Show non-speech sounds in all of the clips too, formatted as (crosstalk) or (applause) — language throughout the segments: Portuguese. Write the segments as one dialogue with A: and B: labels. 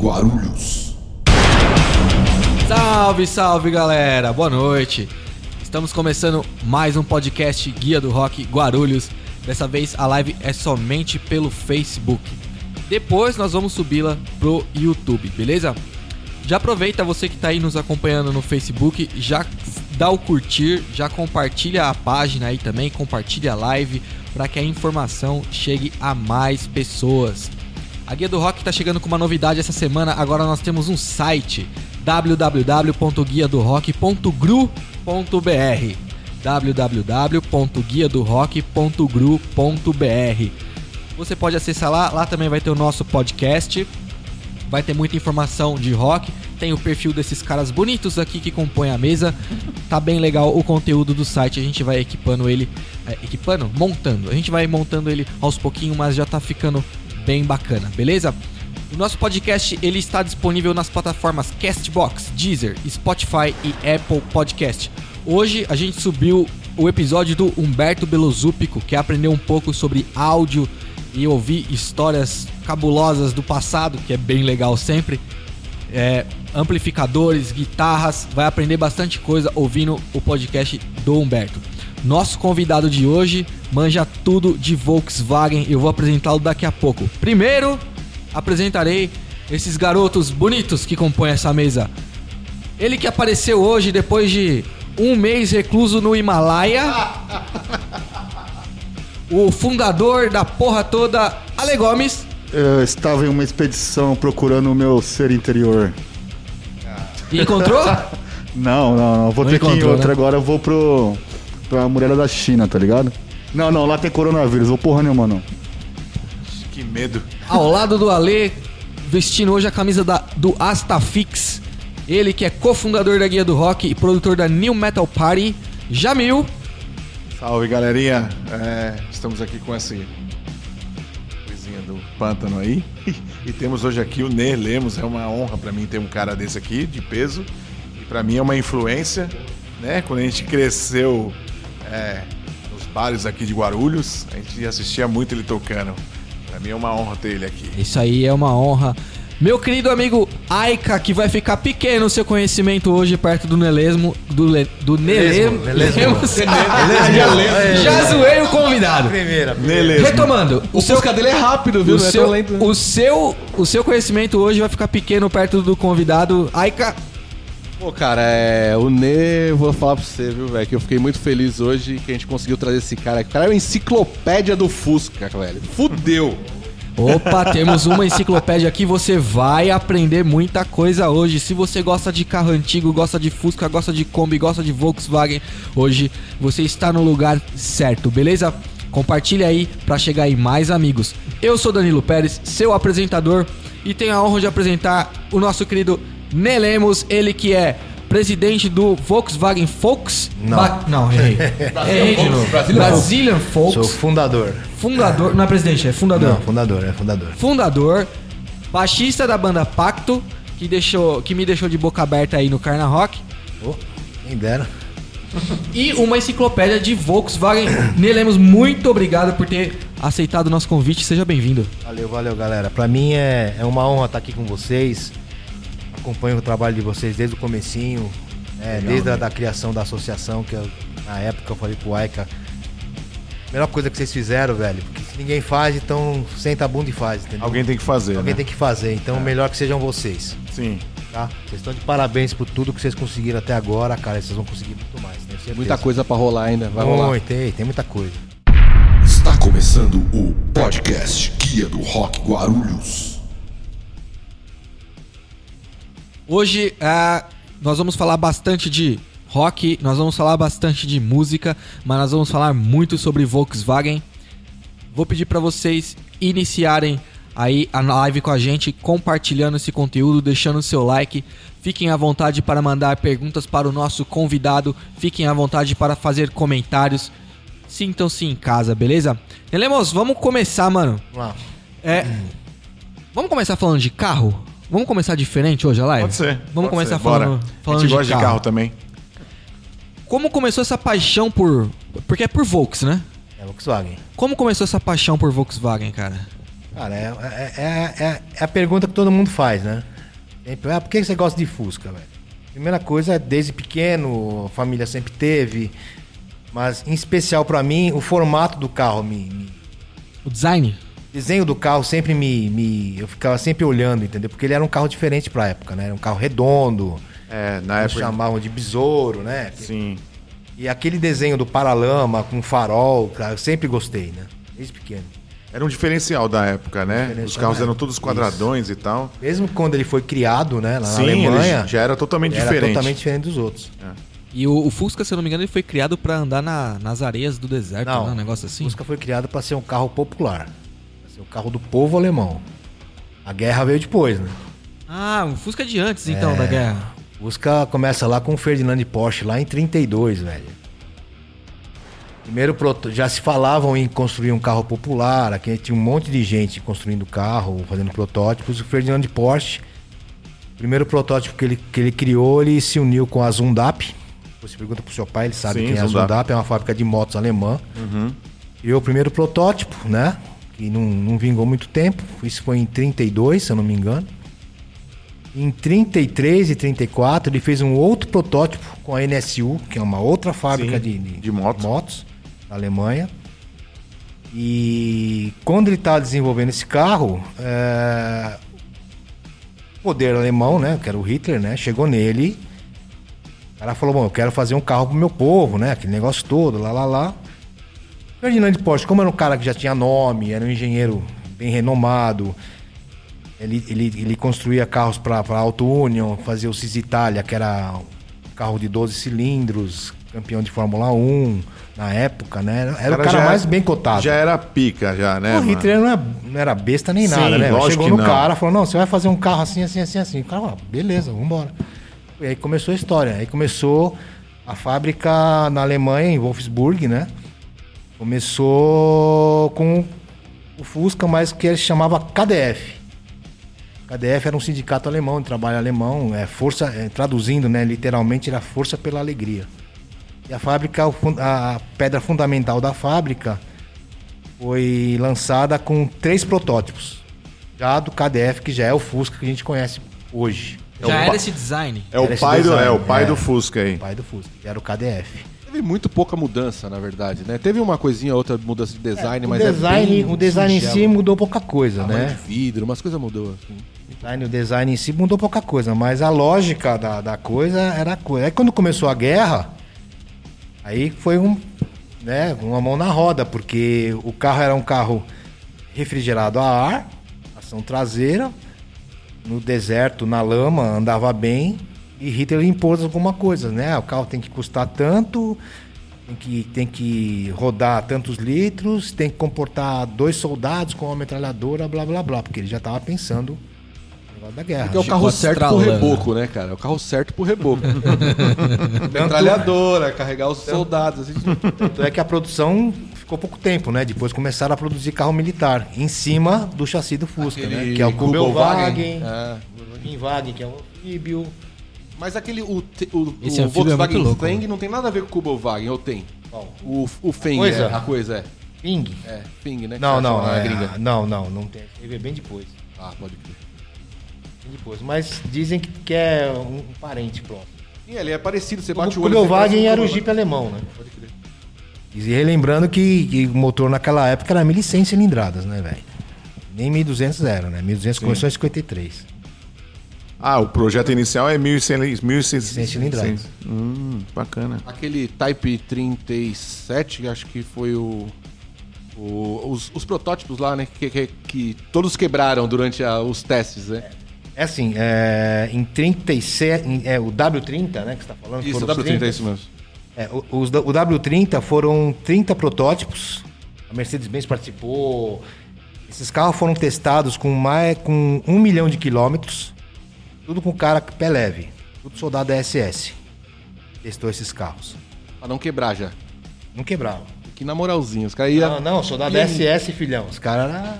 A: Guarulhos.
B: Salve, salve galera, boa noite. Estamos começando mais um podcast Guia do Rock Guarulhos. Dessa vez a live é somente pelo Facebook. Depois nós vamos subi-la pro YouTube, beleza? Já aproveita você que tá aí nos acompanhando no Facebook, já dá o curtir, já compartilha a página aí também, compartilha a live para que a informação chegue a mais pessoas. A Guia do Rock está chegando com uma novidade essa semana. Agora nós temos um site www.guiadorock.gru.br www.guiadorock.gru.br Você pode acessar lá, lá também vai ter o nosso podcast. Vai ter muita informação de rock. Tem o perfil desses caras bonitos aqui que compõem a mesa. Tá bem legal o conteúdo do site. A gente vai equipando ele. é, equipando? Montando. A gente vai montando ele aos pouquinhos, mas já tá ficando bem bacana, beleza? O nosso podcast ele está disponível nas plataformas Castbox, Deezer, Spotify e Apple Podcast. Hoje a gente subiu o episódio do Humberto Belozúpico, que aprendeu um pouco sobre áudio e ouvir histórias cabulosas do passado, que é bem legal sempre. É, amplificadores, guitarras, vai aprender bastante coisa ouvindo o podcast do Humberto. Nosso convidado de hoje manja tudo de Volkswagen. Eu vou apresentá-lo daqui a pouco. Primeiro, apresentarei esses garotos bonitos que compõem essa mesa. Ele que apareceu hoje depois de um mês recluso no Himalaia. o fundador da porra toda, Ale Gomes.
C: Eu estava em uma expedição procurando o meu ser interior.
B: E encontrou?
C: Não, não, não. Vou
B: Não
C: ter que ir em
B: encontrou,
C: outra.
B: né?
C: Agora eu vou pro. pra muralha da China, tá ligado? Não, não, lá tem coronavírus, vou porra nenhuma, não.
D: Que medo.
B: Ao lado do Ale, vestindo hoje a camisa da, do Astafix. Ele que é cofundador da Guia do Rock e produtor da New Metal Party, Jamil.
D: Salve, galerinha. É, estamos aqui com essa coisinha do pântano aí. (laughs) E temos hoje aqui o Ney Lemos. É uma honra pra mim ter um cara desse aqui, de peso. E pra mim é uma influência, né? Quando a gente cresceu é, nos bares aqui de Guarulhos, a gente assistia muito ele tocando. Pra mim é uma honra ter ele aqui.
B: Isso aí é uma honra. Meu querido amigo Aika, que vai ficar pequeno o seu conhecimento hoje perto do Nelesmo. Do, le, do Nelemo. (laughs) Lemos. Já zoei o convidado.
E: Primeira.
D: Beleza.
B: Retomando, o seu
E: busca dele é rápido,
B: o
E: Não é
B: seu,
E: tão lento.
B: o, seu, o seu conhecimento hoje vai ficar pequeno perto do convidado. Aika,
E: Pô, cara, é, o Ne, vou falar pra você, viu, velho, que eu fiquei muito feliz hoje que a gente conseguiu trazer esse cara. O cara é uma enciclopédia do Fusca, velho. Fudeu.
B: Opa, temos uma enciclopédia aqui. Você vai aprender muita coisa hoje. Se você gosta de carro antigo, gosta de Fusca, gosta de Kombi, gosta de Volkswagen, hoje você está no lugar certo, beleza? Compartilha aí para chegar em mais amigos. Eu sou Danilo Pérez, seu apresentador, e tenho a honra de apresentar o nosso querido Nelemos, ele que é presidente do Volkswagen Folks. Não, não errei. errei de novo. Brazilian
F: Sou
B: Folks.
F: fundador.
B: Fundador, não é presidente, é fundador
F: Não, fundador, é fundador.
B: fundador, baixista da banda Pacto, que, deixou, que me deixou de boca aberta aí no Carna Rock,
F: Ô, quem dera.
B: e uma enciclopédia de Volkswagen. (coughs) Nelemos, muito obrigado por ter aceitado o nosso convite, seja bem-vindo.
F: Valeu, valeu, galera. Pra mim é, é uma honra estar aqui com vocês. Acompanho o trabalho de vocês desde o comecinho, né, desde a da criação da associação, que eu- na época eu falei pro Aika, melhor coisa que vocês fizeram, velho, porque se ninguém faz, então senta a bunda e faz, entendeu?
D: Alguém tem que fazer,
F: Alguém
D: né?
F: tem que fazer, então melhor que sejam vocês,
D: Sim.
F: tá? Vocês estão de parabéns por tudo que vocês conseguiram até agora, cara, e vocês vão conseguir muito mais, tenho certeza.
E: Muita coisa pra rolar ainda, vai rolar.
F: Muito, tem, tem muita coisa.
A: Está começando o podcast Guia do Rock Guarulhos.
B: Hoje ah, nós vamos falar bastante de rock, nós vamos falar bastante de música, mas nós vamos falar muito sobre Volkswagen. Vou pedir para vocês iniciarem aí a live com a gente, compartilhando esse conteúdo, deixando o seu like. Fiquem à vontade para mandar perguntas para o nosso convidado, fiquem à vontade para fazer comentários. Sintam-se em casa, beleza? Lemos, vamos começar, mano.
F: Vamos lá.
B: É. Vamos começar falando de carro? Vamos começar diferente hoje a live?
D: Pode ser.
B: Vamos
D: pode
B: começar
D: ser.
B: falando,
D: Bora.
B: falando
D: a gente gosta de carro, também.
B: Como começou essa paixão por. Porque é por Volks, né?
F: É Volkswagen.
B: Como começou essa paixão por Volkswagen, cara?
F: Cara, é, é- é- é- é a pergunta que todo mundo faz, né? Sempre, ah, por que você gosta de Fusca, velho? Primeira coisa, é desde pequeno, a família sempre teve. Mas, em especial pra mim, o formato do carro me- me
B: O design?
F: desenho do carro sempre me, me- Eu ficava sempre olhando, entendeu? Porque ele era um carro diferente pra época, né? Era um carro redondo.
D: É, na
F: Eles
D: época.
F: chamavam de besouro, né?
D: Sim.
F: E aquele desenho do paralama com farol, cara, eu sempre gostei, né? Desde pequeno.
D: Era um diferencial da época, né? Os
F: Diferencial
D: carros
F: da
D: eram
F: época.
D: todos quadradões e tal.
F: Mesmo quando ele foi criado, né? Lá na
D: Sim,
F: Alemanha,
D: ele já era totalmente
F: ele era
D: diferente.
F: totalmente diferente dos outros.
B: E o, o Fusca, se eu não me engano, ele foi criado pra andar na- nas areias do deserto, né? Um negócio assim.
F: O Fusca foi criado para ser um carro popular. Pra ser o carro do povo alemão. A guerra veio depois, né?
B: Ah, o Fusca de antes,
D: É.
B: então, da guerra.
F: O Fusca começa lá com o Ferdinand Porsche, lá em 32, velho. Primeiro, proto- já se falavam em construir um carro popular, aqui tinha um monte de gente construindo carro, fazendo protótipos. O Ferdinand Porsche, o primeiro protótipo que ele, que ele criou, ele se uniu com a Zundap. Você pergunta pro seu pai, ele sabe
D: Sim,
F: quem é a
D: Zundap. Uhum.
F: Zundap, é uma fábrica de motos alemã. E o primeiro protótipo, né? Que não, não vingou muito tempo. Isso foi em 32, se eu não me engano. Em 33 e 34, ele fez um outro protótipo com a NSU, que é uma outra fábrica
D: Sim,
F: de, de,
D: de motos.
F: na Alemanha. E quando ele estava desenvolvendo esse carro, é, o poder alemão, né, que era o Hitler, né, chegou nele. O cara falou, bom, eu quero fazer um carro pro meu povo, né, aquele negócio todo, lá, lá, lá. Ferdinand Porsche, como era um cara que já tinha nome, era um engenheiro bem renomado, ele, ele, ele construía carros para Auto Union, fazia o Cis Italia, que era um carro de 12 cilindros, campeão de Fórmula 1 na época, né? Era, era o cara
D: já- é-
F: mais bem cotado.
D: Já era pica, já, né?
F: o
D: mano?
F: Hitler não era, não era besta nem
D: Sim,
F: nada, né?
D: lógico
F: Chegou
D: que
F: no
D: não.
F: cara, falou: não, você vai fazer um carro assim, assim, assim, assim. O cara falou: ah, beleza, vambora. E aí começou a história. Aí começou a fábrica na Alemanha, em Wolfsburg, né? Começou com o Fusca, mas que ele chamava KDF. KDF era um sindicato alemão, de trabalho alemão, é força, é, traduzindo, né, literalmente era força pela alegria. E a fábrica, o fun- a pedra fundamental da fábrica foi lançada com três protótipos. Já do KDF, que já é o Fusca que a gente conhece hoje.
D: É o
B: Já
D: pa-
B: era esse design.
D: É o
F: Era esse
D: pai, do, é o
F: design,
D: pai
F: é.
D: do Fusca
F: O
D: aí.
F: pai do Fusca, que era o KDF.
E: Teve muito pouca mudança, na verdade, né? Teve uma coisinha, outra mudança de design,
F: o
E: mas é
F: design,
E: bem
F: o design em si
E: singelo. Ah,
F: mudou pouca coisa,
E: Tamanho de
F: né?
E: vidro, umas coisas mudou. assim.
F: Design, o design em si mudou pouca coisa, mas a lógica da, da coisa era a coisa. Aí quando começou a guerra, aí foi um, né, uma mão na roda, porque o carro era um carro refrigerado a ar, ação traseira, no deserto, na lama, andava bem, e Hitler impôs alguma coisa, né? O carro tem que custar tanto, tem que, tem que rodar tantos litros, tem que comportar dois soldados com uma metralhadora, blá blá blá, porque ele já estava pensando no negócio da guerra.
E: Porque é o carro certo
B: estralando.
E: pro reboco, né, cara? É o carro certo pro reboco. Metralhadora, carregar os soldados. assim.
F: Tanto é que a produção ficou pouco tempo, né? Depois começaram a produzir carro militar em cima do chassi do Fusca, né?
E: Aquele
F: Que é o Kubelwagen,
E: Kubelwagen, é.
F: Wagen, que é o anfíbio.
E: Mas aquele. O, te- o,
B: Esse anfíbio
E: o
B: é
E: Volkswagen
B: muito louco,
E: Fang não tem nada a ver com o Kubelwagen, ou tem?
F: Qual?
E: O, o Fang,
F: Coisa?
E: É, a coisa, é.
F: Ping.
E: É, Fing, né? que
F: Não,
E: tá
F: não,
E: chamando na
F: é,
E: gringa.
F: não, não, não tem. Teve é bem depois.
E: Ah, pode crer.
F: Bem depois. Mas dizem que, que é um, um parente próximo.
E: Sim, ele é parecido, você
F: O
E: bate o olho. você parece
F: Kubelwagen
E: um
F: era o
E: Kubelwagen.
F: Jeep alemão, né? E relembrando que, que o motor naquela época era 1.100 cilindradas, né, velho? Nem 1.200 era, né? 1.200 começou em 53.
D: Ah, o projeto inicial é 1.100
F: 100 cilindradas.
D: 1.600. Hum, bacana.
E: Aquele Type 37, acho que foi o. o- os, os protótipos lá, né? Que, que- que todos quebraram durante a- os testes, né?
F: É assim, é, em 37, em- é, o W30, né, que você tá falando? que
E: Isso, o
F: foram os
E: W30 é isso mesmo.
F: É, o- os da- o W30 foram 30 protótipos. A Mercedes-Benz participou. Esses carros foram testados com mais com um milhão de quilômetros. Tudo com cara pé leve. Tudo soldado da SS. Testou esses carros.
E: Pra não quebrar já.
F: Não quebrava.
E: Que na moralzinha, os caras iam.
F: Não, não, soldado da SS, filhão. Os caras eram.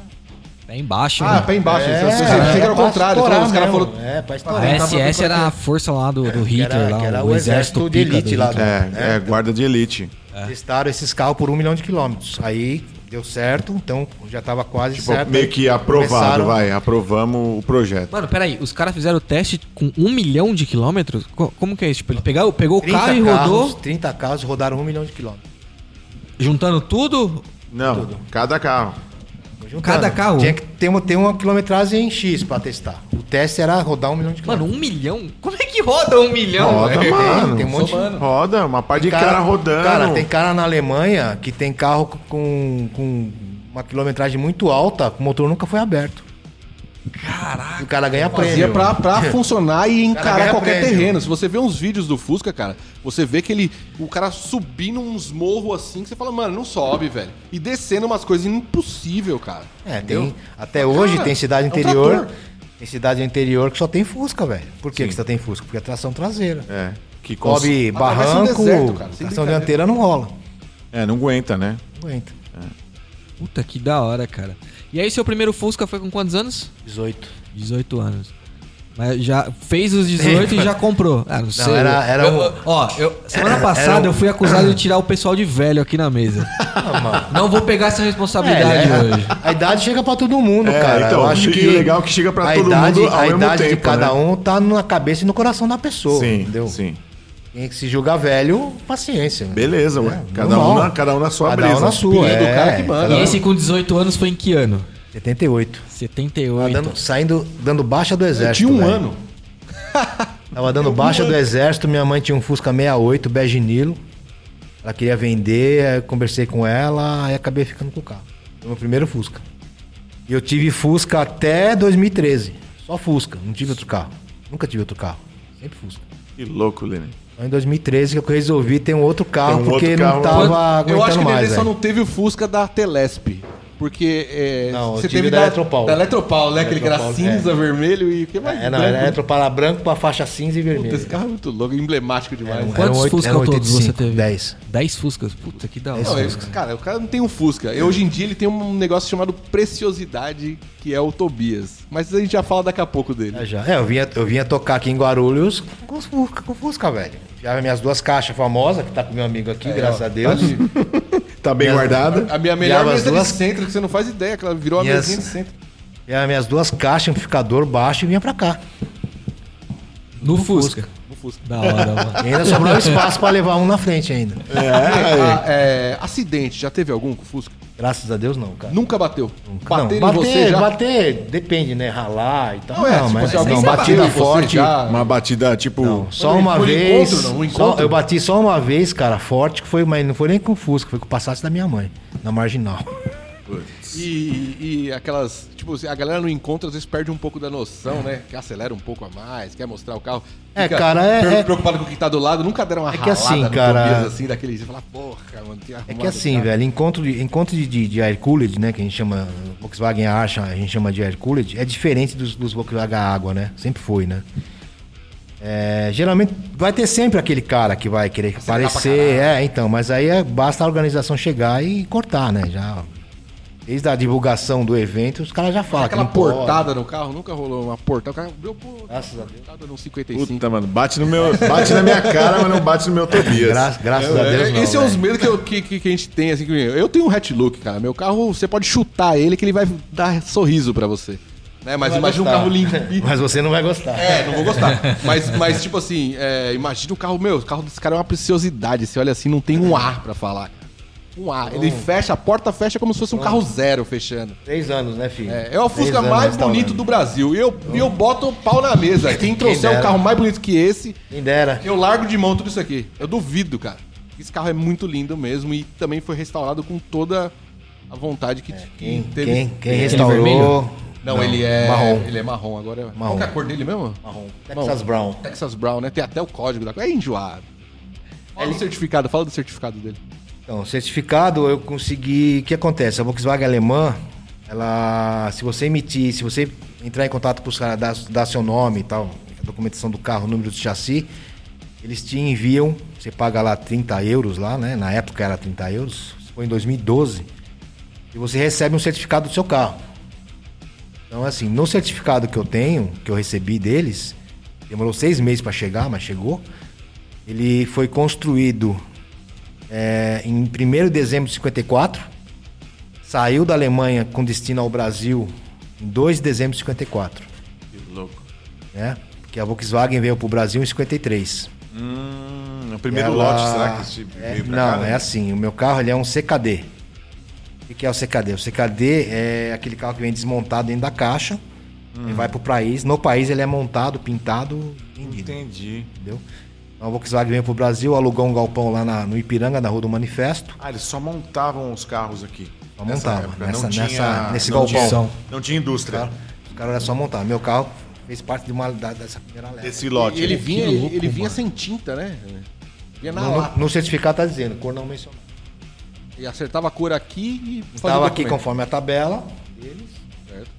B: Tá embaixo,
E: Ah,
B: mano.
E: pé embaixo. É, você
F: era
E: que era o
F: pra
E: contrário.
F: estourar
E: Os caras
F: mesmo.
E: falaram.
F: É, pra
B: A
F: estourar.
E: né?
B: SS era a força lá
D: É,
B: do, do Hitler,
F: era-
B: lá,
F: que era
B: o,
F: o
B: exército,
F: exército de
B: pica do
F: elite lá
B: Hitler.
F: do-
D: É, é guarda é de elite.
F: Testaram esses carros por um milhão de quilômetros. Aí Deu certo, então já tava quase
D: Tipo,
F: certo.
D: meio que aprovado,
F: Começaram-
D: vai. Aprovamos o projeto.
B: Mano, peraí, os caras fizeram o teste com um milhão de quilômetros? Co- Como que é isso? Tipo, ele pegou, pegou o
F: 30
B: carro e
F: carros,
B: rodou,
F: 30 carros rodaram um milhão de quilômetros.
B: juntando tudo?
D: Não, cada carro.
F: Juntando.
B: Cada carro?
F: Tinha que ter uma, ter uma quilometragem em X pra testar. O teste era rodar um milhão de
B: Mano,
F: quilômetros.
B: um milhão? Como é que roda um milhão?
D: Roda,
F: tem-
D: mano.
F: tem um monte de-
D: Roda, uma parte de cara, rodando.
F: Cara, tem cara na Alemanha que tem carro com, com uma quilometragem muito alta, o motor nunca foi aberto. Caraca. O cara ganha
E: Fazia
F: prêmio.
E: pra, pra
F: (laughs)
E: funcionar e encarar
F: ganha
E: qualquer
F: prédio.
E: terreno. Se você vê uns vídeos do Fusca, cara, você vê que ele. O cara subindo uns morros assim, que você fala, mano, não sobe, velho. E descendo umas coisas impossível, cara.
F: É,
E: Entendeu?
F: tem, até hoje
E: cara,
F: tem cidade
E: é um
F: interior.
E: trator.
F: tem cidade interior que só tem Fusca, velho. Por que, que só tem Fusca? Porque é tração traseira.
D: É, que cons...
F: Cobre
E: Atravessa um
F: barranco,
E: deserto, cara, sem
F: tração
E: brincadeira.
F: dianteira não rola.
D: É, não aguenta, né?
F: Não aguenta.
B: Puta que da hora, cara. E aí, seu primeiro Fusca foi com quantos anos?
F: 18.
B: 18 anos. Mas já fez os 18
F: (laughs)
B: e já comprou. Ah, não sei.
F: era- era
B: Eu-
F: um-
B: eu- ó, eu- semana passada
F: era um-
B: eu fui acusado de tirar o pessoal de velho aqui na mesa.
F: (laughs)
B: Não vou pegar essa responsabilidade
F: É, é.
B: hoje.
F: A idade chega pra todo mundo,
D: É,
F: cara.
D: então,
F: eu acho
D: e
F: que
D: o legal é que chega pra
F: a
D: todo
F: idade,
D: mundo ao
F: a
D: mesmo
F: idade de
D: tempo,
F: cada
D: né?
F: um tá na cabeça e no coração da pessoa,
D: sim,
F: entendeu?
D: sim.
F: Quem se julga velho, paciência. né?
D: Beleza, ué. Cada,
F: É, normal.
D: um na, cada um na sua
F: Cada
D: brisa.
F: um na sua,
E: Apelido,
F: é.
E: cara que manda.
F: cada um-
B: E esse com 18 anos foi em que ano?
F: 78.
B: 78.
F: Tava Tá dando, saindo, dando baixa do
E: Então. Eu
F: exército.
E: tinha um
F: velho.
E: ano.
F: (laughs) Tava dando baixa do exército, minha mãe tinha um Fusca 68, bege Nilo. Ela queria vender, aí eu conversei com ela, aí acabei ficando com o carro. Foi meu primeiro Fusca. E eu tive Fusca até 2013. Só Fusca, não tive outro carro. Nunca tive outro carro. Sempre Fusca.
D: Que louco, Lene.
F: Só em 2013 que eu resolvi ter um outro carro,
D: Ter um
F: porque
D: outro carro.
F: não tava
E: Eu
F: aguentando
E: eu acho que o
F: mais.
E: Nenê só
F: velho.
E: não teve o Fusca da Telesp. Porque é,
F: Não, eu tive da Eletropaulo.
E: Da Eletropaulo, né? Aquele que era
F: Eletropaulo,
E: cinza, vermelho e o que mais?
F: É, não,
E: branco.
F: era para branco, pra faixa cinza e
E: Puta, esse
F: vermelha.
E: carro é muito louco, emblemático
F: É,
E: demais. né?
B: Quantos
F: oito-
B: Fusca
F: eram
B: todos você
F: 85,
B: teve?
F: 10.
B: 10 Fuscas? Puta que da hora.
E: Não, eu- cara, o cara não tem um Fusca. E hoje em dia ele tem um negócio chamado Preciosidade, que é o Tobias. Mas a gente já fala daqui a pouco dele.
F: É, já. É, eu vinha, eu vinha tocar aqui em Guarulhos com o Fusca, com o Fusca velho. Já minhas duas caixas famosas, que tá com meu amigo
E: É,
F: aqui, graças a Deus.
D: Tá bem guardada?
E: A minha melhor
F: Viava as
E: mesa
F: duas-
E: de centro, que você não faz ideia, que ela virou a
F: Minhas-
E: mesinha de centro.
F: E as minhas duas caixas, amplificador baixo e vinha pra cá.
B: No Fusca.
E: No Fusca.
B: Da hora, mano.
F: E ainda sobrava espaço pra levar um na frente ainda.
E: Ah, é, acidente, já teve algum com o Fusca?
F: Graças a Deus não, cara.
E: Nunca bateu.
F: Não,
E: Bateram em
F: bater,
E: você já?
F: bater, depende, né? Ralar e tal. Não,
E: tipo,
F: mas
E: se alguém
F: não,
E: se
F: batida
E: bateu em você
F: forte.
E: já-
D: é Uma batida, tipo...
F: Não, só
E: Foi-
F: uma
E: foi um
F: vez.
E: encontro, não? Um
F: só-
E: encontro?
F: eu bati só uma vez, cara, forte, que foi, mas não foi nem com o Fusca, foi com o Passat da minha mãe, na marginal.
E: E, e aquelas. Tipo, a galera no encontro às vezes perde um pouco da noção, né? Que acelera um pouco a mais, quer mostrar o carro.
F: É, cara, é-
E: pre-
F: é-
E: Preocupado com o que tá do lado, nunca deram uma
F: É que
E: ralada
F: assim,
E: no
F: cara-
E: Tobias, assim, daquele. Você fala, porra, mano, tem
F: É que assim, velho,
E: tá.
F: encontro de, encontro de, de, de air cooled, né, que a gente chama, Volkswagen acha, a gente chama de air cooled, é diferente dos, dos Volkswagen água, né? Sempre foi, né? É, geralmente vai ter sempre aquele cara que vai querer aparecer, é, então, mas aí é- basta a organização chegar e cortar, né? Já desde a divulgação do evento, os caras já falam que
E: Aquela
F: não pode.
E: portada no carro, nunca rolou uma portada. O cara abriu, pô,
F: Graças a Deus.
E: portada no 55.
D: Puta, mano, bate, no meu, bate na minha cara, mas não bate no meu Tobias.
F: Gra- graças a Deus.
E: É,
F: não,
E: Esse é
F: velho.
E: os medos que, eu- que, que- que a gente tem, assim, que eu tenho um hatlook, cara. Meu carro, você pode chutar ele que ele vai dar sorriso pra você. Né? Mas imagina um carro limpinho.
F: (laughs) Mas você não vai gostar.
E: É, não vou gostar. Mas, mas tipo assim, é, imagina o carro meu. O carro desse cara é uma preciosidade. Você olha assim, não tem um ar pra falar. Um ar. Ele fecha, a porta fecha como se fosse um carro zero fechando.
F: Três anos, né, filho?
E: É, é o
F: Três
E: Fusca
F: anos
E: mais
F: restaurando.
E: bonito do Brasil. E eu, e eu boto o pau
F: (laughs)
E: na mesa. Quem trouxer
F: dera.
E: um carro mais bonito que esse,
F: Quem dera.
E: eu largo de mão tudo isso aqui. Eu duvido, cara. Esse carro é muito lindo mesmo e também foi restaurado com toda a vontade que, que
F: É, Quem,
E: teve.
F: quem, quem
B: vermelho?
F: restaurou.
E: Não, ele é
F: Marrom.
E: Ele é marrom agora. Marrom. Qual
F: Marrom.
E: que é a cor dele mesmo?
F: Marrom. Texas Brown.
E: Texas Brown, né? Tem até o código da É enjoado. Fala do certificado, fala do certificado dele.
F: Então, certificado eu consegui. O que acontece? A Volkswagen alemã, ela, se você emitir, se você entrar em contato com os caras, dar, dar seu nome e tal, a documentação do carro, o número do chassi, eles te enviam, você paga lá 30 euros lá, né? Na época era 30 euros, isso foi em 2012, e você recebe um certificado do seu carro. Então, assim, no certificado que eu tenho, que eu recebi deles, demorou seis meses para chegar, mas chegou. Ele foi construído é, em 1 de dezembro de 54, Saiu da Alemanha com destino ao Brasil em 2 de dezembro de 54.
D: Que louco.
F: Né? Porque a Volkswagen veio para o Brasil em 53.
D: Hum, o primeiro
F: Ela-
D: lote, será que esse
F: é,
D: veio pra
F: Não,
D: cá, né?
F: é assim. O meu carro ele é um CKD. O que é o CKD? O CKD é aquele carro que vem desmontado dentro da caixa
D: Hum.
F: e vai pro país. No país ele é montado, pintado, vendido.
D: Entendi.
F: Entendeu? Então a Volkswagen veio pro Brasil, alugou um galpão lá na- no Ipiranga, na Rua do Manifesto.
D: Ah, eles só montavam os carros aqui.
F: Só
D: Nessa
F: montava,
D: época,
F: nessa-
D: não tinha-
F: nessa- nesse
D: não tinha-
F: galpão.
D: não tinha indústria.
F: Os caras era só montar. Meu carro fez parte de uma, da- dessa primeira leva.
D: Desse lote.
E: E ele
D: aí.
E: vinha,
B: Que louco,
E: ele vinha
B: mano.
E: sem tinta, né? Vinha na
F: No,
E: lata.
F: no- no certificado tá dizendo, cor não mencionada.
E: E acertava a cor aqui e
F: Estava aqui
E: com
F: conforme a tabela.
E: um Certo.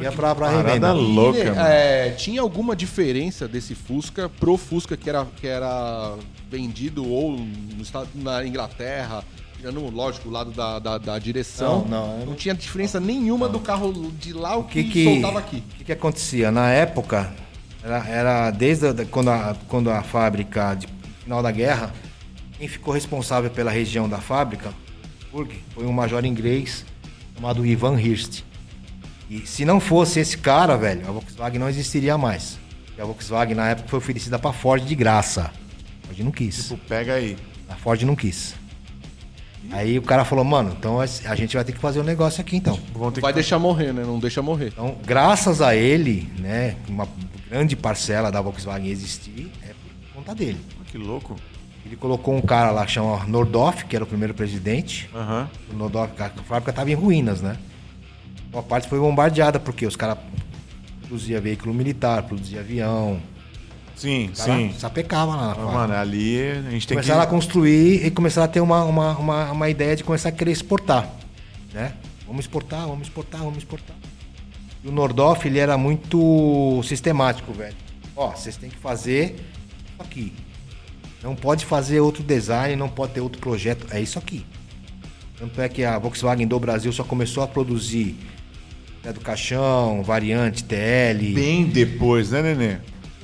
F: Ia pra, pra
D: Parada
F: revenda.
D: louca, mano.
E: é, Tinha alguma diferença desse Fusca pro Fusca que era, que era vendido ou no estado, na Inglaterra, tirando, lógico, o lado da, da, da direção?
F: Não, não, eu não-
E: tinha diferença nenhuma do carro de lá o
F: O
E: que,
F: que que,
E: soltava aqui.
F: o que que acontecia? Na época, era, era desde a- da- quando, a, quando a fábrica, de final da guerra, quem ficou responsável pela região da fábrica Burg, foi um major inglês chamado Ivan Hirst. E se não fosse esse cara, velho, a Volkswagen não existiria mais. E a Volkswagen, na época, foi oferecida pra Ford de graça. A Ford não quis.
D: Tipo, pega aí.
F: A Ford não quis. Aí o cara falou, mano, então a gente vai ter que fazer um negócio aqui então.
D: Vão ter
E: Vai
D: que...
E: deixar morrer, né? Não deixa morrer.
F: Então, graças a ele, né, uma grande parcela da Volkswagen existir é por conta dele.
D: Ah, Que louco.
F: Ele colocou um cara lá que chama Nordhoff, que era o primeiro presidente.
D: Aham.
F: O Nordhoff, a fábrica estava em ruínas, né? Uma parte foi bombardeada porque os caras produziam veículo militar, produziam avião,
D: Sim,
F: os cara
D: sim.
F: sapecava lá na
D: Ah,
F: fábrica.
D: Mano, ali a gente tem
F: começaram
D: que...
F: a construir e começaram a ter uma, uma, uma, uma ideia de começar a querer exportar, né? Vamos exportar, vamos exportar, vamos exportar. E o Nordoff, ele era muito sistemático, velho. Ó, vocês têm que fazer isso aqui. Não pode fazer outro design, não pode ter outro projeto, é isso aqui. Tanto é que a Volkswagen do Brasil só começou a produzir né, do caixão, variante, TL,
D: Bem depois, né, Nenê?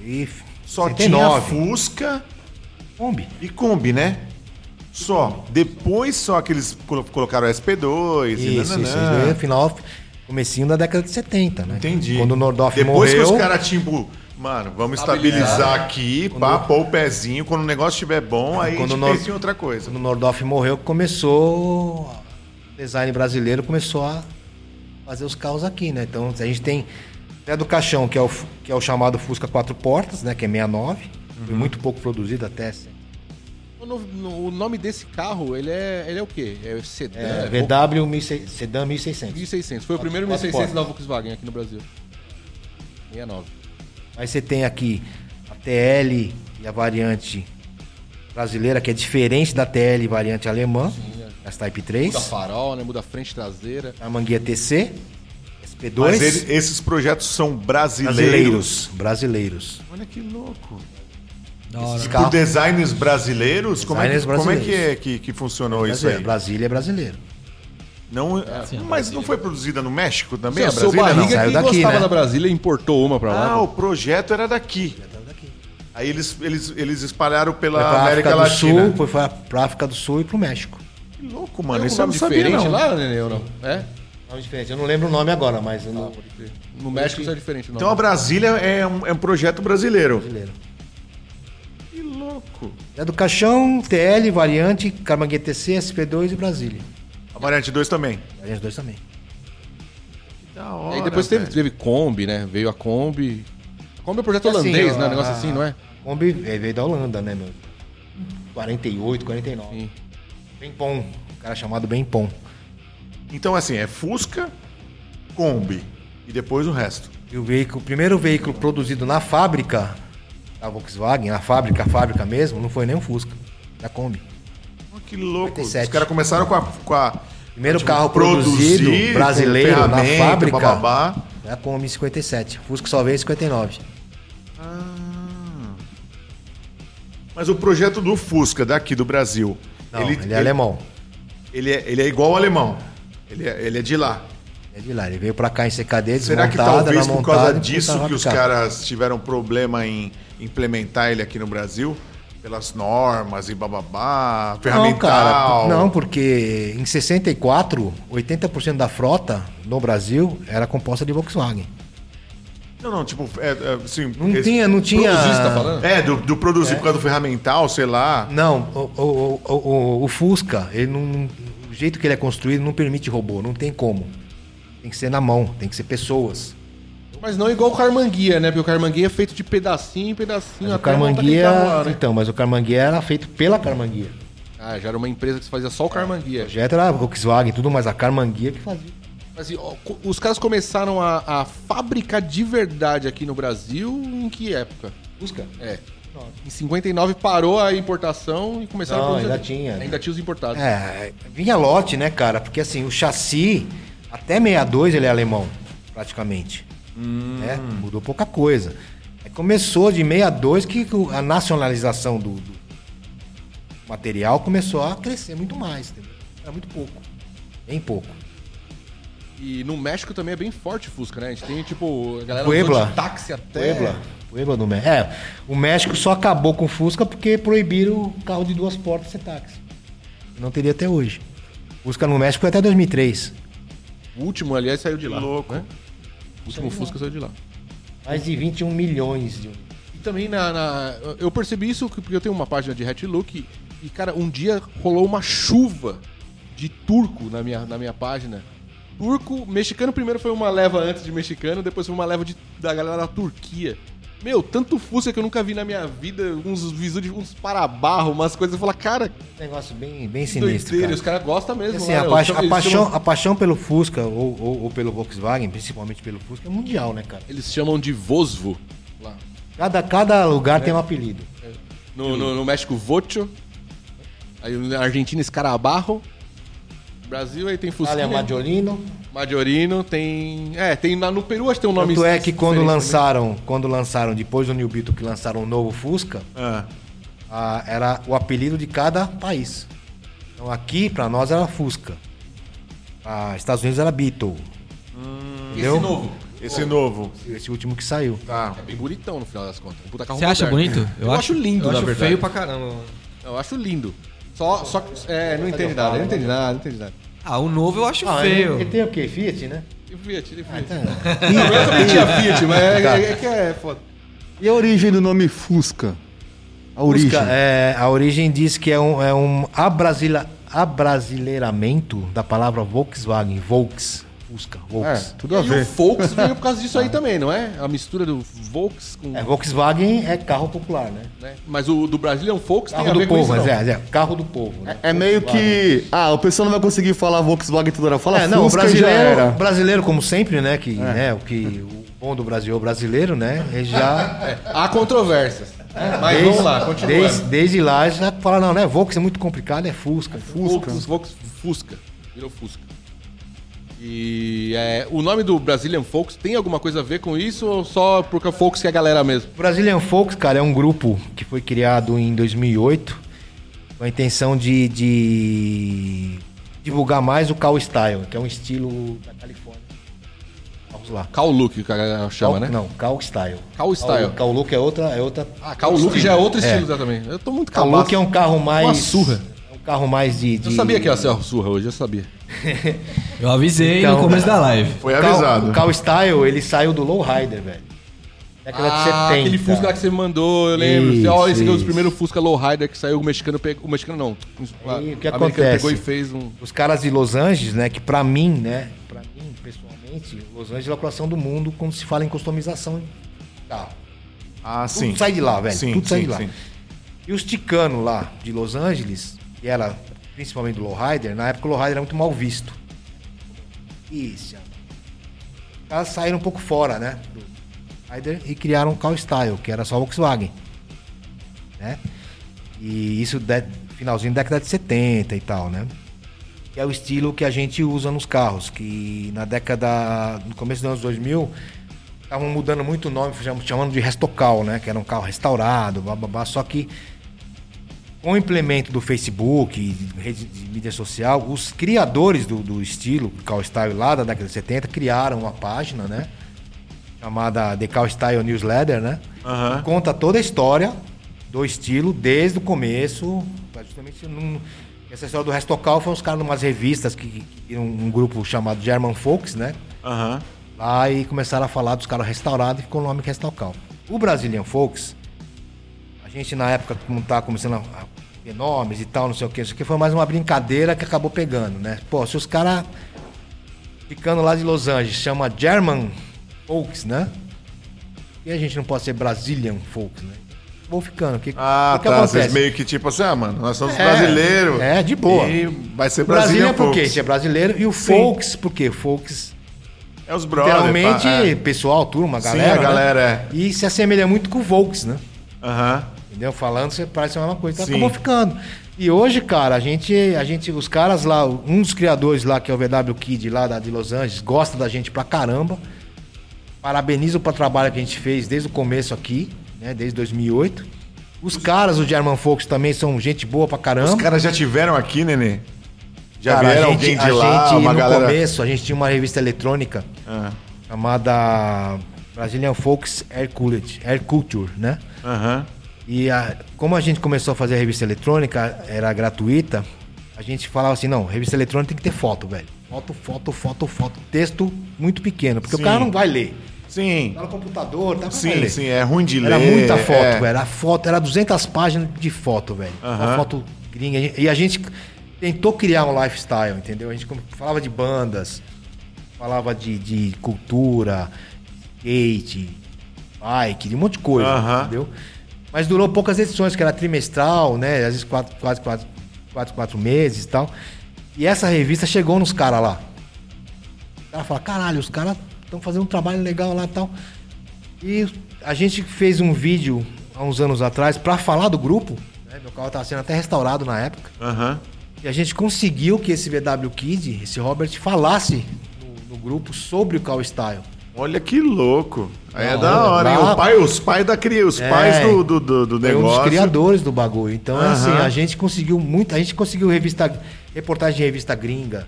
F: e
D: Só tinha Fusca
F: Kombi.
D: e Kombi, né? Só. Depois só que eles colo- colocaram SP2 e
F: Isso, isso, isso.
D: nananã.
F: Daí, Final, comecinho da década de 70, né?
D: Entendi.
F: Quando o Nordoff
D: Depois
F: morreu...
D: que os caras, tipo, mano, vamos estabilizar aqui, pá, pôr o pezinho. Quando o negócio estiver bom, aí
F: Quando
D: a gente
F: nós-
D: pensa em outra coisa.
F: Quando o Nordoff morreu, começou... O design brasileiro começou a fazer os carros aqui, né? Então, a gente tem até do caixão, que é o, fu- que é o chamado Fusca Quatro Portas, né? Que é 69. Foi
D: Uhum.
F: muito pouco produzido até.
E: O, no- no- o nome desse carro, ele é, ele é o quê? É sedã?
F: É,
E: É,
F: VW 1600, Sedan 1600.
E: 1600. Foi o primeiro
F: Quatro
E: 1600 da
F: portas.
E: Volkswagen aqui no Brasil. 69.
F: Aí você tem aqui a TL e a variante brasileira, que é diferente da TL variante alemã,
D: é.
F: as Type 3.
E: Muda farol, né? Muda frente traseira.
F: A manguia TC, SP2.
D: Mas ele- esses projetos são brasileiros.
F: brasileiros. Brasileiros.
D: Olha que louco.
B: Da hora.
F: Esse
D: Por
F: carro-
D: designers brasileiros, como, é que,
F: Designers
D: como é que
F: brasileiros.
D: é que, que funcionou isso aí?
F: Brasileiro. Brasília é brasileiro.
D: Não, é, mas não foi produzida no México também?
E: Seu-
D: a
E: seu
D: Brasília, não?
E: barriga
F: Saiu
E: que
F: daqui,
E: gostava
F: né?
E: da Brasília e importou uma pra lá.
D: Ah, o projeto era daqui. Aí eles, eles, eles espalharam pela
F: Foi É pra
D: América
F: África do
D: Latina.
F: Sul, foi pra- pra África do Sul e pro México.
D: Que louco, mano.
E: Tem
D: Isso é né? eu não
E: algum nome
D: sabia,
E: diferente
D: não.
E: lá, Nenê, ou não? É?
F: Nome diferente. Eu não lembro o nome agora, mas eu não...
E: No México isso é diferente, não.
D: Então a Brasília é um, é um projeto brasileiro.
F: brasileiro.
D: Que louco.
F: É do Caixão, TL, variante, Carmanguia TC, SP2 e Brasília.
D: A variante 2 também.
F: Variante 2 também.
D: Da hora,
E: Aí depois teve,
D: velho.
E: teve Kombi, né? Veio a Kombi. Kombi é um projeto
F: É assim,
E: holandês, né?
F: a-
E: Um negócio
D: ah,
E: assim, não é?
F: Kombi é, veio da Holanda, né, meu? 48, 49.
E: Sim.
F: Bem Pom. Um cara chamado Bem Pom.
D: Então, assim, é Fusca, Kombi e depois o resto.
F: E o, veículo, o primeiro veículo produzido na fábrica da Volkswagen, na fábrica, a fábrica mesmo, não foi nem um Fusca, da Kombi.
D: Olha que louco.
F: 57.
D: Os caras começaram com a. Com a
F: Primeiro
D: tipo,
F: um carro
D: produzir,
F: produzido
D: com
F: brasileiro na
D: ferramenta,
F: fábrica
D: bababá.
F: é a Kombi 57. Fusca só veio em 59.
D: Mas o projeto do Fusca daqui do Brasil.
F: Não, ele, é alemão.
D: Ele é, ele é igual ao alemão. Ele é, ele é de lá.
F: É de lá, ele veio pra cá em CKD,
D: Será que
F: desmontada,
D: talvez
F: na
D: por causa
F: montada e
D: disso
F: começaram a
D: que os
F: fabricar.
D: caras tiveram problema em implementar ele aqui no Brasil? pelas normas e bababá,
F: Não,
D: ferramental.
F: cara. Não, porque em 64, 80% da frota no Brasil era composta de Volkswagen.
D: não, não, tipo, é, é, assim,
F: Não
D: esse-
F: tinha, não tinha.
E: Produzir, você tá falando?
D: É, do, do produzir por causa do ferramental, sei lá.
F: Não, o, o- o- o- o Fusca, ele não, o jeito que ele é construído não permite robô, não tem como. Tem que ser na mão, tem que ser pessoas.
E: Mas não igual o Carmanguia, né? Porque o Carmanguia é feito de pedacinho em
F: Mas
E: pedacinho.
F: o
E: até voltar
F: Carmanguia,
E: aquele carro lá, né?
F: então, mas o Carmanguia era feito pela Carmanguia.
E: Ah, já era uma empresa que fazia só o
F: O
E: Carmanguia.
F: projeto era Volkswagen, e tudo, mas a Carmanguia que fazia.
E: Mas e, ó, co- os caras começaram a, a fabricar de verdade aqui no Brasil em que época?
F: Fusca?
E: É. Em 59 parou a importação e começaram
F: Não,
E: a produzir.
F: ainda tinha. né?
E: Ainda tinha os importados.
F: É, vinha lote, né, cara? Porque assim, o chassi, até 62 ele é alemão, praticamente. Né? Mudou pouca coisa. Aí começou de 62 que o- a nacionalização do, do material começou a crescer muito mais, entendeu? Era muito pouco. Bem pouco.
E: E no México também é bem forte o Fusca, né? A gente tem, tipo, a galera
F: Puebla.
E: andou de táxi até.
F: Puebla. Puebla do México. É, o México só acabou com o Fusca porque proibiram o carro de duas portas ser táxi. Não teria até hoje. Fusca no México foi até 2003.
E: O último, aliás, saiu de lá.
D: Louco.
E: né? O último Fusca saiu de lá.
F: Mais de 21 milhões de
E: E também na, na- Eu percebi isso porque eu tenho uma página de hat look e, cara, um dia rolou uma chuva de turco na minha, na minha página. Turco, mexicano primeiro foi uma leva antes de mexicano, depois foi uma leva de- da galera da Turquia. Meu, tanto Fusca que eu nunca vi na minha vida, uns visu de uns parabarro, umas coisas. Eu falo, cara, que
F: Negócio bem, bem sinistro.
E: doideira,
F: Cara.
E: os caras gostam mesmo.
F: Assim,
E: né?
F: a,
E: Eles
F: pa-
E: chamam-
F: a
E: eles
F: paixão,
E: chamam-
F: a paixão pelo Fusca ou, ou- ou pelo Volkswagen, principalmente pelo Fusca, é mundial, né, cara?
E: Eles chamam de Vosvo. Lá.
F: Cada, cada lugar tem um apelido.
E: No, no- no México, Vocho. Aí na Argentina, Escarabarro. Brasil, aí tem Fusquinha.
F: Itália é Maggiolino.
E: Majorino, tem... É, tem na, no Peru, acho que tem um nome...
F: Tanto é que
E: diferente
F: quando
E: também.
F: lançaram, quando lançaram, depois do New Beetle, que lançaram o novo Fusca,
D: Ah,
F: a- era o apelido de cada país. Então aqui, pra nós, era Fusca. Ah, Estados Unidos era Beetle. Entendeu?
E: Esse novo.
D: esse
F: É.
D: novo.
F: Esse último que saiu.
E: É bem bonitão, no final das contas. Um puta carro
B: Você acha
E: moderno.
B: bonito?
E: Eu, acho, lindo,
B: eu
E: na
B: acho
E: verdade.
B: feio pra caramba.
E: Eu acho lindo. Só... só que- é, não entendi nada, não entendi nada, não entendi nada.
B: Ah, o novo eu acho
E: é?
F: Ah, ele,
B: feio.
F: ele tem o quê? Fiat, né?
E: E Fiat, e Fiat.
F: Ih,
E: Ah, tá. Eu também tinha Fiat, mas é, é- é que é foda.
C: E a origem do nome Fusca? A origem.
F: Fusca, é, a origem diz que é um, é um abrasila- abrasileiramento da palavra Volkswagen. Volks. Fusca. Volks.
C: Tudo a
E: e o
C: ver.
E: Volks veio por causa disso aí também, não é? A mistura do Volks com...
F: Ah. É, Volkswagen é carro popular, né?
E: né? Mas o do Brazilian Volks tem
F: Carro
E: a ver
F: do
E: com
F: povo,
E: isso,
F: mas
E: não.
F: é, é, carro do povo. né?
C: É meio que. Ah, o pessoal não vai conseguir falar Volkswagen toda hora. Fala
F: É, não, o
C: Fusca e já
F: brasileiro,
C: era.
F: brasileiro, como sempre, né? Que,
E: É.
F: né, o que o bom do Brasil é o brasileiro, né? Ele
E: (laughs)
F: já.
E: Há controvérsias. É, mas
F: desde,
E: vamos lá, continua.
F: Desde, desde lá já fala, não, né? Volks é muito complicado, é Fusca.
E: Fusca. Volks, Volks, Fusca. Virou Fusca. E é, o nome do Brazilian Folks tem alguma coisa a ver com isso ou só porque o Folks que é a galera mesmo?
F: O Brazilian Folks, cara, é um grupo que foi criado em 2008 com a intenção de, de divulgar mais o Cal Style, que é um estilo da Califórnia. Vamos lá.
E: Cal Look, que a galera chama,
F: Cal-
E: né?
F: Não, Cal Style.
E: Cal Style.
F: Cal Look é outra. É outra
E: Ah, Cal Look já é outro estilo já também. Eu tô muito
F: Cal
E: cabaço.
F: Look é um carro mais.
E: Uma surra.
F: É um carro mais de.
E: Eu
F: de-
E: sabia que ia ser a surra hoje, eu sabia.
B: Eu avisei
F: Então-
B: no começo da live.
D: Foi
F: O Cal-
D: avisado.
F: O Cal Style, ele saiu do Lowrider, velho. Década de 70.
E: Ah, aquele Fusca lá que você me mandou, eu lembro.
F: Isso,
E: Ó, esse aqui é o
F: isso.
E: primeiro Fusca Lowrider que saiu, o mexicano pegou... O mexicano não.
F: Aí, o que
E: o americano
F: acontece?
E: pegou e fez um...
F: os caras de Los Angeles, né, que pra mim, né, para mim pessoalmente, Los Angeles é a coração do mundo quando se fala em customização de carro.
D: Ah,
F: Tudo
D: sim.
F: sai de lá, velho,
D: Sim,
F: tudo sai
D: sim,
F: de lá.
D: sim.
F: E os ticanos lá de Los Angeles, que era principalmente do Lowrider, na época o Lowrider era muito mal visto. Isso. Os caras saíram um pouco fora, né, do Lowrider e criaram o Cal Style, que era só Volkswagen, né? E isso de, finalzinho da década de 70 e tal, né? que é o estilo que a gente usa nos carros, que na década, no começo dos anos 2000, estavam mudando muito o nome, cham- chamando de Restocal, né, que era um carro restaurado, bababá, só que com o implemento do Facebook, e de rede de mídia social, os criadores do, do estilo Cal Style lá da década de 70 criaram uma página, né, chamada The Cal Style Newsletter, né,
D: Aham.
F: que conta toda a história do do estilo desde o começo. pra Justamente não- Essa história do Restocal foi uns caras numas revistas que, que um, um grupo chamado German Folks, né?
D: Aham.
F: Lá e começaram a falar dos caras restaurados e ficou o nome Restocal. O Brazilian Folks, a gente na época não tá começando a a ter nomes e tal, não sei o que, isso aqui foi mais uma brincadeira que acabou pegando, né? Pô, se os caras ficando lá de Los Angeles chama German Folks, né? E a gente não pode ser Brazilian Folks, né? Vou ficando. Que,
D: Ah,
F: que é que
D: tá.
F: acontece?
D: Vocês meio que tipo assim, ah, mano, nós somos
F: É,
D: brasileiros.
F: é, de boa.
D: E vai ser
F: Brasília
D: Brasília,
F: é por quê?
D: Folks.
F: Você é brasileiro. E o Folks, por quê? Folks
D: É os brothers.
F: Literalmente,
D: pá, é.
F: pessoal, turma,
D: Sim,
F: galera.
D: a galera, é.
F: né? E se assemelha muito com o Volks, né?
D: Aham.
F: Entendeu? Falando, você parece a mesma coisa. Então,
D: Sim.
F: acabou ficando. E hoje, cara, a gente, a gente, os caras lá, um dos criadores lá, que é o VW Kid, lá da, de Los Angeles, gosta da gente pra caramba. Parabeniza o trabalho que a gente fez desde o começo aqui, né? Desde 2008. Os caras, o German Folks, também são gente boa pra caramba.
D: Os caras já tiveram aqui, Nenê? Já
F: Cara,
D: vieram
F: a gente,
D: alguém de
F: a
D: lá,
F: gente,
D: uma
F: no
D: galera...
F: começo, a gente tinha uma revista eletrônica
D: Ah,
F: chamada Brazilian Folks Air, Culture, Air Culture, né?
D: Aham.
F: E a- como a gente começou a fazer a revista eletrônica, era gratuita, a gente falava assim, não, revista eletrônica tem que ter foto, velho. Foto, foto, foto, foto. Texto muito pequeno, porque
D: Sim.
F: o cara não vai ler.
D: Sim.
F: Tá no computador, tá vai
D: Sim,
F: ler.
D: sim, é ruim de
F: Era
D: ler.
F: muita foto,
D: é.
F: velho. A foto era 200 páginas de foto, velho. Uma
D: Aham.
F: foto gringa. E a gente tentou criar um lifestyle, entendeu? A gente como- falava de bandas, falava de, de cultura, skate, bike, de um monte de coisa,
D: Aham.
F: entendeu? Mas durou poucas edições, que era trimestral, né? Às vezes quatro, quase quatro, quatro, quatro meses e tal. E essa revista chegou nos caras lá. O cara fala, caralho, os caras estão fazendo um trabalho legal lá e tal. E a gente fez um vídeo há uns anos atrás pra falar do grupo. né? Meu carro estava sendo até restaurado na época.
D: Aham.
F: E a gente conseguiu que esse VW Kid, esse Robert, falasse no, no grupo sobre o Call Style.
D: Olha que louco. Aí é
B: Da
D: da hora,
F: hora.
D: hein?
F: Lá-
D: O pai, os pais da cria, os
F: É.
D: pais do, do, do, do
F: Foi um dos
D: negócio.
F: criadores do bagulho. Então, é assim,
D: Aham.
F: a gente conseguiu muito. A gente conseguiu revista, reportagem de revista gringa,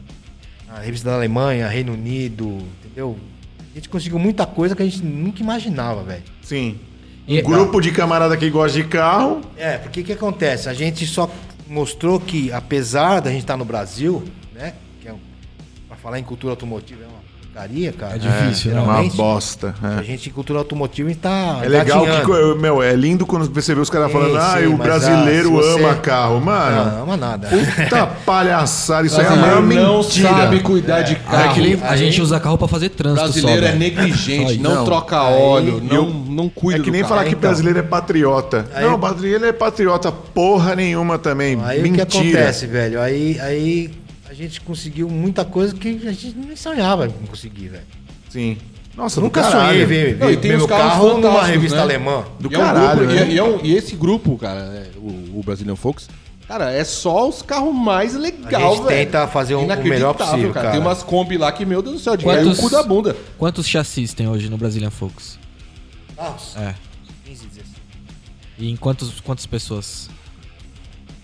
F: a revista da Alemanha, Reino Unido, entendeu? A gente conseguiu muita coisa que a gente nunca imaginava, velho.
D: Sim.
B: E-
D: Um grupo de camarada que gosta de carro.
F: É, porque o que acontece? A gente só mostrou que, apesar da gente estar no Brasil, né? Que é um, pra falar em cultura automotiva é uma porcaria, cara.
B: É difícil,
D: é,
B: né?
D: uma
F: geralmente,
D: bosta.
F: A
D: é.
F: gente, em cultura automotiva, a gente tá.
D: É legal que,
F: engatinhando.
D: co- meu, é lindo quando você vê os caras
F: Sim,
D: falando,
F: sim,
D: ah, o
F: mas,
D: brasileiro
F: ah, se você-
D: ama carro.
F: Não,
D: Mano,
F: não ama nada.
D: puta palhaçada, isso aí é a maior
E: Brasileiro
D: mentira.
E: não sabe cuidar de carro.
D: É que nem-
B: a gente usa carro pra fazer trânsito
E: Brasileiro
B: só, velho.
E: é
B: Só
E: negligente,
B: isso.
E: não,
D: Não.
E: troca óleo, não,
D: eu-
E: não cuida
D: É que nem
E: do
D: falar
E: carro.
D: que brasileiro é patriota.
F: Então. Aí-
D: não, brasileiro é patriota porra nenhuma também.
F: Aí
D: Mentira.
F: o que acontece, velho? Aí, aí a gente conseguiu muita coisa que a gente nem sonhava em conseguir, velho.
D: Sim. Nossa,
F: Eu Nunca
D: do caralho.
F: sonhei ver,
E: Não, e
F: ver
E: tem
F: meu
E: uns carros
F: carro numa
E: fantásticos,
F: revista
E: né?
F: alemã.
D: Do
E: E é um
D: caralho,
E: grupo-
D: né?
E: e, é- e é um- e esse grupo, cara, é, o, o Brazilian Folks, cara, é só os carros mais legais,
F: A gente tenta fazer um- o- o melhor possível, cara.
E: Tem umas Kombi lá que, meu Deus do céu, de cair É o
B: Quantos-
E: cu da bunda.
B: Quantos chassis tem hoje no Brazilian Focus?
F: Carros?
B: É.
F: 15, 16.
B: E em quantos, quantas pessoas?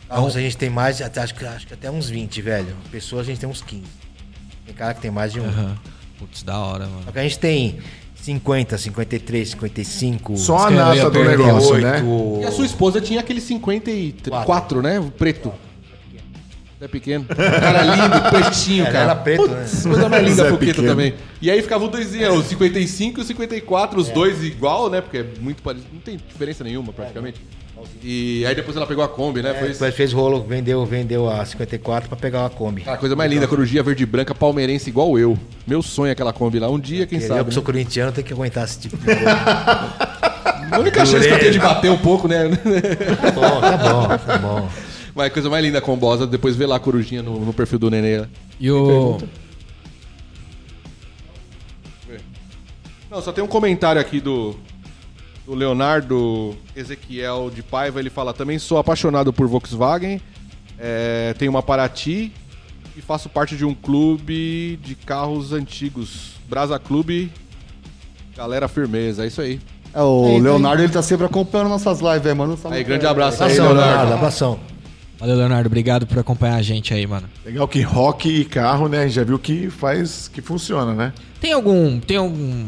F: Carros a gente tem mais, até- acho que, acho que até uns 20, velho. Pessoas a gente tem uns 15. Tem cara que tem mais de um.
B: Aham. Putz, da hora, mano.
F: Só que a gente tem 50, 53, 55.
D: Só um,
B: Isso
D: a
B: que eu
D: nata
B: ia
D: do
B: perguntar.
D: negócio, né?
E: E a sua esposa tinha aquele 54,
F: Quatro.
E: né? O preto. É pequeno. Cara lindo, pretinho,
F: Ela
E: cara.
F: era preto, né?
E: Putz, coisa é mais linda
D: Zé
E: a Fuqueta
D: Pequeno.
E: também. E aí ficava os dois, é, os 55 e os 54, os dois igual, né? Porque é muito parecido. Não tem diferença nenhuma, praticamente. E aí depois ela pegou a Kombi, né? Foi isso.
F: Depois fez rolo, vendeu, vendeu a 54 pra pegar uma Kombi.
E: Cara, coisa mais linda, corujinha verde e branca, palmeirense igual eu. Meu sonho é aquela Kombi lá. Um dia, quem
F: eu
E: sabe.
F: que
E: né?
F: sou corintiano tenho que aguentar esse
E: (laughs)
F: tipo de
E: A única chance que eu tenho de bater um pouco, né? (laughs)
F: Tá bom, tá bom, tá bom.
E: Mas coisa mais linda, combosa. Depois vê lá a corujinha no, no perfil do Nenê. né?
B: E o.
E: Não, só tem um comentário aqui do, do Leonardo Ezequiel de Paiva. Ele fala: também sou apaixonado por Volkswagen, é, tenho uma Paraty e faço parte de um clube de carros antigos. Brasa Clube, galera firmeza, é isso aí.
C: É, o Leonardo, ele tá sempre acompanhando nossas lives, aí, mano.
E: Aí, grande abraço aí,
F: Abração, Leonardo,
E: Leonardo.
F: abração.
B: Valeu, Leonardo. Obrigado por acompanhar a gente aí, mano.
D: É Legal que rock e carro, né? Já viu que faz, que funciona, né?
B: Tem algum. Tem algum.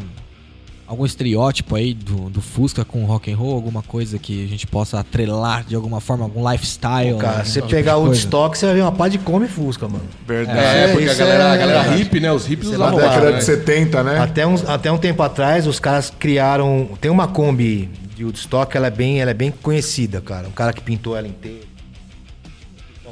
B: algum estereótipo aí do, do Fusca com rock and roll, alguma coisa que a gente possa atrelar de alguma forma, algum lifestyle.
F: Cara,
B: né?
F: você
B: Alguma
F: pegar um o
B: coisa.
F: estoque, você vai ver uma pá de come Fusca, mano.
D: Verdade.
E: É, porque a
F: isso
E: galera,
F: é-
E: a galera hippie, né? Os hippies
D: Na
E: usavam barba,
D: É, década
E: né?
D: de 70, né?
F: Até, uns, até um tempo atrás, os caras criaram. Tem uma Kombi de Woodstock, ela é bem, ela é bem conhecida, cara. Um cara que pintou ela inteira.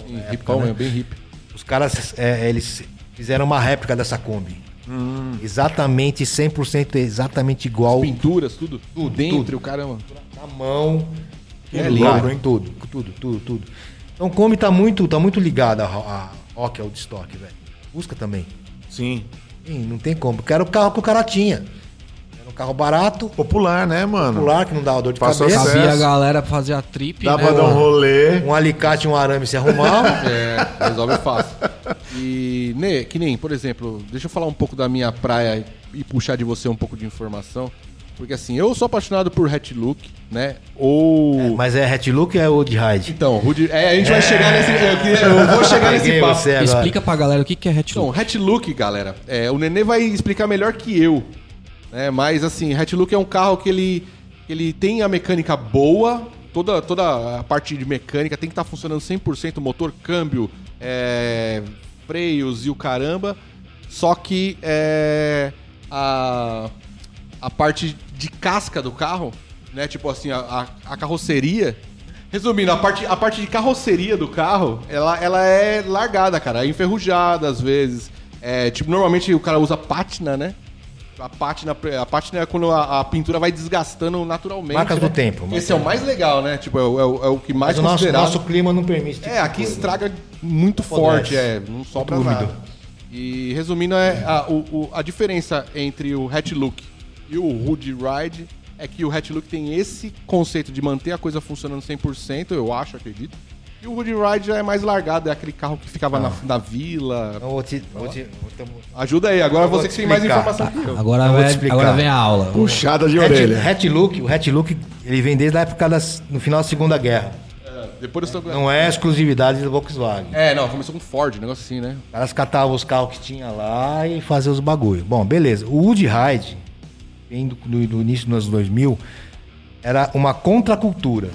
E: Hum, Hipão, é bem hippie.
F: Os caras, é, eles fizeram uma réplica dessa Kombi.
E: Hum.
F: Exatamente, 100% exatamente igual.
E: Pinturas, tudo. O dentro, caramba.
F: Na mão.
D: Que
F: É,
D: louco,
F: cara,
D: hein?
F: Tudo, tudo, tudo, tudo. Então, Kombi tá muito, tá muito ligado a, a rock, ao Woodstock, velho. Busca também.
D: Sim.
F: Ih, não tem como. Porque era o carro que o cara tinha. Era um carro barato,
D: Popular, né, mano?
F: popular, que não dava dor de
D: Passou
F: cabeça.
D: certo.
B: Cabia a galera pra fazer a trip,
D: Dá
B: né,
D: pra dar um
B: mano?
D: rolê.
F: Um alicate e um arame se arrumavam.
E: É, resolve fácil. E, né, que nem, por exemplo, deixa eu falar um pouco da minha praia e puxar de você um pouco de informação. Porque assim, eu sou apaixonado por hat look, né?
F: (laughs)
E: Ou.
F: Mas é Hatlook ou é Old Ride?
E: Então, Rudy. É, a gente vai chegar nesse. Eu, queria- eu vou chegar nesse
F: Peguei
E: papo.
F: você agora.
B: Explica pra galera o que que é hatch
E: Então, hat look, galera. é, o Nenê vai explicar melhor que eu. Né? Mas assim, hat look é um carro que ele, que ele tem a mecânica boa, toda, toda a parte de mecânica tem que estar funcionando 100%, motor, câmbio, é, freios e o caramba. Só que é, a, a parte de casca do carro, né? Tipo assim, a, a- a carroceria. Resumindo, a parte, a parte de carroceria do carro, ela, ela é largada, cara. É enferrujada às vezes. É, tipo, normalmente o cara usa pátina, né? A pátina, a pátina é quando a, a pintura vai desgastando naturalmente.
F: Marcas
E: né?
F: do tempo,
E: Esse é o mais legal, né? Tipo, é o, é o- é o que mais
F: Mas o nosso,
E: considerado.
F: nosso clima não permite.
E: É, aqui estraga muito forte, é, não sobra
F: né? Úmido.
E: nada. E resumindo, é, a, o- o- a diferença entre o Hatch Look e o Hood Ride é que o Hatch Look tem esse conceito de manter a coisa funcionando 100%, eu acho, acredito. E o Hood Ride já é mais largado, é aquele carro que ficava
F: Ah.
E: na, na vila.
F: Então, vou te- vou te- vou te-
E: Ajuda aí, agora você
F: vou
E: que tem mais
F: explicar. Tá.
E: informação que eu.
B: Agora,
F: Então, Eu vou te
B: vai,
F: explicar.
B: agora vem a aula.
D: Puxada de
F: Hat-
D: orelha.
F: Hatlook, o Hatlook, ele vem desde a época das, no final da Segunda Guerra.
E: É, depois eu estou...
F: Não é exclusividade da Volkswagen.
E: É, não, começou com Ford, um negócio assim, né?
F: Elas catavam os carros que tinha lá e faziam os bagulho. Bom, beleza. O Woody Hyde, bem do, do- do início dos anos 2000, era uma contracultura.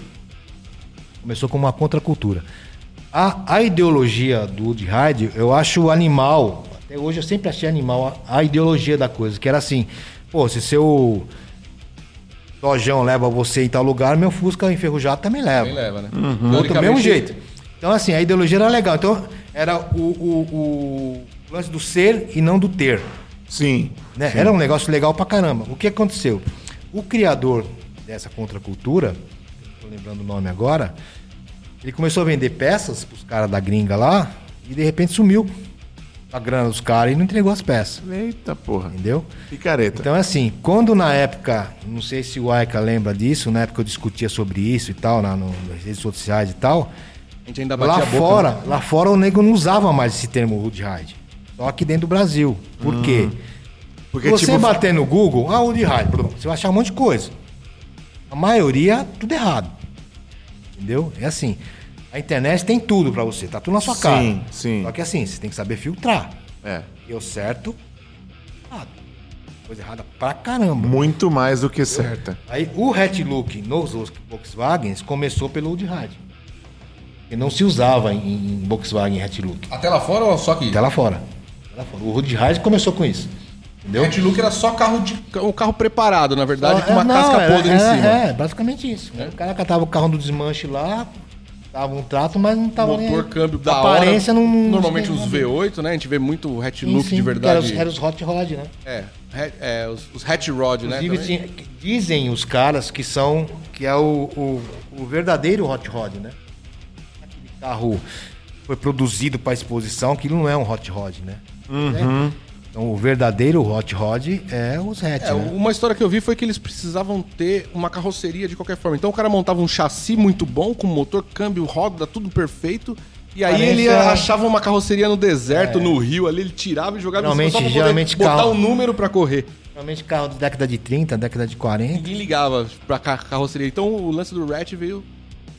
F: Começou como uma contracultura. A, a ideologia do Woody Hyde, eu acho animal. Até hoje eu sempre achei animal a, a ideologia da coisa. Que era assim, pô, se seu Dojão leva você em tal lugar, meu Fusca enferrujado também leva.
E: Quem leva, né?
F: Ou do Uhum. mesmo
E: Teoricamente,
F: jeito. Então, assim, a ideologia era legal. Então, era o, o- o lance do ser e não do ter.
D: Sim.
F: né? Era um negócio legal pra caramba. O que aconteceu? O criador dessa contracultura, tô lembrando o nome agora, ele começou a vender peças pros caras da gringa lá e de repente sumiu a grana dos caras e não entregou as peças.
D: Eita porra.
F: Entendeu?
D: Picareta.
F: Então é assim, quando na época, não sei se o Aika lembra disso, na época eu discutia sobre isso e tal, na, no- nas redes sociais e tal,
E: A gente ainda batia
F: Lá
E: a boca. né?
F: fora,
D: né?
F: lá fora o nego não usava mais esse termo Hood Ride. Só aqui dentro do Brasil. Por quê?
D: Hum. Porque,
F: você
D: tipo,
F: bater no Google, ah, Hood Ride, pronto, você vai achar um monte de coisa. A maioria, tudo errado. Entendeu? É assim. A internet tem tudo pra você, tá tudo na sua
D: Sim,
F: cara.
D: sim.
F: Só que assim, você tem que saber filtrar.
D: é,
F: E o certo, errado. Coisa errada pra caramba.
D: muito mais do que certa.
F: Aí o hatlook nos Volkswagens começou pelo Old Ride. E não se usava em, em Volkswagen hatlook.
E: Até lá fora ou só aqui?
F: Até lá fora. Até lá fora. O Old Ride começou com isso. Entendeu?
E: Cat Look era só carro de, um carro preparado, na verdade, com uma
F: É, não,
E: casca
F: era-
E: podre
F: era-
E: em cima.
F: É, basicamente isso. O cara catava o carro do desmanche lá, dava um trato, mas não tava nem...
E: Motor,
F: aí.
E: câmbio
F: A
E: da
F: aparência
E: hora.
F: não... não-
E: Normalmente
F: não-
E: os V8, né? A gente vê muito hatch
F: Sim,
E: look
F: sim,
E: de
F: Era
E: verdade.
F: os, era os hot rod, né?
E: É, re- é, os, os hatch rod, né?
F: Inclusive,
E: também.
F: tinha- dizem os caras que são. que é o, o, o verdadeiro hot rod, né? Aquele carro foi produzido para exposição, aquilo não é um hot rod, né?
E: Uhum.
F: Né? Então o verdadeiro hot rod é os hatch, né?
E: É, uma história que eu vi foi que eles precisavam ter uma carroceria de qualquer forma. Então o cara montava um chassi muito bom, com motor, câmbio, roda, tudo perfeito. E aí
F: Parece
E: ele
F: a-
E: achava uma carroceria no deserto, no rio ali, ele tirava e jogava em
F: É.
E: cima
F: Geralmente-
E: só pra
F: geralmente
E: botar
F: carro-
E: um número pra correr.
F: Normalmente carro da década de 30, década de 40.
E: Ninguém ligava pra ca- carroceria. Então o lance do Ratch veio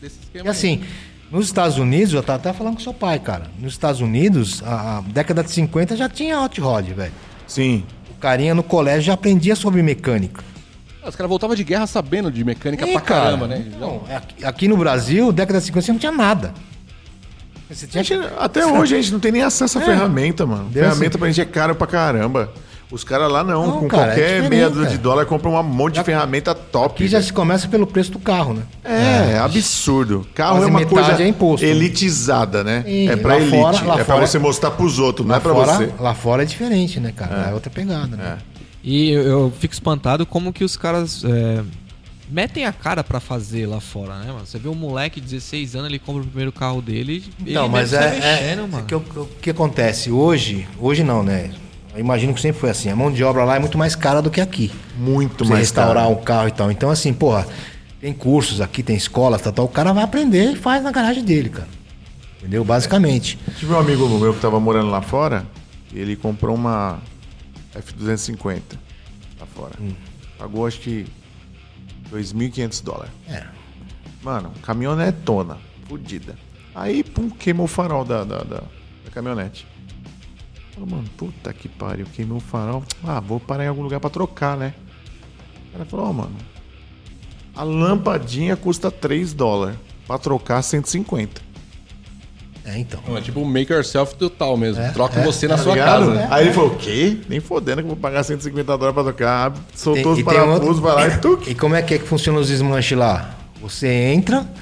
E: desse esquema.
F: E assim, nos Estados Unidos, eu tava até falando com seu pai, cara. Nos Estados Unidos, a, a década de 50 já tinha hot rod, velho.
D: Sim.
F: O carinha no colégio já aprendia sobre mecânica.
E: Ah, Os caras voltavam de guerra sabendo de mecânica pra caramba, né?
F: Não, é aqui- aqui no Brasil, década de 50, você não tinha nada. Você
D: A
F: tinha
D: gente- até hoje a gente não tem nem acesso à ferramenta, mano.
F: Deus
D: ferramenta
F: É. sim.
D: pra gente é caro pra caramba. Os caras lá não,
F: Não,
D: com
F: cara, é
D: qualquer
F: diferente,
D: meia dúzia
F: cara.
D: de dólar compram um monte de ferramenta top.
F: Aqui já
D: velho.
F: se começa pelo preço do carro, né?
D: É, absurdo. Carro
F: Quase
D: é uma
F: metade
D: coisa
F: é imposto, né?
D: elitizada, né?
F: Sim,
D: é pra
F: lá
D: elite.
F: fora- lá
D: é pra
F: fora-
D: você mostrar pros outros, não é pra
F: fora,
D: você.
F: Lá fora é diferente, né, cara? Lá É, outra pegada, né?
B: E eu, eu fico espantado como que os caras é, metem a cara pra fazer lá fora, né, mano? Você vê um moleque de 16 anos, ele compra o primeiro carro dele e
F: Não,
B: ele
F: mas
B: mesmo
F: é,
B: sai
F: é,
B: mexendo, mano.
F: que o o que acontece hoje, hoje não, né? Eu imagino que sempre foi assim. A mão de obra lá é muito mais cara do que aqui.
D: Muito
F: Pra você
D: mais
F: restaurar
D: caro.
F: um carro e tal. Então, assim, porra, tem cursos aqui, tem escolas, tal, tal. O cara vai aprender e faz na garagem dele, cara. Entendeu? Basicamente.
D: Tive um amigo meu que tava morando lá fora, e ele comprou uma F250 lá fora. Pagou acho que 2.500 dólares.
F: É.
D: Mano, caminhonetona, fodida. Aí, pum, queimou o farol da, da, da- da caminhonete. Falei, mano, puta que pariu, queimou o farol. Ah, vou parar em algum lugar pra trocar, né? O cara falou, ó, mano, a lampadinha custa 3 dólares. Pra trocar, 150.
F: É, então.
E: Não, É tipo um make yourself total mesmo.
F: É,
E: Troca
F: é,
E: você na
D: Tá
E: sua
D: ligado?
E: casa.
F: né?
D: Aí ele falou, o quê? Nem fodendo que eu vou pagar 150 dólares pra trocar. Ah,
F: Tem-
D: Soltou
F: e
D: os
F: tem um outro-
D: parafusos, vai lá
F: (coughs) (laughs)
D: e tuc.
F: E como é que, é que funciona os desmanches lá? Você entra,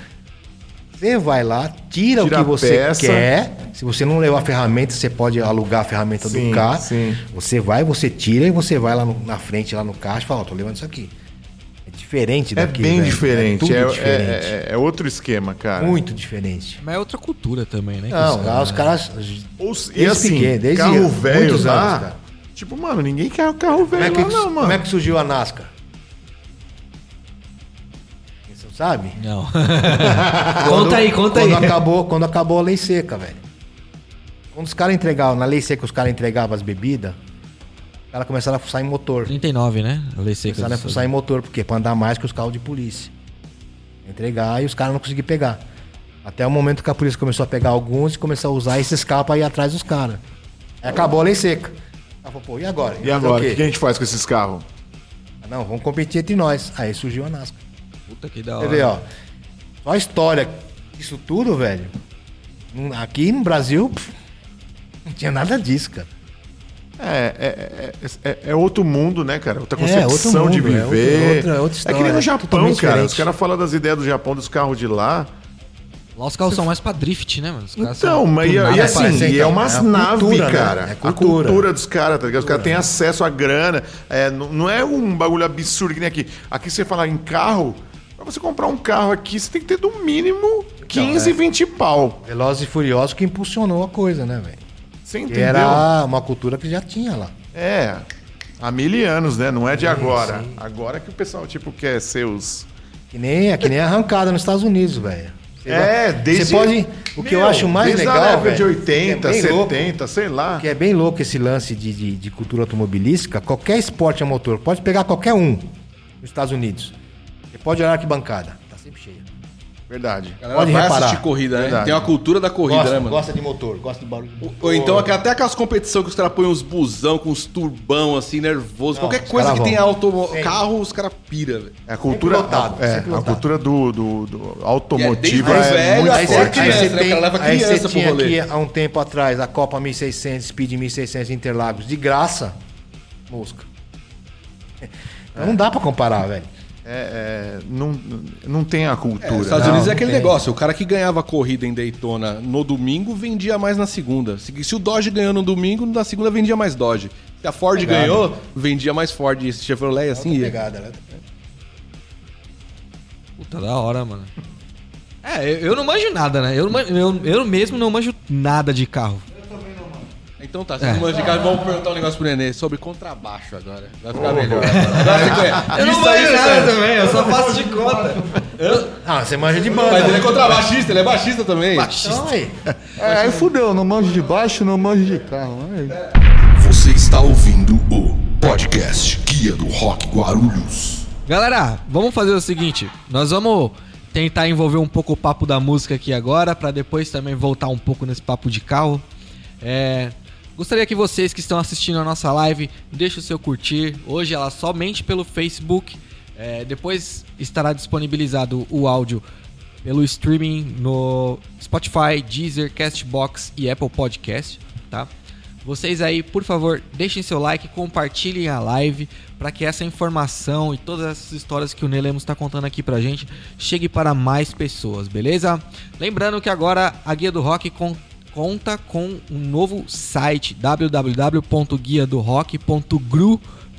F: você vai lá, tira, o
D: Tira
F: que
D: a
F: você
D: peça.
F: quer. Se você não levar a ferramenta, você pode alugar a ferramenta
D: Sim,
F: do carro.
D: sim.
F: Você vai, você tira e você vai lá no- na frente, lá no caixa e fala, ó, tô levando isso aqui. É diferente
D: É
F: daqui,
D: bem
F: velho.
D: diferente.
F: tudo
D: É,
F: diferente.
D: é- é- é outro esquema, cara. é.
F: Muito diferente.
B: Mas é outra cultura também, né? que os
F: Não,
B: caras-
F: lá os caras...
D: Ou se- e
F: Desde
D: assim,
F: pequeno, desde
D: carro
F: muitos
D: velho
F: anos,
D: lá,
F: cara.
D: tipo, mano, ninguém quer o carro
F: Como
D: velho
F: é, que,
D: lá, não, mano.
F: como é que surgiu a NASCAR? Você não sabe?
B: (laughs) Não. conta aí, conta aí.
F: quando Acabou, quando acabou a lei seca, velho. Quando os caras entregavam, na lei seca os caras entregavam as bebidas, os caras começaram a fuçar em motor.
B: 39, né? A lei seca.
F: Começaram a
B: dos
F: fuçar em motor, porque pra andar mais que os carros de polícia. Entregar e os caras não conseguiam pegar. Até o momento que a polícia começou a pegar alguns e começou a usar esses carros pra ir atrás dos caras. Aí acabou a lei seca. Ela falou, pô, e agora?
D: E agora, o que? a gente faz com esses carros?
F: "Ah, Não, vamos competir entre nós. Aí surgiu a NASCAR.
B: Puta que da
F: Você vê,
B: hora.
F: ó. Só a história disso tudo, velho. Não- Aqui no Brasil, pff, não tinha nada disso, cara.
D: É, é, é, é- é outro mundo, né, cara? Outra
F: É, outro
D: concepção de
F: mundo, é
D: viver.
F: outra- outra- outra
D: é que nem
F: história, né?
D: no Japão,
F: totalmente
D: cara.
F: diferente.
D: Os caras falam das ideias do Japão, dos carros de lá.
B: Lá os carros são mais pra drift, né, mano? Os
F: Tá
B: caras
D: Então,
B: são
D: mas e, e
B: tunados
D: assim,
B: pra-
F: parece,
D: e é
F: então,
D: umas
F: é a
D: naves,
F: cultura, né?
D: cara.
F: É
D: a, cultura.
F: cultura. É.
D: dos caras, tá ligado? Os caras têm acesso à grana. É, não, não é um bagulho absurdo que nem aqui. Aqui você fala em carro, pra você comprar um carro aqui, você tem que ter no mínimo
F: Então, é.
D: 15, 20 pau.
F: Velozes e Furiosos que impulsionou a coisa, né, velho?
D: Você
F: Que
D: entendeu?
F: era uma cultura que já tinha lá.
D: É. Há mil anos, né? Não é de agora. Agora que o pessoal, tipo, quer ser os.
F: Que nem, é que nem arrancada nos Estados Unidos, velho. Você
D: É,
F: vai-
D: desde.
F: Você pode. O que eu
D: Meu,
F: acho mais
D: desde
F: legal.
D: a época
F: velho,
D: de 80,
F: que é bem louco,
D: 70, sei lá.
F: que é bem louco esse lance de, de, de cultura automobilística. Qualquer esporte a motor, pode pegar qualquer um nos Estados Unidos. Você pode olhar a arquibancada, tá sempre cheia.
D: Verdade.
E: A galera
F: Pode
E: vai
F: reparar.
E: assistir corrida, né?
D: Verdade.
E: Tem uma cultura da corrida,
F: Gosta,
E: né, mano?
F: gosta de motor, gosta de barulho. de motor.
E: Ou então aquela- até aquelas competições que os caras põem uns busão com uns turbão assim, nervoso. Qualquer
F: os
E: coisa
F: caras
E: que
F: vão.
E: tenha auto...
F: Sim.
E: carro, os caras pira, velho.
D: É a cultura,
F: Sempre lotado,
D: é,
F: sempre
D: a
F: lotado.
D: cultura do, do, do
E: E é
D: automotivo é,
E: desde o velho
D: muito
E: até
D: forte.
E: a criança,
F: aí você
E: né? O cara
F: tem,
E: leva
F: aí
E: criança
F: você
E: pro
F: tinha
E: rolê.
F: aqui há um tempo atrás a Copa 1600, Speed 1600 Interlagos de graça, mosca. Então Não dá pra comparar, velho.
D: É, é, não, não tem a cultura.
E: Os Estados
D: né?
E: Unidos é
F: não
E: aquele
F: tem.
E: negócio, o cara que ganhava a corrida em Daytona no domingo vendia mais na segunda. Se, se o Dodge ganhou no domingo, na segunda vendia mais Dodge. Se a Ford
F: Pegada.
E: ganhou, vendia mais Ford. E esse Chevrolet assim
F: Outra
E: ia.
F: pegada, né?
B: Puta da hora, mano. É, eu, eu não manjo nada, né? Eu, não manjo- eu, eu mesmo não manjo nada de carro.
E: Então tá,
B: É.
E: vocês vão ficar, vamos perguntar um negócio pro Nenê sobre contrabaixo agora. Vai ficar melhor. Agora você conhece.
B: Eu não
E: Isso aí,
B: manjo
E: isso
B: nada
E: aí.
B: também, eu só faço de (laughs) conta.
F: Ah, você manja de
E: Mas ele é
F: banda.
E: contrabaixista, ele é baixista também.
F: Então, aí.
C: É, aí fudeu, não manjo de baixo, não manjo de carro. né? Aí.
A: Você está ouvindo o podcast Guia do Rock Guarulhos.
B: Galera, vamos fazer o seguinte: nós vamos tentar envolver um pouco o papo da música aqui agora, pra depois também voltar um pouco nesse papo de carro. É, gostaria que vocês que estão assistindo a nossa live deixem o seu curtir. Hoje ela somente pelo Facebook. É, depois estará disponibilizado o áudio pelo streaming no Spotify, Deezer, Castbox e Apple Podcast, tá? Vocês aí, por favor, deixem seu like, compartilhem a live para que essa informação e todas essas histórias que o Nelemos está contando aqui pra gente chegue para mais pessoas, beleza? Lembrando que agora a Guia do Rock con- conta com um novo site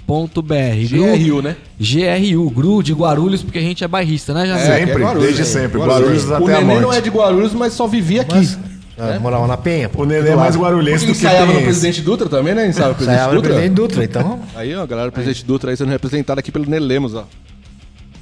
B: www.guiadorock.gru.br Gru-
E: né?
B: GRU, Gru de Guarulhos, porque a gente é bairrista, né, Jazé?
D: sempre,
E: Guarulhos,
D: desde
E: é.
D: sempre.
C: Guarulhos.
D: Guarulhos,
E: O
D: até a
E: Nenê
D: morte.
E: não é de Guarulhos, mas só vivia aqui.
F: Mas, ah,
E: Né?
F: morava na Penha, pô.
D: O Nenê é mais guarulhense
E: Ele
D: do que
E: ensaiava no
D: pensa.
E: Presidente Dutra também, né? Ensaiava no
F: Saiava
E: Presidente
F: no
E: Dutra.
F: presidente Dutra, então.
E: Aí, ó, galera, o Presidente Dutra aí sendo representada aqui pelo Nelemos, ó.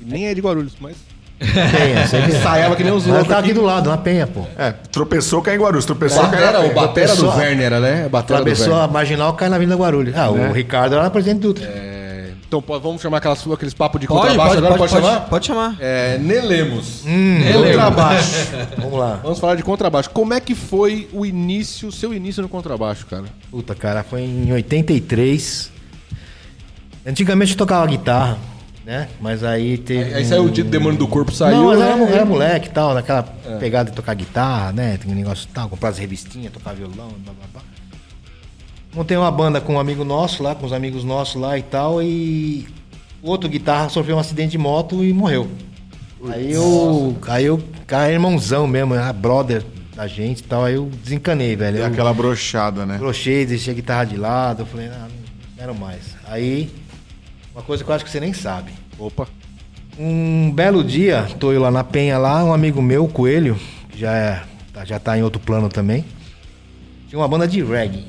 E: E nem é de Guarulhos, mas...
F: Penha, você viu?
E: Ensaiava que nem os
F: Ela
E: loucos
F: tá aqui
E: aqui.
F: do lado, na Penha, pô.
D: É, tropeçou, cai em Guarulhos. Tropeçou, cai
E: Batera, o Batera do
F: Pessoa-
E: Werner, né? Batera do
F: Atravessou
E: Werner.
F: a marginal, cai na Vila Guarulhos. Ah, o Ricardo era na presidente Dutra.
E: É, Então, pô, vamos chamar aquelas, aqueles papos de
B: Pode,
E: contrabaixo
B: pode,
E: agora?
B: pode,
E: Pode,
B: pode,
E: chamar?
B: pode chamar.
E: É, Nelemos.
B: Nelemos.
E: Contrabaixo.
F: Hum.
E: (laughs)
F: Vamos lá.
E: Vamos falar de contrabaixo. Como é que foi o início, seu início no contrabaixo, cara?
F: Puta, cara, foi em 83. Antigamente eu tocava guitarra, né? Mas aí teve.
E: Aí saiu o
F: um-
E: dito demônio do corpo, saiu.
F: Não, mas era,
E: né? É.
F: mo- era moleque e tal, naquela pegada de tocar guitarra, né? Tem um negócio e tal, comprar as revistinhas, tocar violão, blá blá blá. Montei uma banda com um amigo nosso lá, com os amigos nossos lá e tal, e o outro guitarra sofreu um acidente de moto e morreu. Aí eu. Aí eu. Cara, é irmãozão mesmo, era brother da gente e tal, aí eu desencanei, velho.
E: um
D: É
F: Eu-
D: aquela brochada, né?
F: Brochei, deixei a guitarra de lado. Eu falei, ah, não quero mais. Aí, uma coisa que eu acho que você nem sabe.
E: Opa.
F: Um belo dia, tô eu lá na Penha, lá, um amigo meu, o Coelho, que já, é, tá- já tá em outro plano também. Tinha uma banda de reggae.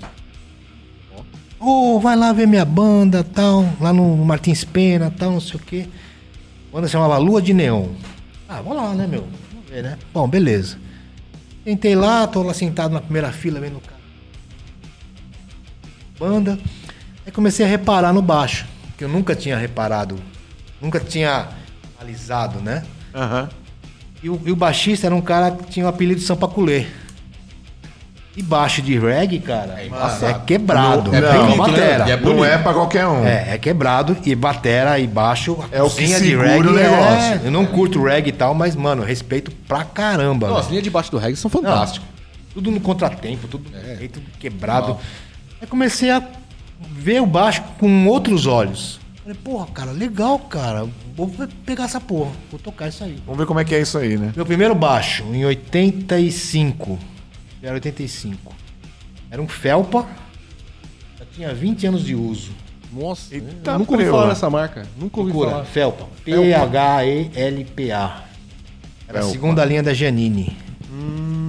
F: Ô, vai lá ver minha banda, tal, lá no Martins Pena, tal, não sei o quê. A banda chamava Lua de Neon. Ah, vamos lá, né, meu? Vamos ver, né? Bom, beleza. Sentei lá, tô lá sentado na primeira fila, vendo o cara. Banda. Aí comecei a reparar no baixo, que eu nunca tinha reparado, nunca tinha analisado, né?
D: Aham.
F: E o, e o baixista era um cara que tinha o apelido de Sampaculê. E baixo de reggae, cara, nossa, é quebrado.
D: É
F: Tem uma
D: bonito,
F: batera.
E: né? É
D: Não
E: bonito.
D: é pra qualquer um.
F: É, é quebrado e batera e baixo. a
D: É o que
F: cozinha
D: segura o negócio.
F: É, eu não curto reggae e tal, mas, mano, eu respeito pra caramba.
E: Nossa, as
F: velho.
E: linhas de baixo do reggae são
F: Não,
E: fantásticas. É.
F: Tudo no contratempo, tudo feito quebrado. Aí comecei a ver o baixo com outros olhos. Falei, porra, cara, legal, cara. Vou pegar essa porra, vou tocar isso aí.
D: Vamos ver como é que é isso aí, né?
F: Meu primeiro baixo, em 85. Era 85. Era um Felpa. Já tinha 20 anos de uso.
E: Nossa,
D: Eita,
E: eu nunca ouvi
D: preu,
E: falar
D: né?
E: nessa marca. Nunca ouvi
F: Procura,
E: falar.
F: Felpa. P-H-E-L-P-A. Era a
D: Felpa.
F: segunda linha da Janine.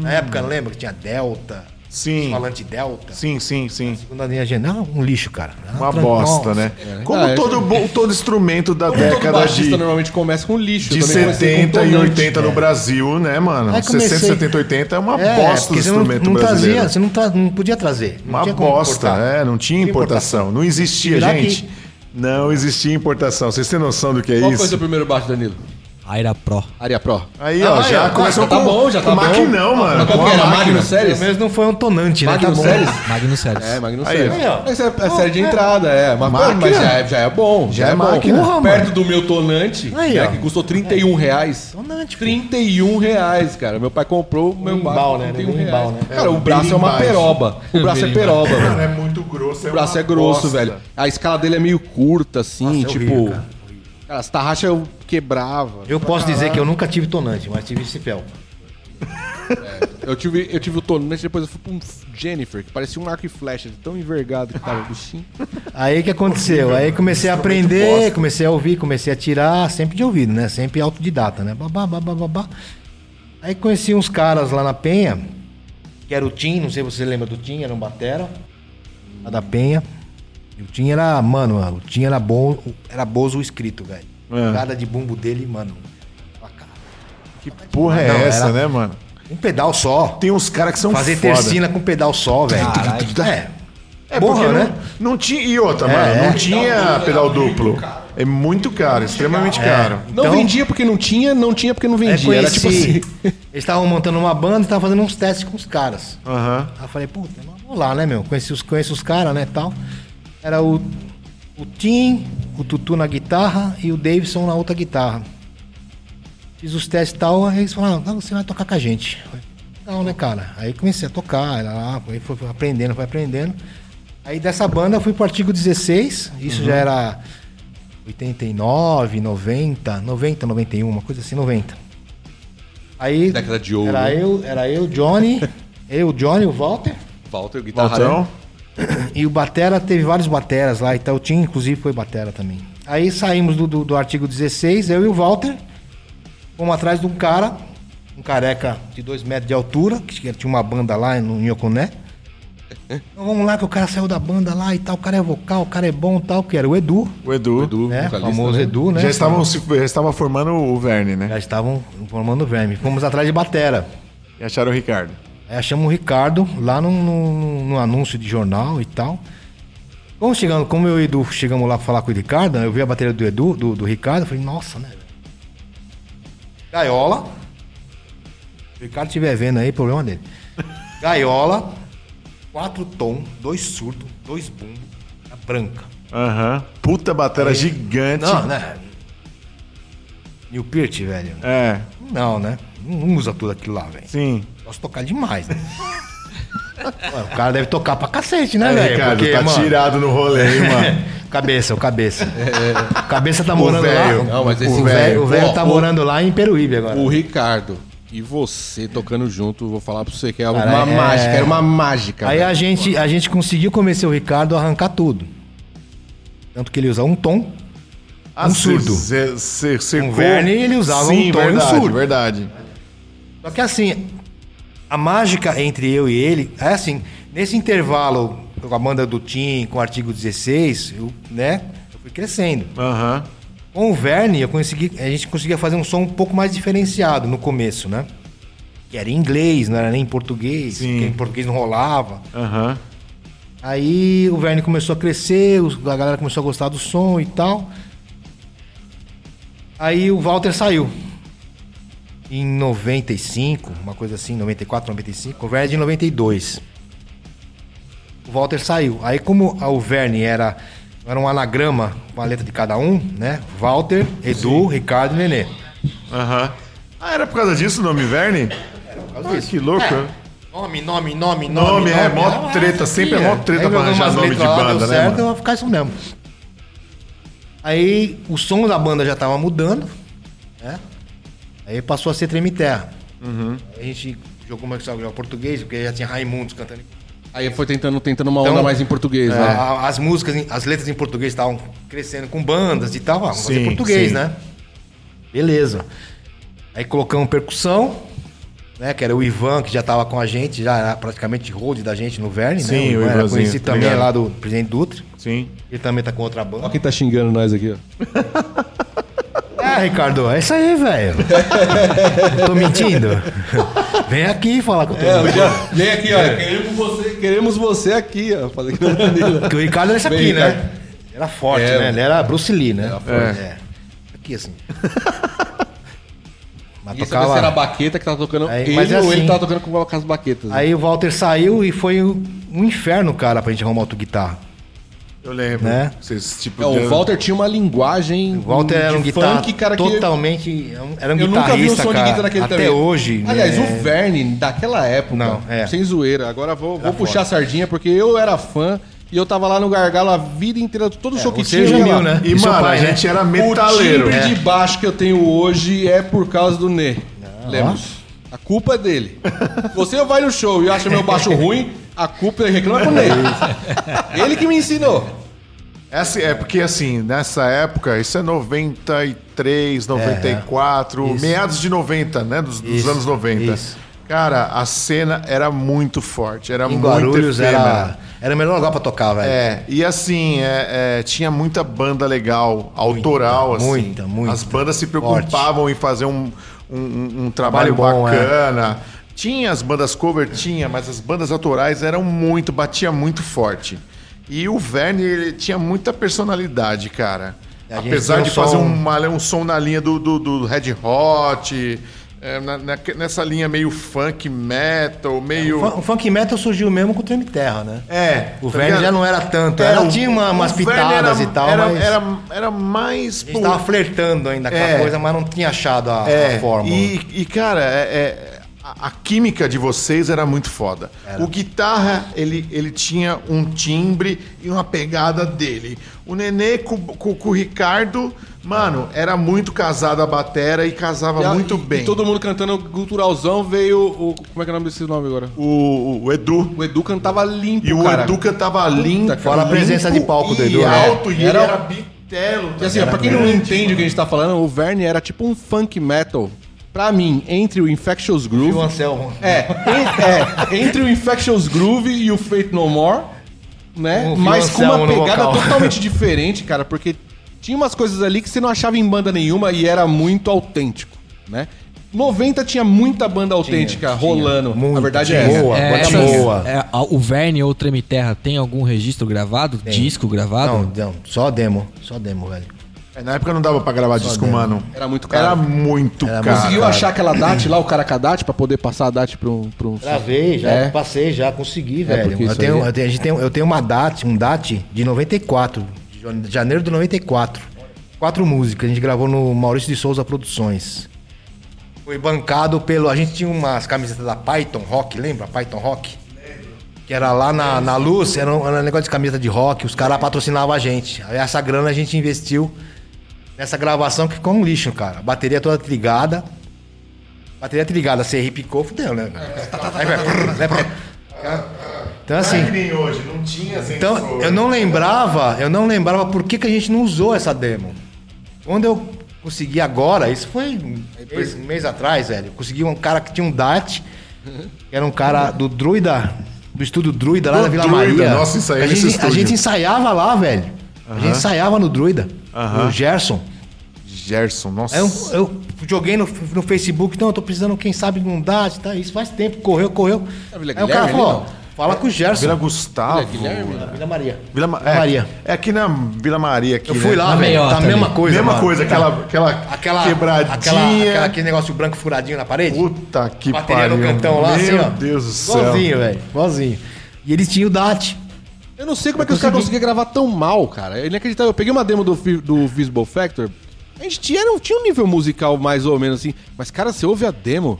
F: Na época, lembra que tinha Delta?
D: Sim.
F: Falante Delta?
D: Sim, sim, sim.
F: Segunda linha Janine. Ah, um lixo, cara. Ah,
D: Uma
F: tran-
D: bosta,
F: Nossa.
D: né? Como
E: Ah, é.
D: todo, bo- todo instrumento da
E: Todo
D: década
E: é baixista
D: de,
E: normalmente começa com lixo.
D: de
E: Eu também comecei com
D: 70 e
E: tonante.
D: 80 no Brasil, né, mano?
F: Aí
D: 60,
F: comecei-
D: 70, 80 é uma
F: É,
D: bosta do
F: porque você não,
D: instrumento
F: não
D: brasileiro.
F: trazia, você não, tra- não podia trazer. Não
D: Uma
F: tinha como
D: bosta,
F: importar.
D: é, não tinha importação. Não existia,
F: Virar
D: gente. Não existia importação. Vocês têm noção do que é
E: Qual foi o
D: isso?
E: seu primeiro baixo, Danilo?
B: Aira Pro.
E: Área Pro.
D: Aí, ó,
F: Ah,
D: já
F: é,
D: começou
E: tá
D: com,
E: bom, já
D: com
E: tá bom.
D: maquinão, mano.
E: Mas qual
D: com
E: que
D: a
E: era?
D: máquina.
E: Magnus Series?
F: Pelo menos não foi um tonante, né?
E: Magnus
F: tá bom.
E: Séries?
B: Magno Sérgio.
E: É, Magnus
D: Aí,
E: Séries.
F: ó. Aí, ó.
E: Essa é a série
F: Oh,
E: de entrada, é. Mas,
D: Máquina.
E: mas já, é, já é bom. Já,
D: é
E: é, bom.
D: máquina.
F: Porra,
E: Perto do meu tonante,
F: Aí,
E: né,
F: ó.
E: que custou 31 reais.
F: Tonante, pô.
E: 31 reais, cara. Meu pai comprou o meu
F: Birimbau,
E: barco,
F: né?
E: 31
F: Birimbau,
E: reais.
F: né?
E: Cara, o braço é uma
D: Birimbau.
E: peroba. O braço é peroba, velho.
D: Cara, é muito grosso.
E: O braço
D: uma
E: é grosso,
D: bosta.
E: velho. A escala dele é meio curta, assim,
F: Nossa, é
E: tipo.
F: horrível,
E: cara.
F: cara.
E: as tarraxas eu quebrava.
F: Eu posso dizer que eu nunca tive tonante, mas tive esse felpa.
E: Eu tive, eu tive o tonante, depois eu fui pra um Jennifer, que parecia um arco e flecha, de tão envergado que tava o bichinho.
F: Aí que aconteceu?
D: né?
F: Aí comecei a
D: é
F: aprender, comecei a ouvir, comecei a tirar, sempre de ouvido, né? Sempre autodidata, né? Babá, babá, babá. Aí conheci uns caras lá na Penha, que era o Tim, não sei se você lembra do Tim, era um batera, lá da Penha. E o Tim era, mano, o Tim era bom, era bozo escrito, velho.
D: É.
F: Cada de bumbo dele, mano. pra cá.
D: Que porra é
F: Não,
D: essa,
F: era-
D: né, mano?
F: Um pedal só.
D: Tem uns caras que são
F: Fazer
D: foda.
F: tercina com pedal só,
D: (laughs)
F: velho. É.
D: É
F: Porra,
D: porque
F: né?
D: não, não tinha. E outra,
F: É,
D: mano, não
F: é.
D: tinha pedal duplo. É muito caro, extremamente caro.
E: Não
F: Então-
E: vendia porque não tinha, não tinha porque não
F: Aí
E: vendia. Era
F: conheci,
E: tipo assim.
F: É (laughs) Eles estavam montando uma banda e estavam fazendo uns testes com os caras.
D: Aham.
F: Aí eu falei, puta, mas vou lá, né, meu? Conheci os, conheço os caras, né, tal. Era o, o Tim, o Tutu na guitarra e o Davidson na outra guitarra. Fiz os testes e tal, aí eles falaram, "Não, você vai tocar com a gente. Eu falei, Não, né, cara? Aí comecei a tocar, lá, lá, aí foi foi aprendendo, foi aprendendo. Aí dessa banda eu fui pro artigo 16, isso
G: Uhum.
F: já era 89, 90, 90, 91, uma coisa assim, 90. Aí
G: Década de ouro. né?
F: Era eu, era eu,
G: (laughs)
F: Johnny, eu, Johnny, o Walter
G: Walter,
E: tá
G: guitarra.
D: Valtão?
F: e o Batera teve vários Bateras lá, então o Tim, inclusive, foi Batera também. Aí saímos do, do, do artigo 16, eu e o Walter, fomos atrás de um cara, um careca de 2 metros de altura, que tinha- tinha uma banda lá no Nhoconé. Então vamos lá, que o cara saiu da banda lá e tal, o cara é vocal, o cara é bom e tal, que era o Edu,
D: O Edu. É,
F: né? O
G: vocalista,
F: famoso
G: né?
F: Edu, né?
D: Já estavam se- já estava formando o Verne, né?
F: Já estavam formando o verme. Fomos atrás de Batera.
D: E acharam o Ricardo.
F: Aí achamos É, o Ricardo lá num, num- num anúncio de jornal e tal. Como, chegando, como eu e o Edu chegamos lá pra falar com o Ricardo, né, eu vi a bateria do Edu, do, do Ricardo, eu falei, nossa, né? velho? Gaiola. Se o Ricardo estiver vendo aí, problema (laughs) dele. Gaiola, quatro tom, dois surdo, dois boom, a branca.
D: Aham. Puta batera gigante.
F: Não, né? New Peart, velho.
D: É,
F: Não, né? Não usa tudo aquilo lá, velho.
D: sim.
F: Posso tocar demais, né? (laughs) Ué, o cara deve tocar pra cacete, né,
D: Aí,
F: velho?
D: Ricardo,
F: Porque,
D: tá
F: mano,
D: tirado no rolê, hein,
F: (laughs)
D: mano. É,
F: Cabeça, o cabeça. O Cabeça tá morando
D: velho.
F: lá.
G: Não, mas esse
F: o velho, o velho
E: Ó,
F: tá
E: o-
F: morando lá em Peruíbe agora.
E: O Ricardo e você tocando junto, vou falar pra você que é uma
F: Cara, é-
E: mágica, era uma mágica.
F: Aí
E: velho.
F: a gente, a gente conseguiu convencer o Ricardo a arrancar tudo. Tanto que ele usa um tom, um surdo.
D: Um
F: Um Verne, ele usava um tom e um
D: verdade,
F: surdo.
D: verdade.
F: Só que assim, a mágica entre eu e ele é assim, nesse intervalo com a banda do Tim, com o artigo 16, eu, né? Eu fui crescendo.
D: Aham.
F: Com o Verne, eu consegui, a gente conseguia fazer um som um pouco mais diferenciado no começo, né? Que era em inglês, não era nem em português,
D: Sim.
F: porque em português não rolava.
D: Aham.
F: Aí o Verne começou a crescer, os- a galera começou a gostar do som e tal. Aí o Walter saiu. Em 95, uma coisa assim, 94, 95. O Verne é de 92. O Walter saiu. Aí como a- o Verne era, era um anagrama com a letra de cada um, né? Walter, Edu, Ricardo e Nenê.
D: Aham. Ah, era por causa disso o nome Verne? Ah, que louco.
F: É. Nome, nome, nome, nome.
D: Nome, é, mó treta, sempre é mó treta pra arranjar nome de banda, né, mano?
F: Eu vou ficar isso mesmo. Aí o som da banda já tava mudando, né? Aí passou a ser Treme Terra.
D: Uhum.
F: Aí A gente jogou uma que só jogava português, porque já tinha Raimundos cantando.
E: Aí foi tentando, tentando uma onda
F: Então,
E: mais em
D: É.
E: português,
F: A-
E: né?
F: a- As músicas, em- as letras em português estavam crescendo com bandas e tal. Ah, vamos fazer
D: Sim,
F: português,
D: sim.
F: né? Beleza. Aí colocamos percussão, né? Que era o Ivan, que já tava com a gente, já era praticamente road da gente no Verne, né?
D: Sim, o
F: era
D: Ivanzinho,
F: conhecido
D: tá
F: também
D: ligado.
F: lá do presidente Dutra.
D: Sim.
F: Ele também tá com outra
E: Olha
F: banda.
E: quem tá xingando nós aqui, ó.
F: É, Ricardo, é isso aí,
D: (laughs)
F: velho. Eu tô mentindo? Vem aqui falar com o
G: É,
F: tô
G: eu
F: mentindo.
G: já- Vem aqui, ó.
E: Queremos você, queremos você aqui, ó. Falei que não
F: Porque o Ricardo era esse aqui,
G: Vem,
F: né? Ele Era forte,
G: É,
F: né? Ele era Bruce Lee, né?
D: forte.
F: É. Aqui, assim. Mas
E: Ninguém sabia se é era a baqueta que tava tocando
F: Aí,
E: ele
F: mas é
E: ou ele
F: assim.
E: tava tocando com, com as baquetas. né?
F: Aí o Walter saiu e foi um inferno, cara, pra gente arrumar outro guitarra.
D: Eu lembro.
F: Né?
D: Vocês, tipo,
E: É, o
D: deram-
E: Walter tinha uma linguagem
F: O Walter era um
E: de
F: guitarra
E: funk, cara, que...
F: totalmente... Era um
E: Eu nunca
F: guitarrista,
E: vi um
F: cara.
E: som de guitarra daquele
F: Até
E: também.
F: hoje.
E: Aliás,
F: é,
E: o Verne, daquela época,
F: Não, é. Tá
E: sem zoeira. Agora vou, vou puxar
F: foda.
E: a sardinha, porque eu era fã e eu tava lá no gargalo a vida inteira, todo show que
F: É, você
E: tinha. eu ia
F: gemiu,
E: lá.
F: né?
D: E,
F: E seu
D: mano,
F: pai,
D: a
F: né?
D: gente era
E: O
D: metaleiro. É.
E: timbre de baixo que eu tenho hoje é por causa do Nê. Lemos. A culpa
F: (laughs)
E: é dele. Você vai no show e acha meu baixo ruim, a culpa é reclama
F: (laughs)
E: com o Nê. Ele que me ensinou.
D: É, assim- é porque assim, nessa época, isso é 93, 94,
F: É, né? Isso.
D: meados de 90, né? Dos, dos
F: Isso,
D: anos 90.
F: isso.
D: Cara, a cena era muito forte, era
F: Em
D: é muito
F: Guarulhos
D: efêmera.
F: era, era o melhor lugar pra tocar, velho.
D: É, e assim, é, é, tinha muita banda legal, autoral, assim.
F: muita, muita.
D: As bandas se preocupavam em fazer um, um- um- um trabalho
F: Trabalho bom, é.
D: bacana. Tinha as bandas cover, tinha, mas as bandas autorais eram muito, batia muito forte. E o Verne, ele tinha muita personalidade, cara.
F: A gente
D: Apesar
F: tinha um
D: de fazer
F: som-
D: um, um som na linha do, do, do Red Hot, é, na- na- nessa linha meio funk metal, meio.
F: O funk metal surgiu mesmo com o Treme Terra, né?
D: É.
F: O
D: tá
F: Verne
D: ligado?
F: já não era tanto.
D: É,
F: Ela
D: o-
F: tinha uma-
D: o
F: umas
D: Verne
F: pitadas
D: era-
F: e tal,
D: era,
F: mas.
D: Era, era mais.
F: A
D: pro-
F: gente tava flertando ainda com
D: É.
F: a coisa, mas não tinha achado a, a
D: É,
F: fórmula.
D: E, e, cara, é- é- a, a química de vocês era muito foda. O guitarra, ele, ele tinha um timbre e uma pegada dele. O Nenê com, com- com o Ricardo, mano, era muito casado a batera e
F: Tá
D: casava muito
E: e,
D: bem.
E: E todo mundo cantando culturalzão veio o. Como é que é o nome desse nome agora?
D: o, o- o Edu.
E: O Edu cantava limpo,
D: E o
E: cara.
D: Educa tava limpo.
F: Fora a presença de palco do Edu,
D: E
F: né?
D: alto, e
E: Era- um-
D: ele era bitelo.
E: E assim, ó, pra quem não entende o que a gente tá falando, o Verne era tipo um funk metal. Pra mim, entre o Infectious
F: E o
E: Groove.
F: Anselmo.
E: É, en- é, entre o Infectious Groove e o Fate No More, né?
F: Um
E: Mas com uma
F: violoncelo no
E: pegada
F: vocal. (laughs)
E: totalmente diferente, cara, porque tinha umas coisas ali que você não achava em banda nenhuma e era muito autêntico, né? 90 tinha muita banda autêntica rolando.
F: Muito,
E: a verdade
F: tinha.
E: é essa.
F: Boa,
E: É,
F: banda
E: assim,
B: essas-
F: boa.
B: é, a- o Verne ou o Treme Terra tem algum registro gravado? Disco gravado?
F: Não, não, só demo. Só demo, velho.
D: É, na época não dava pra gravar disco, mano.
E: Era muito caro.
D: né? Era muito
F: Era
D: caro.
E: Conseguiu achar aquela DAT lá, o cara com a DAT, pra poder passar a DAT pra um... Pra um...
F: Gravei, já
E: É.
F: passei, já consegui, velho.
E: porque
F: Eu
E: isso
F: tenho,
E: aí- é-
F: eu, tenho, a gente tem- eu tenho uma DAT, um DAT de 94, de jan- de janeiro de 94. Quatro músicas, a gente gravou no Maurício de Souza Produções. Foi bancado pelo. A gente tinha umas camisetas da Python Rock, lembra? Python Rock? Que era lá na, na luz, era um, era um negócio de camiseta de rock, os caras patrocinavam a gente. Aí essa grana a gente investiu nessa gravação que ficou um lixo, cara. Bateria toda ligada. Bateria ligada, você repicou, fudeu, né?
D: É, tá,
F: cara? Aí vai. brrr, né, brrr. Então assim.
D: nem hoje, não tinha sensor.
F: Então, eu não lembrava, eu não lembrava por que, que a gente não usou essa demo. Quando eu consegui agora, isso foi um mês, um mês atrás, velho. Eu Consegui um cara que tinha um DAT, que era um cara do Druida, do estúdio Druida lá
D: Do
F: da Vila
D: Druida,
F: Maria.
D: nossa, isso aí
F: a,
D: nesse
F: gente, a
D: estúdio.
F: gente ensaiava lá, velho. A gente ensaiava no Druida, o Gerson.
D: Gerson, nossa.
F: Aí eu, eu joguei no, no Facebook, não, eu tô precisando, quem sabe, de um DAT, tá? Isso faz tempo, correu, correu.
E: É Vila
F: Aí o cara
E: Guilherme
F: falou,
E: ali,
F: ó, fala com o um Gerson.
D: Vila Gustavo.
F: Vila Maria.
D: Vila Ma- é,
F: Maria.
D: É aqui na Vila Maria. Aqui,
F: Eu fui
D: né?
F: lá,
B: Na
F: velho.
B: meiota
F: Tá a
B: ali.
F: mesma coisa.
D: Mesma
F: mano.
D: coisa, aquela, aquela,
F: Aquela,
D: quebradinha.
F: aquela, aquela- aquele negócio branco furadinho na parede.
D: Puta que
F: Bateria
D: pariu.
F: no cantão lá,
D: Meu
F: assim, ó.
D: Deus do céu.
F: Igualzinho, velho. Igualzinho. E eles tinham o DAT.
E: Eu não sei como é que os caras conseguiam gravar tão mal, cara. É inacreditável. Eu peguei uma demo do, Fi- do Visible Factor. A gente tinha, não tinha um nível musical mais ou menos assim. Mas, cara, você ouve a demo.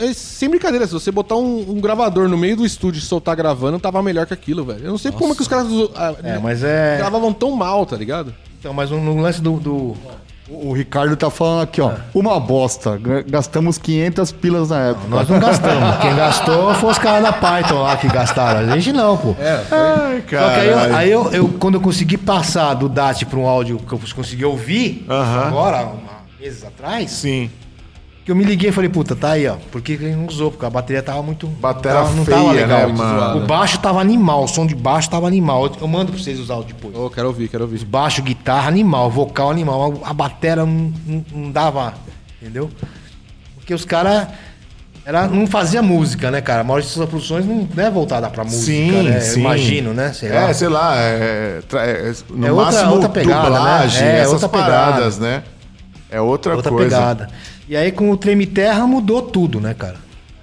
E: É, é sem brincadeira, se você botar um, um gravador no meio do estúdio e soltar gravando, tava melhor que aquilo, velho. Eu não sei como é que os caras ah,
F: É, mas é.
E: gravavam tão mal, tá ligado?
F: Então, mas no, no lance do. do-
C: O o Ricardo tá falando aqui, ó. Uma bosta. Ga- Gastamos 500 pilas na época.
F: Nós não é gastamos. Quem gastou foi os caras da Python lá que gastaram. A gente não, pô.
D: Ai,
F: Só que aí, eu,
D: caralho.
F: aí eu- eu- quando eu consegui passar do DAT pra um áudio que eu consegui ouvir,
D: Aham.
F: agora, uma meses atrás,
D: Sim.
F: que eu me liguei e falei, puta, tá aí, ó. Por que que ele não usou? Porque a bateria tava muito.
D: Batera
F: tava-
D: feia, né, mano?
F: O baixo tava animal, o som de baixo tava animal. Eu- Eu mando pra vocês usar o depois.
E: Ô, quero ouvir, quero ouvir.
F: Baixo, guitarra, animal, vocal, animal. A, a batera não, não- não dava, entendeu? Porque os caras. Era, não fazia música, né, cara? A maioria dessas produções não é voltada pra música,
D: Sim,
F: né? Eu
D: sim.
F: Imagino, né? Sei lá.
D: É, sei lá, é, tra- é, no
F: É outra-
D: máximo
F: outra pegada,
D: dublagem,
F: né? É,
D: essas
F: outra pegada.
D: paradas, né? É outra,
F: outra
D: coisa.
F: pegada. E aí com o Treme Terra mudou tudo, né, cara?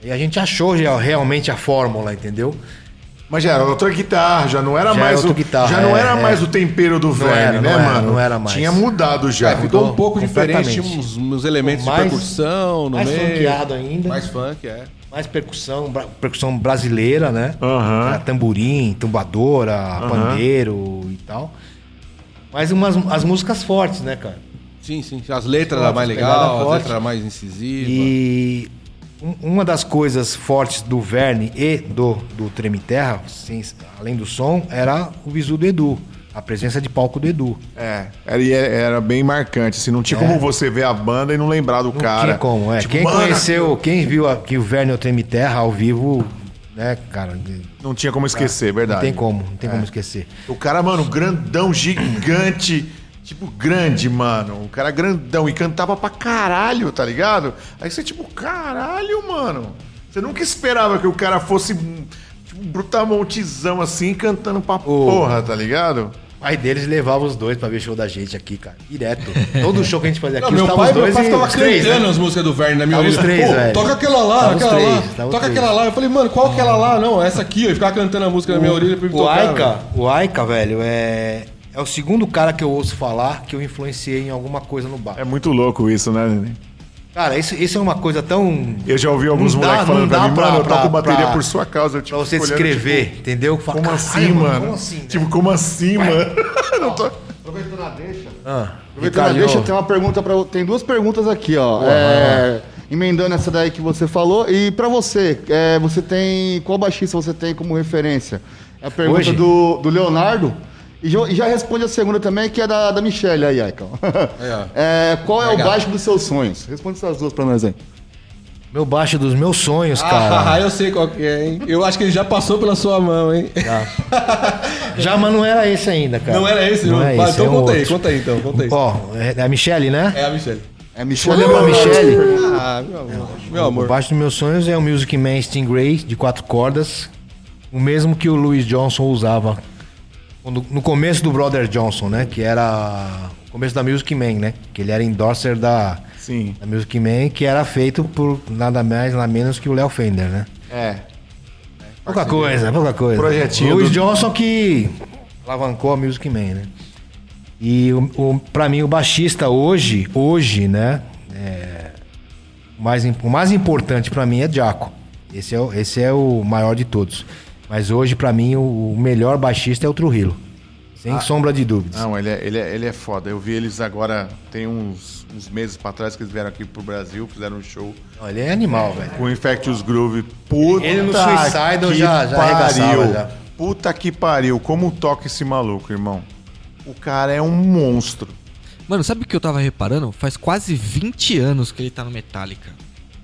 F: E a gente achou já- realmente a fórmula, entendeu?
D: Mas já era outra guitarra, já não era
F: Já
D: mais
F: era outra
D: o
F: guitarra,
D: já não
F: é,
D: era
F: é.
D: mais o tempero do Verne,
F: era,
D: né,
F: não era,
D: mano?
F: não era mais.
D: Tinha mudado já.
E: É, ficou um pouco
F: completamente.
E: diferente, tinha uns, uns elementos
F: Mais-
E: de percussão no
F: mais
E: meio.
F: funkeado ainda.
E: Mais funk, é.
F: Mais percussão, bra- percussão brasileira, né?
D: Aham.
F: Era Tamborim, tumbadora, pandeiro e tal. Mas umas, as músicas fortes, né, cara?
E: Sim, sim. As letras
F: Forte,
E: eram mais
F: pegada
E: legais, as
F: forte.
E: letras eram mais incisivas.
F: E um- uma das coisas fortes do Verne e do, do Treme Terra, sem- além do som, era o visu do Edu. A presença de palco do Edu.
D: É, era, e era- era bem marcante. Assim, não tinha como você ver a banda e não lembrar do
F: É. Não
D: cara.
F: tinha como, é.
D: Tipo,
F: quem
D: "Mano,
F: conheceu, quem viu aqui o Verne e o Treme Terra ao vivo, né, cara, Ah, não
D: Não tinha como esquecer, verdade.
F: tem como, não
D: É.
F: tem como esquecer.
D: O cara, mano, grandão, gigante. Tipo, grande, mano. O cara grandão e cantava pra caralho, tá ligado? Aí você, tipo, caralho, mano. Você nunca esperava que o cara fosse um, tipo, um brutamontizão assim, cantando pra porra, tá ligado?
F: pai deles levava os dois pra ver show da gente aqui, cara. Direto. Todo show que a gente
E: (laughs)
F: fazia aqui,
E: Não, meu
F: tava
E: pai, meu pai
F: e
E: tava
F: os três,
E: cantando
F: né?
E: as músicas do Verne na minha
F: Tava os
E: orelha.
F: três,
E: Pô,
F: velho.
E: Toca aquela lá,
F: Tava os
E: aquela
F: três,
E: lá.
F: tava os
E: Toca
F: três.
E: aquela lá. Eu falei, mano, qual aquela lá? Não, essa aqui. Eu ficava cantando a música na minha orelha pra me
F: O
E: tocar.
F: Aika,
E: velho.
F: o Aika, velho, é... é o segundo cara que eu ouço falar que eu influenciei em alguma coisa no bar.
D: É muito louco isso, né, Nenê?
F: Cara, isso, isso é uma coisa tão.
D: Eu já ouvi alguns
F: Não dá-
D: moleques falando
F: não
D: pra
F: dá
D: mim, mano, eu
F: pra-
D: toco
F: pra-
D: bateria
F: pra-
D: por sua causa. Eu,
F: Pra
D: tipo,
F: você
D: olhando,
F: descrever,
D: tipo,
F: entendeu? Fala,
D: como
F: "Caralho,
D: assim, mano?
F: Como assim? né?
D: Tipo, como assim, mano? Não tô-
C: Aproveitando a deixa. Aproveitando
F: Ah,
C: a
F: Ricardo,
C: deixa, tem uma pergunta para tem duas perguntas aqui, ó. É, emendando essa daí que você falou e pra você, é, você tem qual baixista você tem como referência? É a pergunta
F: Hoje?
C: do, do Leonardo. E jo- e já responde a segunda também, que é da, da Michelle aí, Aicão.
E: ó.
C: (laughs) É, qual é o
E: Legal.
C: baixo dos seus sonhos? Responde essas duas pra nós aí.
F: Meu baixo é dos meus sonhos, cara.
E: (laughs) Ah, eu sei qual que é, hein? Eu acho que ele já passou pela sua mão, hein?
F: Já, mas não era esse ainda, cara.
E: é. Não era esse, não.
F: é
E: Vai,
F: esse,
E: então
F: é um
E: conta aí,
F: outro.
E: conta aí, então, conta aí.
F: Ó, é a Michelle, né?
E: É a Michelle.
C: É Michelle
F: Olha pra
C: Leonardo.
F: Michelle.
E: Ah, meu amor. Meu
F: O
E: amor.
F: baixo dos meus sonhos é o Music Man Stingray de quatro cordas, o mesmo que o Louis Johnson usava quando- no começo do Brother Johnson, né? Que era o começo da Music Man, né? Que ele era endorser da,
D: Sim.
F: da Music Man, que era feito por nada mais, nada menos que o Léo Fender, né?
C: É.
F: Pouca coisa, pouca coisa.
D: Projetinho
F: Louis
D: do-
F: Johnson que alavancou a Music Man, né? E o, o, pra mim, o baixista hoje, hoje, né? é, o, mais, im- o mais importante pra mim é Jaco. Esse é, o- esse é o maior de todos. Mas hoje, pra mim, o, o melhor baixista é o Trujillo. Sem sombra de dúvidas.
D: Não, ele é, ele, é, ele é foda. Eu vi eles agora, tem uns, uns meses pra trás que eles vieram aqui pro Brasil, fizeram um show
F: Não, ele é animal, velho.
D: com o Infectious Groove. Puta
F: Ele no Suicidal
D: que
F: já- já arregaçava,
D: pariu.
F: já.
D: Puta que pariu. Como toca esse maluco, irmão? O cara é um monstro.
B: Mano, sabe o que eu tava reparando? Faz quase 20 anos que ele tá no Metallica.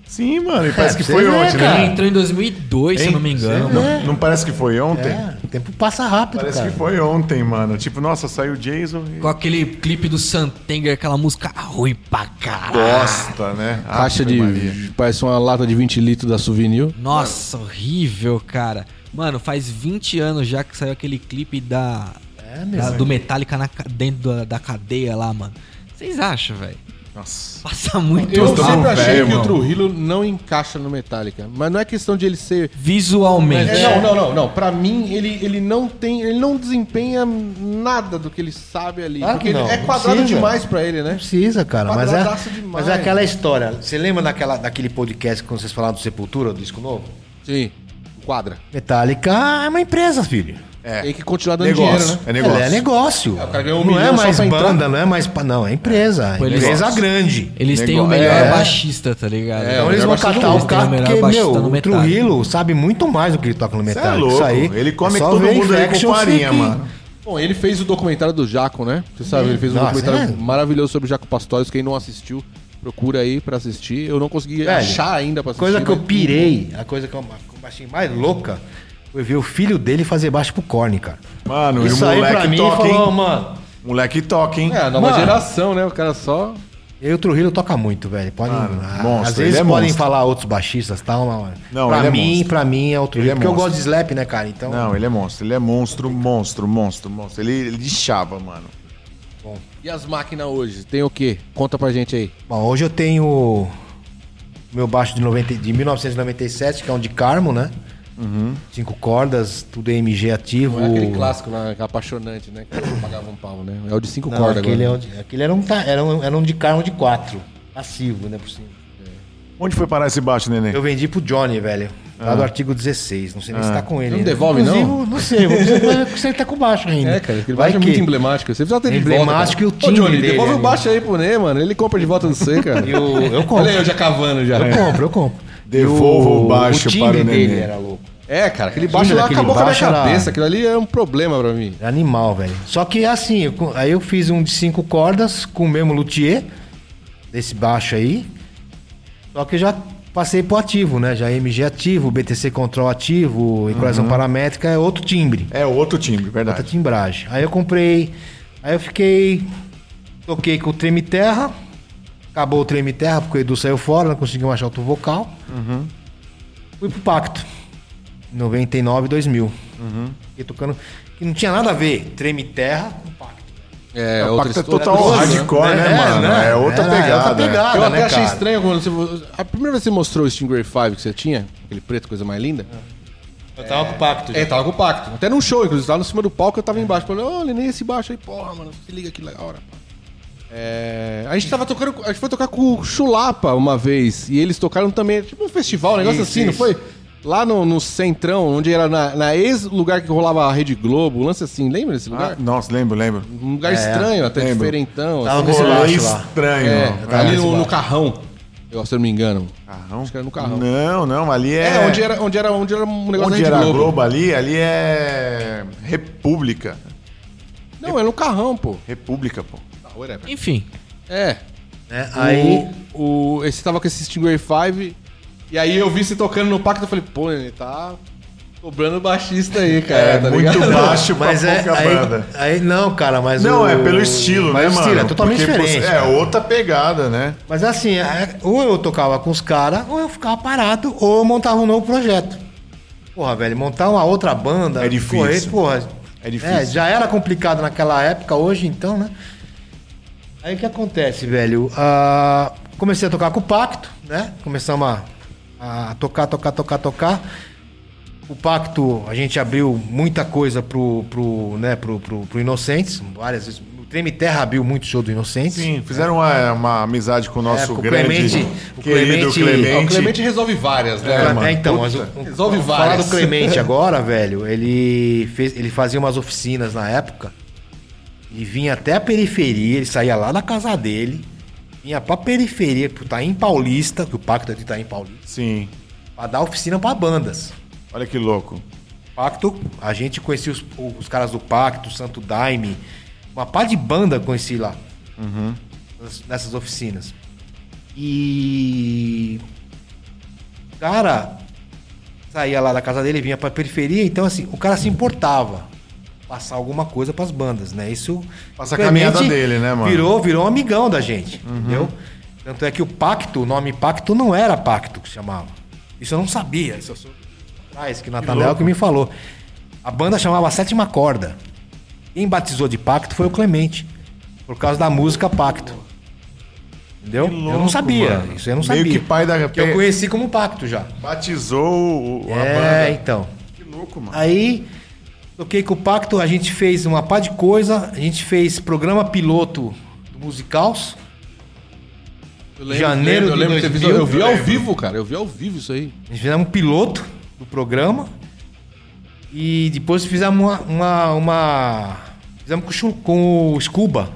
D: Sim, mano. E parece que
F: É, você
D: foi
F: vê,
D: ontem,
F: cara.
D: né?
B: Ele entrou em 2002, se eu não me engano.
D: Não, não parece que foi ontem?
F: É, o tempo passa rápido,
D: Parece
F: cara.
D: que foi ontem, mano. Tipo, nossa, saiu o Jason e...
B: Com aquele clipe do Santenger, aquela música ruim pra caralho.
D: bosta, né?
E: Caixa
D: Ave Maria.
E: de. Parece uma lata de 20 litros da Souvenir.
B: Nossa, horrível, cara. Mano, faz 20 anos já que saiu aquele clipe da,
F: É
B: da-
F: mesmo.
B: do Metallica na ca- dentro da, da cadeia lá, mano. Vocês acham, velho?
D: Nossa.
B: Passa muito
E: Eu
B: mal,
E: sempre achei
D: velho,
E: que
D: irmão.
E: o Trujillo não encaixa no Metallica. Mas não é questão de ele ser.
B: Visualmente.
E: É, Não, não, não, não. Pra mim, ele, ele não tem. Ele não desempenha nada do que ele sabe ali.
F: Claro
E: porque
F: que
E: ele-
F: não,
E: é
F: não
E: quadrado
F: precisa.
E: demais pra ele, né?
F: Precisa, cara. Mas é,
E: Quadradaço demais.
F: mas é aquela história. Você lembra daquela, daquele podcast quando vocês falaram do Sepultura, do disco novo?
E: Sim. Quadra.
F: Metallica é uma empresa, filho.
D: É.
E: Tem que continuar dando
D: Negócio.
E: dinheiro, né?
D: É negócio.
F: Ela é negócio.
E: cara ganhou um
F: não é
E: milhão só
F: mais
E: pra entrar.
F: banda, não é mais. pa- Não, é empresa.
B: Pô, eles-
F: empresa
D: é.
B: Negócio.
F: grande.
B: Eles têm
D: Negó-
B: o melhor
D: é.
B: baixista, tá ligado?
E: É,
F: Então
E: o
F: eles
E: melhor
F: vão
E: baixista
F: catar
E: do
F: o
E: mundo,
F: cara,
B: tem o melhor
F: porque,
B: baixista
F: meu,
B: no
F: o
B: Metallica.
F: Trujillo sabe muito mais do que ele toca no metal.
D: é
F: é
D: louco. Ele come todo mundo ali com farinha, mano.
E: Bom, ele fez o documentário do Jaco, né? Você sabe, ele fez um
F: Nossa,
E: documentário
F: é?
E: maravilhoso sobre o Jaco Pastorius. Quem não assistiu, procura aí pra assistir. Eu não consegui
F: Velho,
E: achar ainda pra assistir.
F: coisa que eu
E: mas-
F: pirei, a coisa que eu que eu achei mais louca foi ver o filho dele fazer baixo pro corne, cara.
D: Mano,
F: Isso
D: e o
F: aí
D: moleque
F: pra mim
D: toca,
F: falou,
D: hein?
F: mano.
D: Moleque toca, hein?
E: É, a nova
F: Mano.
E: geração, né? O cara só.
F: E o Trujillo toca muito, velho. Podem, ah,
D: monstro,
F: às vezes
D: ele é
F: podem
D: monstro.
F: falar outros baixistas e tal, mas
D: Não, ele
F: pra,
D: é
F: mim,
D: monstro.
F: pra mim é o Trujillo.
D: Ele é
F: porque eu
D: monstro.
F: gosto de slap, né, cara? Então,
D: Não, ele é monstro. Ele é monstro, monstro, monstro, monstro. Ele, ele chava, mano.
E: E as máquinas hoje? Tem o quê? Conta pra gente aí.
F: bom, hoje eu tenho o meu baixo de, 90, de 1997, que é um de Carmo, né?
D: Uhum.
F: Cinco cordas, tudo MG ativo.
E: Não é aquele clássico lá, que é apaixonante, né? Que eu pagava um pau, né? É o de cinco
F: Não,
E: cordas
F: aquele, é
E: agora.
F: um de- aquele era, um, ta- era, um, era um de Carmo de quatro. Passivo, né, por cima.
D: Onde foi parar esse baixo, neném?
F: Eu vendi pro Johnny, velho.
D: Ah.
F: Lá do artigo 16. Não sei nem se tá com ele.
E: Não
F: ainda.
E: devolve, não?
F: Inclusive, Não sei. Vou precisar você tá com baixo ainda.
E: É, cara, aquele
F: Vai
E: baixo é
F: que-
E: muito emblemático. Você precisa ter ele de volta.
F: Emblemático
E: cara.
F: e o timbre
E: Ô, Johnny,
F: dele,
E: devolve o é
F: né?
E: baixo aí pro Ney, mano. Ele compra de volta do C, cara.
F: Eu, eu compro.
E: Olha aí, eu já cavando já.
F: Eu compro, eu compro.
D: Devolva o
F: E
D: baixo
F: o timbre
D: para o neném.
F: dele era louco.
E: É, cara, aquele
F: Aquilo
E: baixo lá
F: daquele
E: acabou
F: baixo
E: com a
F: era-
E: minha cabeça. Aquilo ali é um problema pra mim.
F: Era animal, velho. Só que assim, eu co- aí eu fiz um de cinco cordas com o mesmo luthier, desse baixo aí. Só que eu já passei pro ativo, né? Já MG ativo, BTC control ativo,
D: Uhum.
F: equalização paramétrica, é outro timbre.
D: É outro timbre,
F: Outra
D: verdade.
F: timbragem. Tá Aí eu comprei. Aí eu fiquei. Toquei com o Treme Terra. Acabou o Treme Terra, porque o Edu saiu fora, não conseguiu
D: Uhum.
F: achar outro vocal. Fui pro Pacto. 99 2000.
D: Uhum.
F: Fiquei tocando. Que não tinha nada a ver. Treme terra com pacto.
E: É,
D: o pacto é
E: história.
D: total
E: Outra-
D: hardcore, né, mano? É outra
F: Era- É outra
D: pegada.
F: pegada,
E: Eu até
F: né,
E: achei
F: cara?
E: estranho quando você. A primeira vez que você mostrou o Stingray 5 que você tinha, aquele preto, coisa mais linda.
F: Eu tava com pacto.
E: É, tava com o pacto. Até num show, inclusive, tava no cima do palco, eu tava embaixo. Falei, olha, nem esse baixo aí, porra, mano, se liga que legal, hora. pá. É, a gente tava tocando. A gente foi tocar com o Chulapa uma vez. E eles tocaram também, tipo um festival, um negócio
F: Isso,
E: assim, não
F: isso.
E: foi? Lá no, no Centrão, onde era na, na ex-lugar que rolava a Rede Globo, um lance assim, lembra desse lugar?
D: Ah, nossa, lembro, lembro.
E: Um lugar estranho, até
D: lembro.
E: diferentão.
F: Tava
E: assim.
F: com esse
D: Rolê
F: baixo lá.
D: estranho.
E: É,
D: mano.
E: ali no,
F: esse
E: no
F: baixo.
E: carrão. Eu, se eu não me engano.
D: Carrão?
E: Acho que era no carrão.
D: Não, não, ali
E: É,
D: é...
E: onde, era, onde, era, onde era um negócio da
D: Onde
E: Rede
D: era a Globo ali, ali é República.
E: Não, era no carrão, pô.
D: República, pô.
B: Enfim,
E: É.
F: É,
E: Aí
F: aí.
E: o, esse tava com esse Stingray 5 e aí eu vi você tocando no pacto, eu falei, pô, ele tá cobrando baixista aí, cara.
D: É,
E: tá
D: muito
E: ligado?
D: baixo pra
F: (laughs) Mas é.
D: pouca
F: Aí,
D: banda.
F: aí- não, cara, mas.
D: Não,
F: o-
D: é pelo estilo,
F: mas
D: né,
F: o
D: mano?
F: estilo é totalmente
D: Porque, pô,
F: diferente.
D: É, outra pegada, né?
F: Mas assim, é- ou eu tocava com os caras, ou eu ficava parado, ou eu montava um novo projeto. Porra, velho, montar uma outra banda.
D: É difícil.
F: porra.
D: É difícil.
F: já era complicado naquela época, hoje então, né? Aí o que acontece, velho? Ah, comecei a tocar com o Pacto, né? Começamos a, a tocar, tocar, tocar, tocar. O Pacto, a gente abriu muita coisa pro, pro, né, pro, pro, pro Inocentes, várias vezes. O Treme Terra abriu muito show do Inocentes.
D: Sim, fizeram uma, uma amizade com o nosso
F: é. com o
D: grande
F: Clemente,
D: querido
F: o Clemente-
E: É, o
D: Clemente.
E: Clemente resolve várias, né?
D: É,
F: Cara,
D: mano.
F: é, então, mas o,
D: Puta.
F: o-
E: Resolve
F: falar
E: várias.
F: do Clemente agora, velho, ele, fez, ele fazia umas oficinas na época. Ele vinha até a periferia, ele saía lá da casa dele, vinha pra periferia, pro Taim Paulista, que o pacto é de Taim Paulista,
D: Sim,
F: pra dar oficina pra bandas.
D: olha que louco.
F: Pacto, a gente conhecia os, os caras do Pacto, Santo Daime, uma pá de banda conheci lá. Nas- Nessas oficinas. E. O cara saía lá da casa dele, vinha pra periferia, então assim, o cara se importava. Passar alguma coisa pras bandas, né? Isso.
D: Passa a caminhada
F: Clemente
D: dele, né, mano? Uhum.
F: Virou, virou um amigão da gente, entendeu? Tanto é que o Pacto, o nome Pacto não era Pacto que chamava. Isso eu não sabia, isso eu sou atrás, que o Nathanael que me falou. A banda chamava Sétima Corda. Quem batizou de Pacto foi o Clemente, por causa da música Pacto. Entendeu? eu não sabia,
D: mano.
F: isso eu não
D: Meio
F: sabia.
D: que pai da-
F: Que eu conheci como Pacto já.
D: Batizou o, a
F: é,
D: banda.
F: então.
D: Que louco, mano.
F: Aí, toquei com o Pacto, a gente fez uma pá de coisa, a gente fez programa piloto do Musicals.
E: Eu
F: Janeiro
E: eu
F: de
E: lembro, eu lembro de ter visto-
F: 2000,
E: Eu vi
F: eu
E: ao
F: lembro.
E: vivo, cara. Eu vi ao vivo isso aí.
F: Nós fizemos um piloto do programa e depois fizemos uma. uma, uma- fizemos com, o Chu- com o Scuba,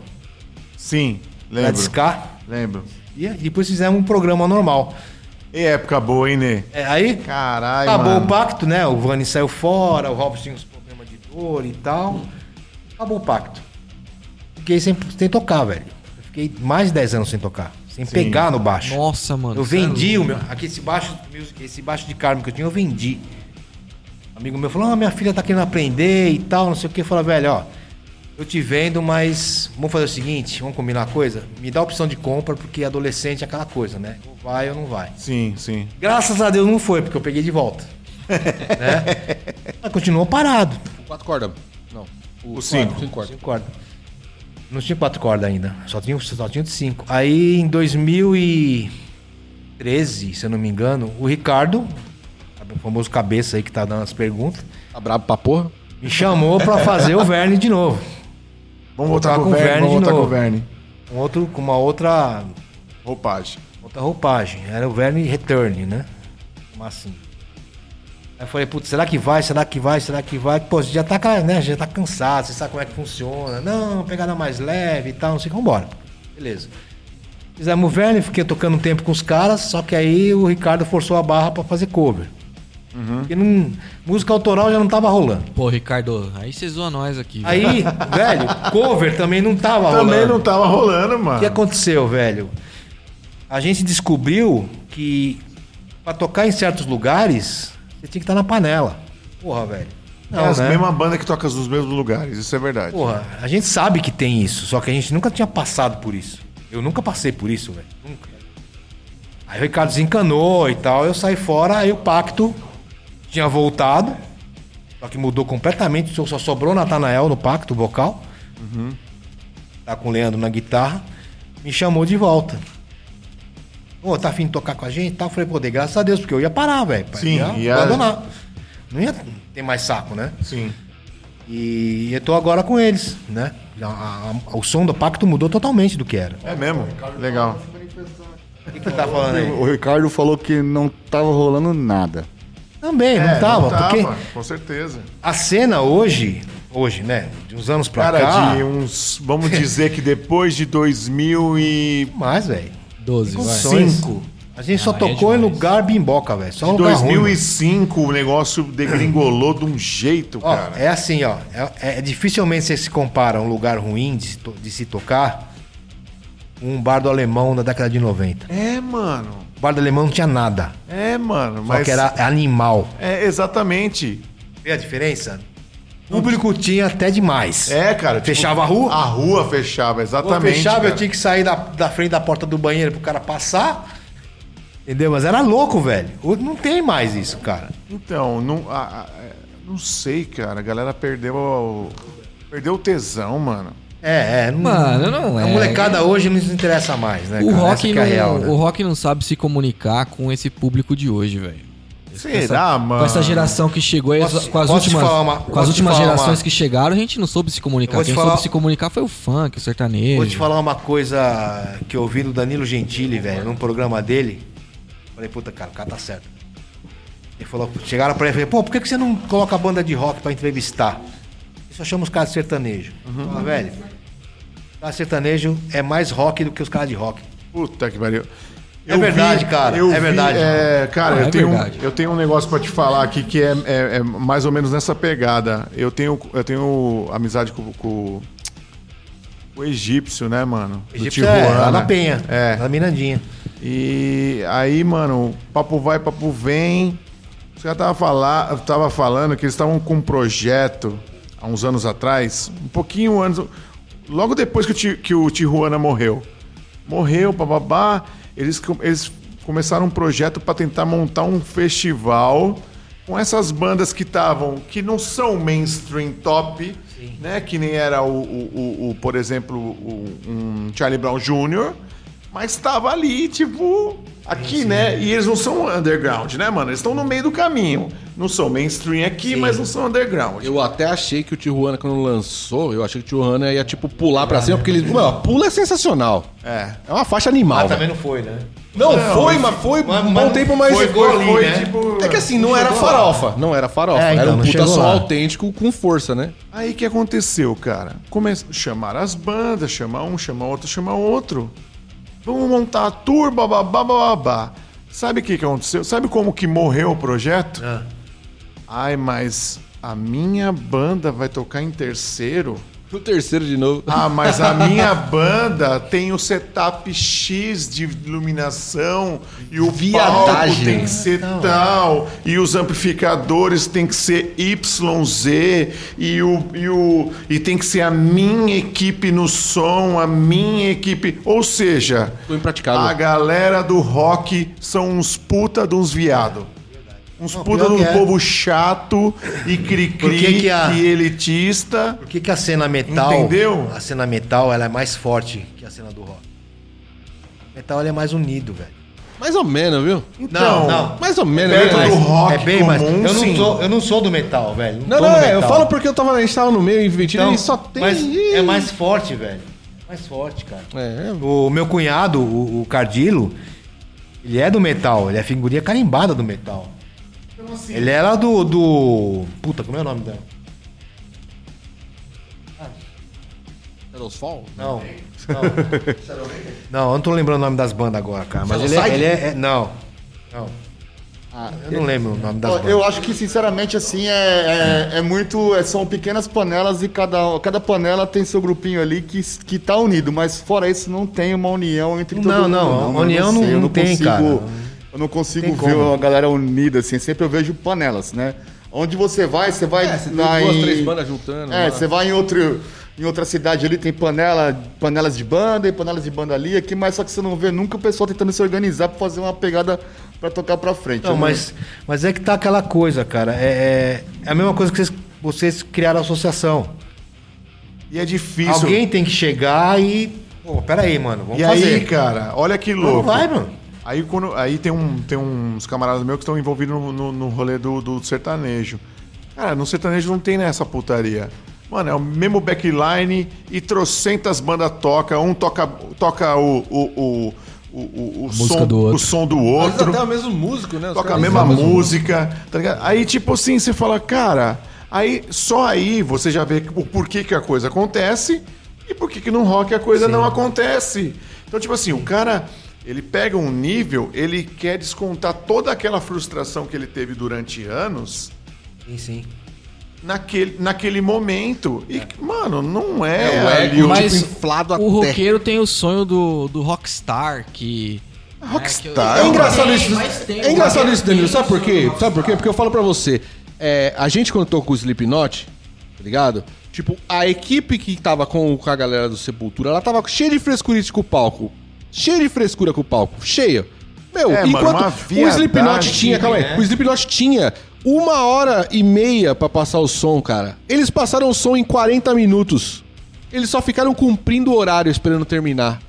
D: Sim,
F: da
D: lembro.
F: Discar.
D: Lembro.
F: E depois fizemos um programa normal.
D: E época boa, hein, Nê?
F: É, aí
D: Caralho,
F: acabou
D: mano.
F: o pacto, né? O Vani saiu fora, o Robson tinha uns problemas de dor e tal. Acabou o pacto. Fiquei sem, sem tocar, velho. Eu Fiquei mais de 10 anos sem tocar. Sem pegar no baixo.
B: nossa, é mano.
F: Eu vendi o meu. Aqui esse baixo, esse baixo de carne que eu tinha, eu vendi. Um amigo meu falou: ah, minha filha tá querendo aprender e tal, não sei o que. Eu falei, velho, ó, eu te vendo, mas vamos fazer o seguinte, vamos combinar a coisa? Me dá a opção de compra, porque adolescente é aquela coisa, né? Ou vai ou não vai.
D: Sim, sim.
F: Graças a Deus não foi, porque eu peguei de (laughs) volta. né? Mas continuou parado.
E: Quatro cordas. Não.
D: O cinco.
E: Cinco cordas.
F: Cinco cordas. Não tinha quatro cordas ainda, só tinha, só tinha de cinco. Aí em 2013, se eu não me engano, o Ricardo, o famoso cabeça aí que tá dando as perguntas,
E: Tá brabo pra porra?
F: me chamou pra (laughs) fazer o Verne de novo.
D: Vamos voltar
F: Voltar
D: com o
F: com o
D: Verne,
F: Verne
D: vamos
F: de
D: voltar com o
F: novo.
D: Verne.
F: Com, Um outro, com uma outra,
D: Roupagem.
F: outra roupagem. Era o Verne Return, né? Mas assim. Aí eu falei, putz, será que vai? Será que vai? Será que vai? Pô, você já tá, ca- né, já tá cansado, você sabe como é que funciona. Não, pegada mais leve e tal, não sei o que, vambora. Beleza. Fizemos o Verne, fiquei tocando um tempo com os caras, só que aí o Ricardo forçou a barra pra fazer cover.
D: Uhum.
F: Porque não- música autoral já não tava rolando.
B: Pô, Ricardo, aí você zoa nós aqui. velho.
F: Aí, (laughs) velho, cover também não tava rolando.
D: Também não tava rolando, mano. É
F: O que é aconteceu, velho? A gente descobriu que pra tocar em certos lugares, você tinha que estar na panela. Porra, velho. Não,
D: é a
F: né?
D: mesma banda que toca nos mesmos lugares, isso é verdade.
F: Porra, a gente sabe que tem isso, só que a gente nunca tinha passado por isso. Eu nunca passei por isso, velho. Nunca. Aí o Ricardo desencanou e tal, eu saí fora, aí o pacto tinha voltado. Só que mudou completamente, só só sobrou o Natanael no pacto vocal.
D: Uhum.
F: Tá com o Leandro na guitarra. Me chamou de volta. Ô, tá afim de tocar com a gente e tal? Eu Falei, pô, dei graças a Deus, porque eu ia parar, velho.
D: Sim,
F: ia,
D: ia-
F: abandonar. Não ia ter mais saco, né?
D: Sim.
F: E eu tô agora com eles, né? A- a- a- o som do pacto mudou totalmente do que era.
D: É mesmo? Legal.
F: O que, que você tá falando aí?
C: O Ricardo falou que não tava rolando nada.
F: Também, não,
D: É,
F: tava, porque
D: Com certeza.
F: a cena hoje, hoje, né? De uns anos pra
D: Cara,
F: cá.
D: de uns.
F: (laughs)
D: Vamos dizer que depois de 2000 e.
F: Mais, velho.
B: 12, vai.
F: Cinco. A gente só
B: Ah, é
F: tocou em
B: demais.
F: lugar bimboca, velho. Só um lugar ruim, né? mano.
D: 2005 o negócio degringolou de um jeito,
F: Ó,
D: cara.
F: é assim, ó. É, é- dificilmente você se compara um lugar ruim de, se to- de se tocar com um bar do alemão da década de 90.
D: É, mano.
F: O bar do alemão não tinha nada.
D: É, mano.
F: Só
D: Mas
F: que era animal.
D: É, exatamente.
F: Vê a diferença? O público tinha até demais.
D: É, cara. tipo,
F: Fechava a rua?
D: A rua fechava,
F: Quando
D: exatamente.
F: fechava,
D: cara.
F: eu tinha que sair da, da frente da porta do banheiro pro cara passar. Entendeu? Mas era louco, velho. Hoje Não tem mais isso, cara.
D: Então, não, a- a- é, não sei, cara. A galera perdeu o, perdeu o tesão, mano.
F: É, é. Não,
B: Mano, não é.
F: A molecada hoje não se interessa mais, né?
B: O
F: cara? Essa
B: rock,
F: que é
B: não,
F: a real, né?
B: o rock não sabe se comunicar com esse público de hoje, velho.
D: Será, mano?
B: Com essa geração que chegou aí,
F: Posso-
B: com as
F: posso te
B: últimas,
F: falar uma-
B: com
F: posso
B: as
F: te
B: últimas
F: falar uma-
B: gerações que chegaram, a gente não soube se
F: Eu
B: comunicar.
F: vou te
B: Quem
F: falar-
B: soube se comunicar foi o funk, o sertanejo.
F: Vou te falar uma coisa que eu ouvi do Danilo Gentili, velho, num programa dele. Falei, puta, cara, o cara tá certo. Ele falou, chegaram pra ele e falei, pô, por que, que você não coloca a banda de rock pra entrevistar? E só chama os caras de sertanejo.
D: Uhum.
F: Fala, velho, o cara sertanejo é mais rock do que os caras de rock.
D: Puta que pariu.
F: É verdade, cara, é verdade.
D: é, cara,
B: Ah,
D: eu,
B: é
D: tenho,
B: verdade.
D: eu tenho um negócio pra te falar aqui que é, é- é mais ou menos nessa pegada. Eu tenho, eu tenho amizade com, com o egípcio, né, mano? Do
F: Egito é, lá na Penha,
D: É.
F: na Mirandinha.
D: E aí, mano, papo vai, papo vem. Os caras tava, falar- tava falando que eles estavam com um projeto há uns anos atrás, um pouquinho antes, logo depois que o, Ti- que o Tijuana morreu. Morreu, bababá. Eles, com- eles começaram um projeto para tentar montar um festival com essas bandas que estavam, que não são mainstream top, né? Que nem era o, o- o- o, por exemplo, o- um Charlie Brown Jr., mas tava ali, tipo, aqui, né? E eles não são underground, né, mano? Eles estão no meio do caminho. Não são mainstream aqui, mas não são underground.
E: Eu até achei que o Tijuana, quando lançou, eu achei que o Tijuana ia, tipo, pular pra cima, porque ele. Mano, pula é sensacional.
D: É.
E: É uma faixa animal. velho.
F: não foi, né?
E: Não, foi, mas foi um bom tempo, mas.
D: foi,
F: chegou
D: foi,
F: ali,
D: foi,
F: né?
D: tipo...
E: É que assim, não era farofa. Não era farofa.
F: É, então,
E: era um
F: não
E: puta
F: chegou
E: som
F: lá.
E: autêntico com força, né?
D: Aí que aconteceu, cara? Começaram chamar as bandas, chamar um, chamar outro, chamar outro. Vamos montar a tour, bababá, bababá. Sabe o que, que aconteceu? Sabe como que morreu o projeto?
F: Ah.
D: Ai, mas a minha banda vai tocar em terceiro?
E: No terceiro de novo.
D: Ah, mas a minha banda tem o setup X de iluminação e o palco
E: Viadagem.
D: tem que ser
F: Então.
D: tal e os amplificadores tem que ser YZ e o, e o e tem que ser a minha equipe no som, a minha equipe, ou seja,
E: Ficou impraticável.
D: a galera do rock são uns puta de uns viado. Uns puta de
F: pior
D: um
F: que é.
D: povo chato e cri-cri
F: Por que que a-
D: e elitista.
F: Por que, que a cena metal.
D: Entendeu?
F: A cena metal ela é mais forte que a cena do rock. Metal ela é mais unido, velho.
E: Mais ou menos, viu?
D: Então,
F: não.
E: Mais ou menos.
D: Perto
E: né?
D: do rock
F: é bem mais.
D: comum,
F: Eu
D: sim.
F: não, sou, eu não sou do metal, velho.
E: Não,
F: tô
E: não,
F: no
E: é, eu
F: metal.
E: falo porque eu tava, a gente tava no meio invertido
F: Então,
E: e só tem.
F: Mas é mais forte, velho. Mais forte, cara.
E: É, é.
F: O meu cunhado, o, o Cardilo, ele é do metal. Ele é figurinha carimbada do metal. Ele era do, do. Puta, como é o nome dela?
E: Shadowfall?
F: Não. Não. não, eu não tô lembrando o nome das bandas agora, cara. Mas ele, é, ele é- é- Não. Não. eu não lembro o nome das
C: Ó,
F: bandas.
C: Eu acho que, sinceramente, assim, é, é, é muito. é- são pequenas panelas e cada, cada panela tem seu grupinho ali que, que tá unido, mas fora isso, não tem uma união entre todo
F: Não,
C: mundo.
F: não,
C: eu
F: união não-
C: sei, eu
F: não tem,
C: consigo-
F: cara.
C: Eu não consigo
F: Tem
C: ver
F: como.
C: a galera unida, assim. Sempre eu vejo panelas, né? Onde você vai, você vai.
E: É, você tem
C: na-
E: duas,
C: em-
E: três bandas juntando,
C: É,
E: né?
C: você vai em outro. Em outra cidade ali tem panela, panelas de banda e panelas de banda ali, aqui, mas só que você não vê nunca o pessoal tentando se organizar pra fazer uma pegada pra tocar pra frente.
F: Não,
C: né?
F: mas, mas é que tá aquela coisa, cara. É, é- é a mesma coisa que vocês, vocês criaram a associação.
D: E é difícil.
F: Alguém tem que chegar e. Pô, peraí, mano, vamos
D: E
F: fazer.
D: aí, cara, olha que
F: Não
D: louco.
F: vai, mano.
D: Aí, quando, aí tem, um, tem uns camaradas meus que estão envolvidos no, no, no rolê do, do sertanejo. Cara, no sertanejo não tem nessa putaria. Mano, é o mesmo backline e trocentas bandas toca. Um toca, toca o, o, o, o, o, o
B: música
D: som,
B: do outro.
D: o som do
E: Mas
D: outro.
E: até o mesmo músico, né? Os
D: Toca a
E: caras-
D: mesma música, tá ligado? Aí, tipo assim, você fala, cara, aí só aí você já vê o porquê que a coisa acontece e por que que no rock a coisa não acontece. Então, tipo assim, o cara, ele pega um nível, ele quer descontar toda aquela frustração que ele teve durante anos
F: Sim, sim.
D: naquele, naquele momento. E, mano, não é,
E: É, o ego,
D: ali o-
E: mas- tipo, inflado
B: o
E: até.
B: roqueiro tem o sonho do, do rockstar que...
D: Rockstar.
E: É engraçado
B: Tem,
E: isso.
B: mas tem.
E: É engraçado isso,
B: Tem
E: Danilo. Sabe por
B: isso,
E: quê?
B: nossa.
E: Sabe por quê? Porque eu falo pra você. é, a gente quando tocou o Slipknot, tá ligado? Tipo, a equipe que tava com, com a galera do Sepultura, ela tava cheia de frescurice com o palco. Cheia de frescura com o palco. Cheia. Meu,
D: É, mano,
E: enquanto
D: uma
E: o
D: viadagem,
E: Slipknot tinha, calma aí,
F: né?
E: o Slipknot tinha uma hora e meia pra passar o som, cara. Eles passaram o som em 40 minutos. Eles só ficaram cumprindo o horário esperando terminar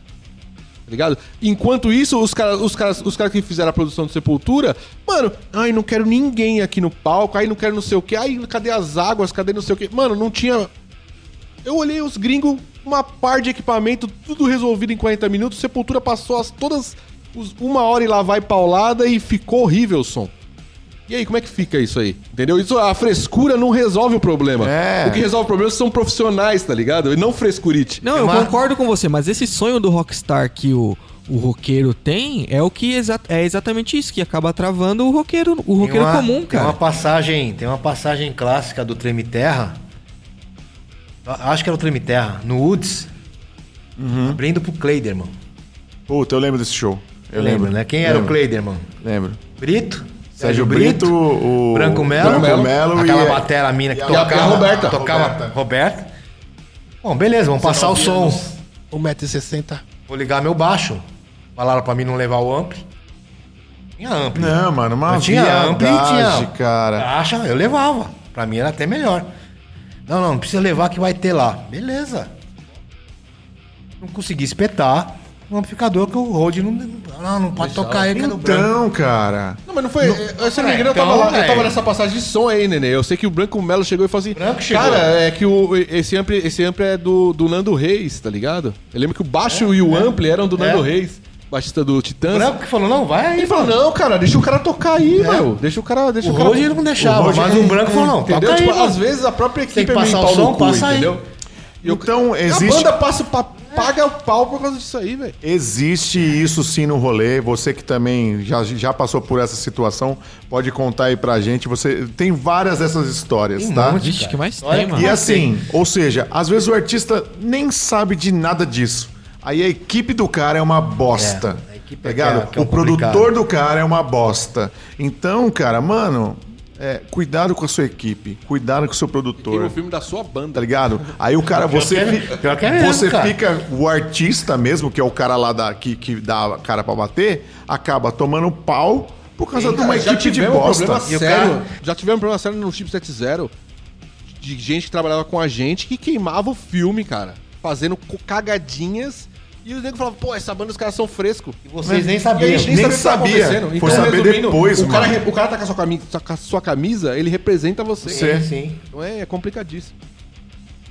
E: tá ligado? Enquanto isso, os caras os caras, os caras que fizeram a produção do Sepultura, mano, ai, não quero ninguém aqui no palco, ai, não quero não sei o que, ai, cadê as águas, cadê não sei o que. Mano, não tinha. Eu olhei os gringos, uma par de equipamento, tudo resolvido em 40 minutos, Sepultura passou as todas. os- uma hora e lá vai paulada e ficou horrível o som. E aí, como é que fica isso aí? Entendeu? Isso, a frescura não resolve o problema.
D: É.
E: O que resolve o problema são profissionais, tá ligado? E não frescurite.
B: Não, eu
F: É Uma-
B: concordo com você, mas esse sonho do rockstar que o, o roqueiro tem é o que exa- é exatamente isso, que acaba travando o roqueiro, o roqueiro
F: Tem uma-
B: comum,
F: Tem uma
B: cara.
F: passagem, tem uma passagem clássica do Treme Terra. A- Acho que era o Treme Terra, no Woods. Abrindo pro Cleider, mano.
D: Puta, eu lembro desse show. Eu
F: Lembra,
D: lembro,
F: né? Quem era o
D: Lembro.
F: Cleider, mano?
D: Lembro.
F: Brito?
D: Sérgio Brito, o-
F: Branco Melo.
D: Branco Melo
F: aquela
D: e-
F: batera mina que
D: e a-
F: tocava.
E: e a Roberta.
F: Tocava Roberta. Bom, beleza, vamos passar o som.
E: 1,60m.
F: Vou ligar meu baixo. Falaram pra mim não levar o ampli. Tinha ampli.
D: Não, mano, uma
F: Eu tinha ampli e
D: viadagem,
F: tinha
D: cara.
F: Acha, eu levava. Pra mim era até melhor. Não, não, não precisa levar que vai ter lá. Beleza. Não consegui espetar no amplificador que o Rode não. Não, não pode tocar aí, que é do branco.
D: Então, cara...
E: Não, mas não foi. eu, se não me engano,
F: então,
E: eu, tava lá, eu
F: velho.
E: tava nessa passagem de som aí, Nenê. Eu sei que o Branco Melo chegou e falou assim.
F: Branco chegou.
E: Cara, é que o, esse, ampli, esse ampli é do, do Nando Reis, tá ligado? Eu lembro que o baixo e o ampli eram do Nando
F: é.
E: Reis, baixista do
F: O
E: Titãs.
F: Um branco que falou, não, vai aí.
E: Ele falou, não, cara, deixa o cara tocar aí, meu. Deixa o cara. Deixa
F: O
E: o, cara.
F: Rode não deixava,
E: O Rode-
F: mas o branco falou, não,
E: Entendeu?
F: toca aí,
E: Tipo,
F: mano.
E: às vezes a própria equipe
F: Tem que passar o
E: meio pau
F: som,
E: no cu,
F: passa aí.
E: entendeu? E o-
D: Então, existe...
E: A banda passa, o pa- paga o pau por causa disso aí, velho.
D: Existe isso sim no rolê. Você que também já, já passou por essa situação, pode contar aí pra gente. Você tem várias dessas histórias,
F: Tem um
D: tá?
F: monte,
B: Vixe,
F: cara.
B: que mais
F: Olha
B: tem,
F: que-
B: mano.
D: E assim, ou seja, às vezes o artista nem sabe de nada disso. Aí a equipe do cara é uma bosta.
F: É, a equipe
D: tá
F: é que
D: ligado?
F: é- que é
D: o
F: o complicado.
D: produtor do cara é uma bosta. Então, cara, mano, é, cuidado com a sua equipe, cuidado com o seu
E: Tem o
D: produtor.
E: filme da sua
D: Tá
E: banda.
D: ligado? Aí o cara, você,
F: que é-
D: fi-
F: pior que é mesmo,
D: você
F: cara.
D: fica, o artista mesmo, que é o cara lá da, que, que dá a cara pra bater, acaba tomando pau por causa de uma equipe de
E: tivemos um
D: bosta.
E: problema
F: E o
E: sério.
F: cara-
E: Já tivemos um problema sério no Chip 70 de gente que trabalhava com a gente que queimava o filme, cara. Fazendo co- cagadinhas. E os negros falavam, pô, essa banda os caras são frescos.
F: E vocês nem
E: E a
F: sabiam.
E: gente
D: nem
E: nem sabia o que
D: sabia.
E: tá acontecendo.
D: Foi saber
E: resumindo,
D: depois,
E: o cara,
D: mano.
E: re- o cara tá com a sua camisa, com a sua camisa ele representa você.
F: Sim, sim.
E: Então é, é complicadíssimo.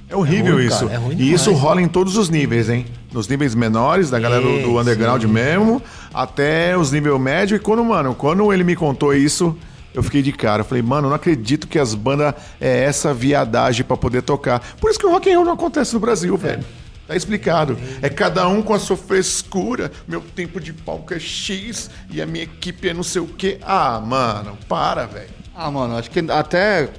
D: É horrível
F: É ruim,
D: isso.
F: cara, é ruim
D: e
F: demais.
D: isso rola em todos os níveis, hein? Nos níveis menores, da galera do, do underground mesmo, até os níveis médio. E quando, mano, quando ele me contou isso, eu fiquei de cara. Eu falei, mano, eu não acredito que as bandas é essa viadagem pra poder tocar. Por isso que o rock and roll não acontece no
F: É.
D: Brasil, velho. Tá explicado. É cada um com a sua frescura. Meu tempo de palco é X e a minha equipe é não sei o quê. Ah, mano, para, velho.
C: Ah, mano, acho que até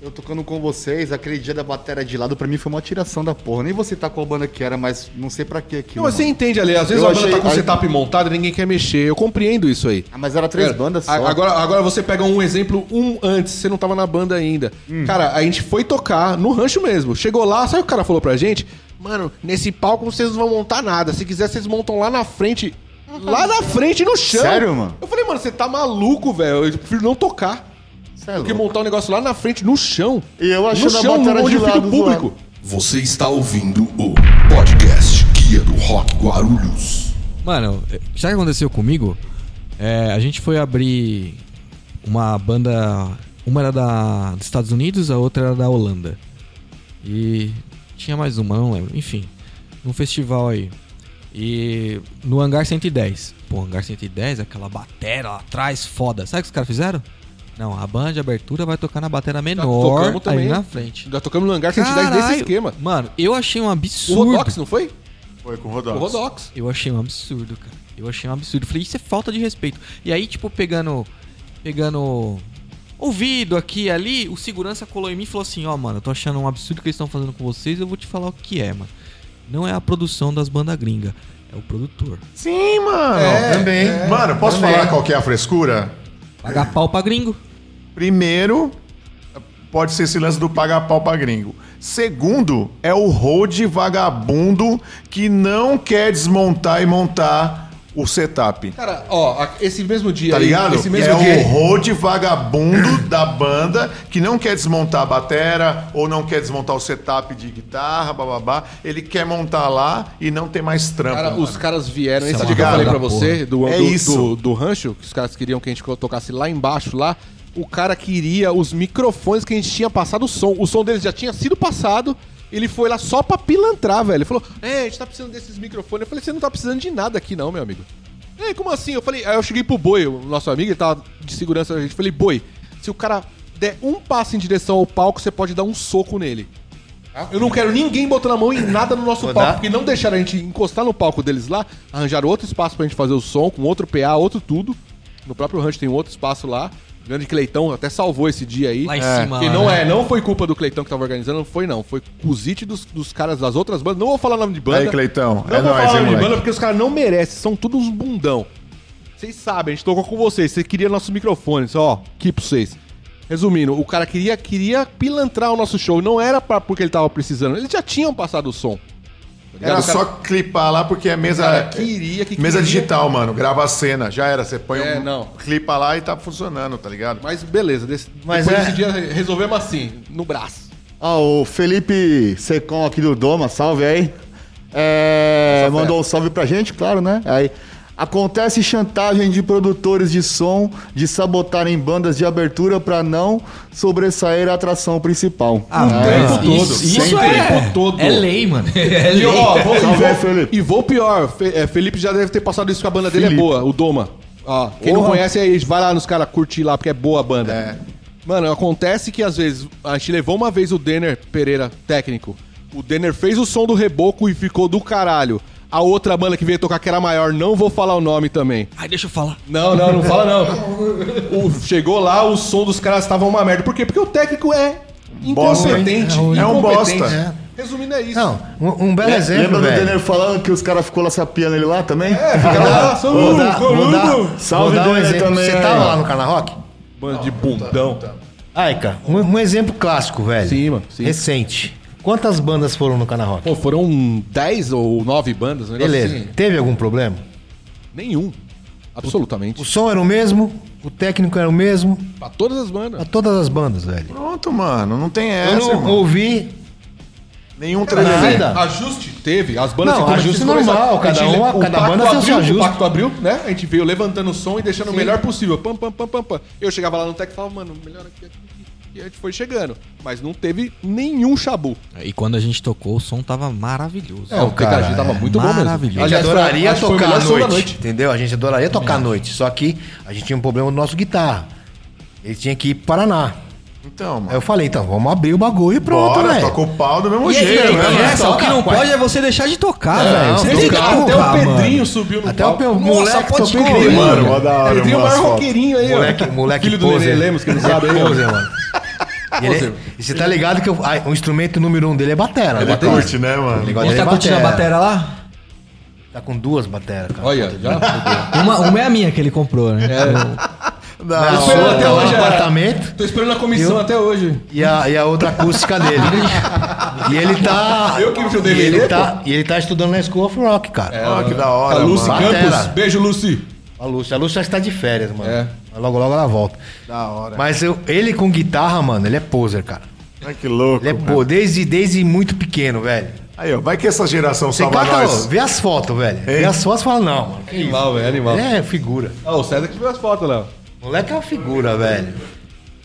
C: Eu tocando com vocês, aquele dia da bateria de lado, pra mim foi uma tiração da porra. Nem vou citar qual banda que era, mas não sei pra que aquilo.
E: Não, você
C: mano.
E: entende ali, às vezes
C: Eu
E: a banda
C: achei-
E: tá com o
C: a-
E: setup montado e ninguém quer mexer. Eu compreendo isso aí.
C: Ah, mas era três
E: Cara,
C: bandas só.
E: a- Agora, agora você pega um exemplo, um antes, você não tava na banda ainda.
C: Hum.
E: Cara, a gente foi tocar no rancho mesmo. Chegou lá, sabe o que o cara falou pra gente? Mano, nesse palco vocês não vão montar nada. Se quiser, vocês montam lá
C: (laughs)
E: na frente. Lá na frente, no chão.
C: Sério, mano?
E: Eu falei, mano, você tá maluco, velho. Eu prefiro não tocar.
C: Cê é
E: Do que
C: louco.
E: montar um negócio lá na frente, no chão.
C: E eu achando
E: no
C: a
E: chão,
C: bateria
E: onde
C: de
E: fica o
C: lado,
E: público.
A: Você está ouvindo o podcast Guia do Rock Guarulhos.
B: Mano, é, sabe o que aconteceu comigo? É, a gente foi abrir uma banda. Uma era da, dos Estados Unidos, a outra era da Holanda. E tinha mais uma, não lembro. Enfim, num festival aí. E no Hangar 110. Pô, Hangar 110, aquela batera lá atrás, foda. Sabe o que os caras fizeram? Não, a banda de abertura vai tocar na batera menor
E: tocamos
B: ali
E: Tá também.
B: na frente.
E: Já tocamos no hangar 110 desse
B: Caralho!
E: esquema.
B: Mano, eu achei um
E: O
B: absurdo.
E: Rodox, não foi?
D: Foi com o
E: O
D: Rodox.
E: Rodox.
B: Eu achei um absurdo, cara. Eu achei um absurdo. Falei, isso é falta de respeito. E aí, tipo, pegando. Pegando. Ouvido aqui e ali, o segurança colou em mim e falou assim: Ó, mano, eu tô achando um absurdo o que eles estão fazendo com vocês, eu vou te falar o que é, mano. Não é a produção das bandas gringas, é o produtor.
D: Sim, mano.
F: É, também.
D: Mano, posso
F: Também.
D: falar qual que é a frescura?
B: Pagar pau pra gringo.
D: Primeiro, pode ser esse lance do pagar pau pra gringo. Segundo, é o road vagabundo que não quer desmontar e montar o setup.
E: Cara, ó, a- esse mesmo dia
D: Tá
E: aí,
D: ligado?
E: esse mesmo
D: é
C: um
E: dia aí-
D: o road vagabundo da banda que não quer desmontar a batera ou não quer desmontar o setup de guitarra, bababá. Ele quer montar lá e não tem mais trampo.
E: Cara,
D: mano.
E: os caras vieram,
B: Isso
E: esse
B: é
E: dia que eu
D: uma
E: falei pra
B: cagada,
E: você, do,
D: É
E: do,
D: isso.
E: do, do rancho, que os caras queriam que a gente tocasse lá embaixo, lá. O cara queria os microfones que a gente tinha passado o som. O som deles já tinha sido passado. Ele foi lá só pra pilantrar, velho. Ele falou: É, a gente tá precisando desses microfones. Eu falei: Você não tá precisando de nada aqui, não, meu amigo. Ei, como assim? Eu falei: Aí eu cheguei pro boi, o nosso amigo, ele tava de segurança da gente. Eu Falei: Boi, se o cara der um passo em direção ao palco, você pode dar um soco nele.
D: Ah,
E: Eu não quero ninguém botando a mão em nada no nosso palco, porque não deixaram a gente encostar no palco deles lá, arranjaram outro espaço pra gente fazer o som, com outro PA, outro tudo. No próprio rancho tem um outro espaço lá. O grande Cleitão até salvou esse dia aí.
B: Lá em
E: É.
B: cima,
E: Que
B: lá,
E: não
B: né?
E: é, não foi culpa do Cleitão que tava organizando, não foi não. Foi cusite dos, dos caras das outras bandas. Não vou falar o nome de banda.
D: Aí, Cleitão,
E: Não
D: é
E: vou
D: nóis,
E: falar o
D: hein,
E: nome de
D: moleque.
E: banda porque os caras não merecem, são todos uns bundão. Vocês sabem, a gente tocou com vocês, você queria nossos microfones, ó, aqui pra vocês. Resumindo, o cara queria, queria pilantrar o nosso show, não era pra, porque ele tava precisando, eles já tinham passado o som. Tá ligado?
D: Era
E: O cara
D: só clipar lá porque é mesa.
E: cara queria que
D: Mesa
E: queria.
D: digital, mano. Grava a cena. Já era. Você põe
E: É,
D: um.
E: não.
D: Clipa lá e tá funcionando, tá ligado?
E: Mas beleza, desse,
F: Mas
E: depois
F: é-
E: desse dia resolvemos assim, no braço.
C: Ah, o Felipe Secom aqui do Doma, salve aí. É, mandou um salve pra gente, claro, né? Aí. Acontece chantagem de produtores de som de sabotarem bandas de abertura pra não sobressair a atração principal. É.
B: Ah,
E: É. tempo todo,
B: Isso, isso
E: sempre.
B: é,
E: Tempo todo.
B: é lei,
E: (laughs)
B: mano. É
E: E,
B: lei.
E: ó, vou, e,
C: Salve aí,
E: vou,
C: Felipe.
E: e vou pior, Fe- é, Felipe já deve ter passado isso que a banda dele é
C: Felipe.
E: boa, o Doma. Ó, quem não
C: Porra.
E: conhece aí, vai lá nos caras curtir lá, porque é boa a banda. Mano, acontece que às vezes a gente levou uma vez o Denner Pereira, técnico. O Denner fez o som do reboco e ficou do caralho. A outra banda que veio tocar, que era maior, não vou falar o nome também.
B: Ai, deixa eu falar.
E: Não, não, não fala não. O- chegou lá, o som dos caras estava uma merda. Por quê? Porque o técnico é
D: Bosta,
E: incompetente.
F: hein? É um-
E: incompetente.
D: é um bosta.
F: É.
E: Resumindo, é isso.
F: Não, um, um belo exemplo,
C: Lembra do
F: velho.
C: Denner falando que os caras ficou lá sapiando ele lá também? É,
E: Fica lá, só
F: Vou
E: um,
F: dar- vou dar-
E: colombo.
C: Salve,
F: vou dar um
C: Denner,
F: exemplo.
C: também,
E: é.
F: Você
C: aí,
F: tava
C: ó.
F: lá no Canal Rock?
E: Bando de bundão.
F: Ai, cara, um, um exemplo clássico, velho.
E: Sim, mano, sim.
F: Recente. Quantas bandas foram no Canal Rock?
E: Pô, foram 10 ou 9 bandas, um negócio
F: Beleza.
E: assim.
F: Teve algum problema?
E: Nenhum. Absolutamente.
F: O som era o mesmo, o técnico era o mesmo,
E: Pra todas as
F: pra
E: bandas.
F: todas as bandas, velho.
D: Pronto, mano. Não tem
F: Eu
D: essa.
F: não
D: mano.
F: ouvi
D: Nenhum
F: Nada.
D: trelelê.
E: Ajuste teve, as bandas
F: Ah. Não,
E: como a gente
F: ajuste
E: começou-
F: normal, cada
E: a gente-
F: uma-
E: o
F: cada
E: Pacto
F: banda tem o seu
E: abriu,
F: ajuste.
E: O pacto abriu, né? A gente veio levantando o som e deixando o melhor possível. Pam, pam, pam, pam, pam. Eu chegava lá no tech e falava, mano, melhor aqui, aqui, aqui. E a gente foi chegando. Mas não teve nenhum chabu.
B: E quando a gente tocou, o som tava maravilhoso.
E: É, o
F: cara,
E: TKG tava
F: é
E: muito bom mesmo.
B: maravilhoso.
F: A gente
E: Aliás,
F: adoraria
E: acho que foi o
F: tocar
E: melhor
F: à
E: som da
F: noite, Entendeu? A gente adoraria tocar à noite. Só que a gente tinha um problema no nosso guitarra. Ele tinha que ir pro Paraná.
D: Então,
F: Aí
D: mano.
F: eu falei, então, vamos abrir o bagulho e pronto,
D: Bora,
F: velho.
D: toca o pau do mesmo
B: E aí,
D: jeito,
B: quem
D: né,
B: tem
D: mano?
B: essa? o que não
F: Tocar,
B: pode é você deixar de tocar,
F: É,
B: velho.
F: não,
B: Você
F: tocar,
B: tem que
F: até
E: Até
B: tocar,
E: o
B: mano.
E: Pedrinho subiu no
F: Até o
E: palco.
F: pe- o moleque
B: pode
F: tocou.
B: crer,
F: velho.
D: Mano, mó da hora.
C: um
E: Pedrinho é o
D: umas
E: maior
D: fotos.
E: roqueirinho aí, ó.
F: Moleque, moleque
E: (laughs) Filho do Nenê Lemos, que não sabe aí, ó.
F: poser, mano. E ele- e você tá ligado que eu- ah, o instrumento número um dele é batera.
D: Ele
F: né, cara?
D: curte, né,
F: O
D: mano?
F: negócio
B: Ele tá
F: dele é
B: curtindo a batera lá?
F: Tá com duas bateras, cara.
E: Olha, já fudeu.
B: Uma, uma é a minha que ele comprou, né?
F: A
D: Não,
F: sua
E: até
F: tá lá
E: hoje,
F: no
E: é.
F: apartamento
E: Tô esperando a comissão
F: Eu?
E: até hoje.
F: e a, e a outra acústica dele. e ele tá.
E: Eu que vi o
F: e
E: DVD,
F: ele tá E ele tá estudando na School of Rock, cara.
D: ó, É, que da
E: A
D: hora,
E: Ah, Tá, Lucy
D: mano.
E: Campos.
F: Batera.
E: Beijo, Lucy.
F: A Lúcia. A Lúcia está de férias, mano.
E: É.
F: Mas Logo, logo ela volta.
D: Da hora.
F: Mas eu, ele com guitarra, mano, ele é poser, cara.
D: Ai, que louco. né?
F: Ele é
D: mano.
F: po desde, desde muito pequeno, velho.
D: Aí, ó, vai que essa geração
F: Você
D: salva
F: cata, ó,
D: nós.
F: vê as fotos, velho. Vê as fotos e fala, não, mano.
E: Animal, velho, animal.
F: Ele é figura.
E: Ah, o César que viu as fotos, Léo.
F: Moleque é uma figura, velho.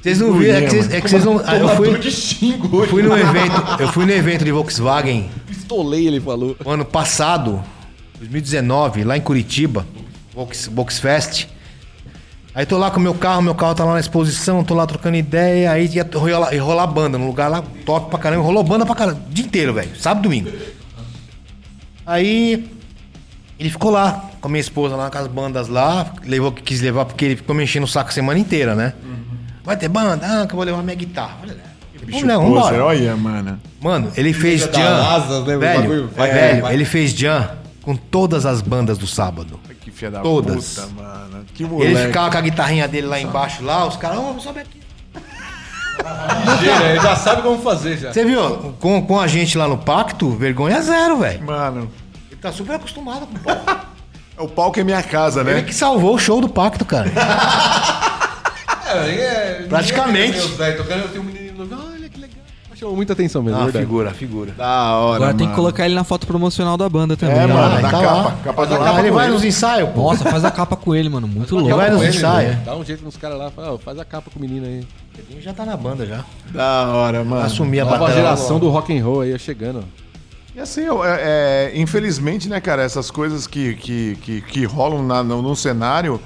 F: Vocês não viram, é que vocês-
D: mano.
F: é que vocês não. ah, Eu
E: Tomador
F: fui,
E: de xingo hoje.
F: fui no evento, eu fui no evento de Volkswagen
E: Pistolei, ele falou.
F: o ano passado, 2019, lá em Curitiba, Box, Boxfest. Aí tô lá com o meu carro, meu carro tá lá na exposição, tô lá trocando ideia, aí ia rolar, ia rolar banda num lugar lá top pra caramba, rolou banda pra caramba, o dia inteiro, velho, sábado e domingo. Aí ele ficou lá com a minha esposa lá com as bandas lá, levou o que quis levar porque ele ficou me enchendo o saco a semana inteira, né? Vai ter banda? Ah, que eu "É, tipo, vou levar minha guitarra. Olha,
D: Bicho poser, olha, mano.
F: Mano, ele fez
E: Liga da
F: jam.
E: Asas, né, o
F: velho,
E: bagulho vai,
F: é,
E: vai,
F: velho,
E: vai.
F: ele fez jam com todas as bandas do sábado.
D: Ai, Que filha da
F: Todas.
D: puta, mano. Que
F: Ele
D: moleque.
F: ficava com a guitarrinha dele lá embaixo, lá, os caras, "Ô, sobe aqui.
E: Ele já sabe como fazer, já.
F: Você viu? Com, com a gente lá no pacto, vergonha zero, velho.
D: Mano,
F: Ele tá super acostumado com o palco.
D: é o palco é minha casa,
F: Ele
D: né?
F: que salvou o show do pacto, cara. Praticamente.
E: Meu É, Deus, velho, tocando, eu tenho um menino novo. Olha que legal. Chamou muita atenção mesmo, é verdade.
F: figura, figura.
D: Da hora,
B: Agora tem que
D: mano.
B: colocar ele na foto promocional da banda também.
D: É,
B: né?
D: mano,
F: Ah,
D: na
F: tá
D: capa.
F: lá.
D: Capa do
F: Ah,
D: lado. né?
F: ele vai nos ensaios, pô.
B: Nossa, faz a capa com ele, mano. Muito
E: Dá uma
B: louco.
F: Vai
E: capa
F: nos
E: né? com ele,
F: ensaios.
E: né? Dá um jeito nos caras lá. Fala, ó, faz a capa com o menino aí.
F: Ele já tá na banda já.
D: Da hora, mano.
F: Assumir a
E: Ah, Nova
F: batalha.
E: geração do rock and roll aí, É ó, chegando.
D: E assim, eu- é, é, infelizmente, né, cara, essas coisas que, que, que, que rolam na, no, no cenário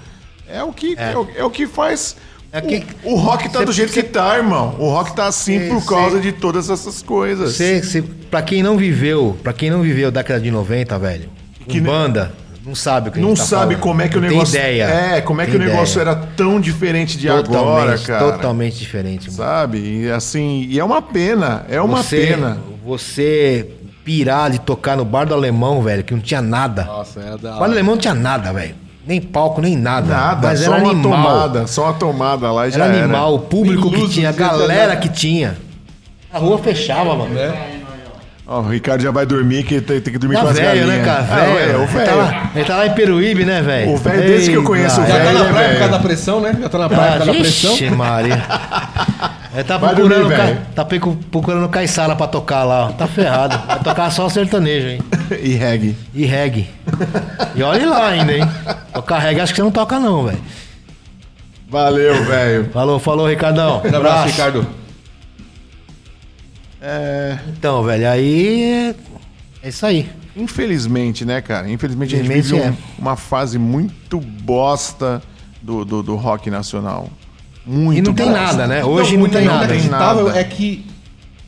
D: é o que, é. o, é o que faz.
F: É
D: o-
F: que-
D: o, rock tá do jeito que tá, irmão. O rock tá assim
F: Cê-
D: por
F: cê-
D: causa de todas essas coisas.
F: Você, você, pra quem não viveu, pra quem não viveu a década de 90, velho,
D: Que
F: que
D: ne-
F: banda, não sabe o que a gente
D: não
F: tá
D: sabe
F: falando.
D: como é que o
F: Não
D: negócio.
F: Tem ideia.
D: É, como é que
F: Tem
D: o negócio
F: ideia.
D: era tão diferente de agora,
F: totalmente,
D: cara.
F: Totalmente diferente. mano.
D: Sabe? E assim, e é uma pena. É uma
F: você,
D: pena.
F: Você pirar de tocar no bar do alemão, velho, que não tinha nada.
E: Nossa, era é da.
F: o bar do alemão não tinha nada, velho. Nem palco, nem nada.
D: Nada,
F: Mas
D: só
F: era
D: uma
F: animal.
D: tomada, só uma tomada lá e já
F: Era animal, o público
E: Nem luz
F: que tinha, a
E: não tinha
F: galera
D: né?
E: nada.
F: que tinha. A rua fechava, mano.
D: Ó, o Ricardo já vai dormir, que tem, tem que dormir com
F: Tá
D: as
F: velho,
D: galinhas.
F: né, cara?
D: Ah,
F: Velho.
D: é, o
F: Ele, tá
D: velho.
F: lá, ele tá lá em Peruíbe, né, velho?
D: O velho, desde que eu conheço o
F: Eita,
E: Já tá
D: velho,
E: na praia
D: velho.
E: por causa da pressão, né? Já tá na praia por
F: Ah,
E: causa da pressão.
D: (laughs)
F: vixe, Maria. Ele tá
D: Vai
F: procurando,
D: dormir,
F: ca-
D: velho.
F: tá pecu- procurando Caissara pra tocar lá, ó. Tá ferrado. Vai tocar só sertanejo, hein?
D: (laughs) E reggae.
F: E reggae. E olha lá ainda, hein? Tocar reggae acho que você não toca não, velho.
D: Valeu, velho.
F: Falou, falou, Ricardão.
E: Um abraço, Ricardo.
D: É,
F: Então, velho, aí... É isso aí.
D: infelizmente, né, cara? Infelizmente, a gente vive
F: Infelizmente, é.
D: um- uma fase muito bosta do, do, do rock nacional. Muito
F: E não tem
D: bosta.
F: nada, né? Hoje não,
E: o
F: tem nada.
E: inacreditável
D: nada.
E: é que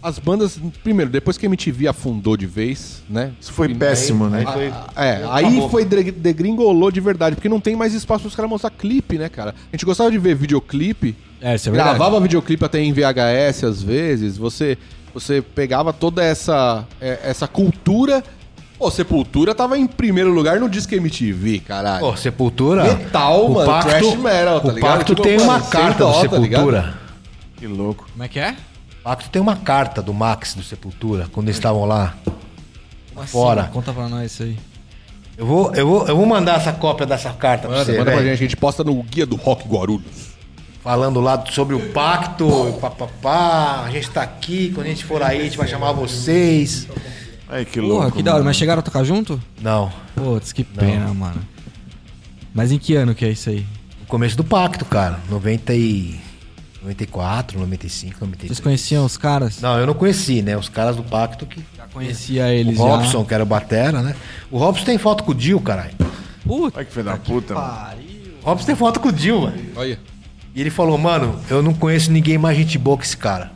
E: as bandas, primeiro, depois que a MTV afundou de vez, né?
D: Isso foi péssimo, né?
F: Foi-
E: É, aí foi dre- degringolou de verdade, porque não tem mais espaço pros caras mostrar clipe, né, cara? A gente gostava de ver videoclipe,
B: É, isso é verdade.
E: gravava videoclipe até em VHS às vezes, você você pegava toda essa é, essa cultura. Pô, Sepultura tava em primeiro lugar no disco MTV, caralho.
F: Pô, Sepultura...
E: Metal,
F: o
E: mano,
F: Pacto,
E: thrash metal, tá
F: o
E: ligado?
F: Pacto
E: Tipo,
F: tem
E: mano,
F: uma
E: sem
F: carta do
E: dó, tá
F: Sepultura.
E: ligado?
D: Que louco.
B: Como é que é?
F: O Pacto tem uma carta do Max do Sepultura, quando eles estavam lá. Fora.
B: Assim? Conta pra nós isso aí.
F: Eu vou, eu vou, eu vou mandar essa cópia dessa carta pra
E: Manda,
F: você,
E: manda pra
F: velho.
E: gente, a gente posta no Guia do Rock Guarulhos.
F: Falando lá sobre o pacto, papapá, a gente tá aqui, quando a gente for aí, a gente vai chamar vocês.
D: Ai, que louco.
B: Porra, que da hora.
D: mano.
B: Mas chegaram a tocar junto?
F: Não,
B: Putz, que pena, mano. Mas em que ano que é isso aí?
F: no começo do pacto, cara, 90 e... 94, 95, 93.
B: Vocês conheciam os caras?
F: Não, eu não conheci, né? Os caras do pacto que...
B: Já conhecia
F: O
B: eles
F: Robson, que era o Batera, né? O Robson tem foto com o Dio, caralho.
B: já. Puta,
D: Ai, que filho da puta. mano.
F: O Robson tem foto com o Dio, mano.
E: Olha.
F: E ele falou, mano, eu não conheço ninguém mais gente boa que esse cara.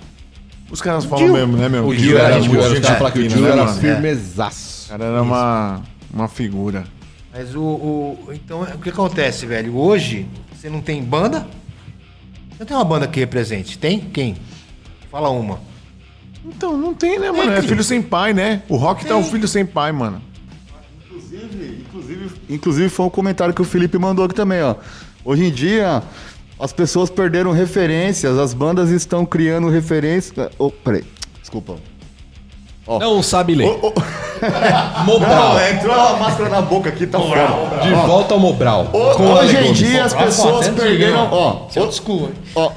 D: Os caras falam mesmo, né, meu?
E: O Gil era,
F: Gil
E: Gil era,
F: era tipo,
E: os caras falam que o
D: fina,
E: Gil
D: né,
E: era
D: mano? O
E: firmezaço.
D: cara era uma, uma figura.
F: Mas o, o- Então, o que acontece, velho? Hoje, você não tem banda? Você não tem uma banda que represente. Tem? Quem? Fala uma.
D: Então, não tem, né, mano? É filho sem pai, né? O Rock tá um
F: É.
D: filho sem pai, mano.
C: Inclusive, inclusive, inclusive foi um comentário que o Felipe mandou aqui também, ó. Hoje em dia, as pessoas perderam referências, as bandas estão criando referências. Ô, peraí, desculpa.
B: Não sabe ler.
C: Ô, ô.
G: Mobral.
C: entrou uma máscara na boca aqui, tá fora.
G: De volta ao Mobral.
C: Ô,
G: Com o Ale
C: hoje em
G: Gomes.
C: dia as
G: Mobral,
C: pessoas
G: foto, né?
C: perderam. Ó,
G: Seu desculpa, hein?
C: ó,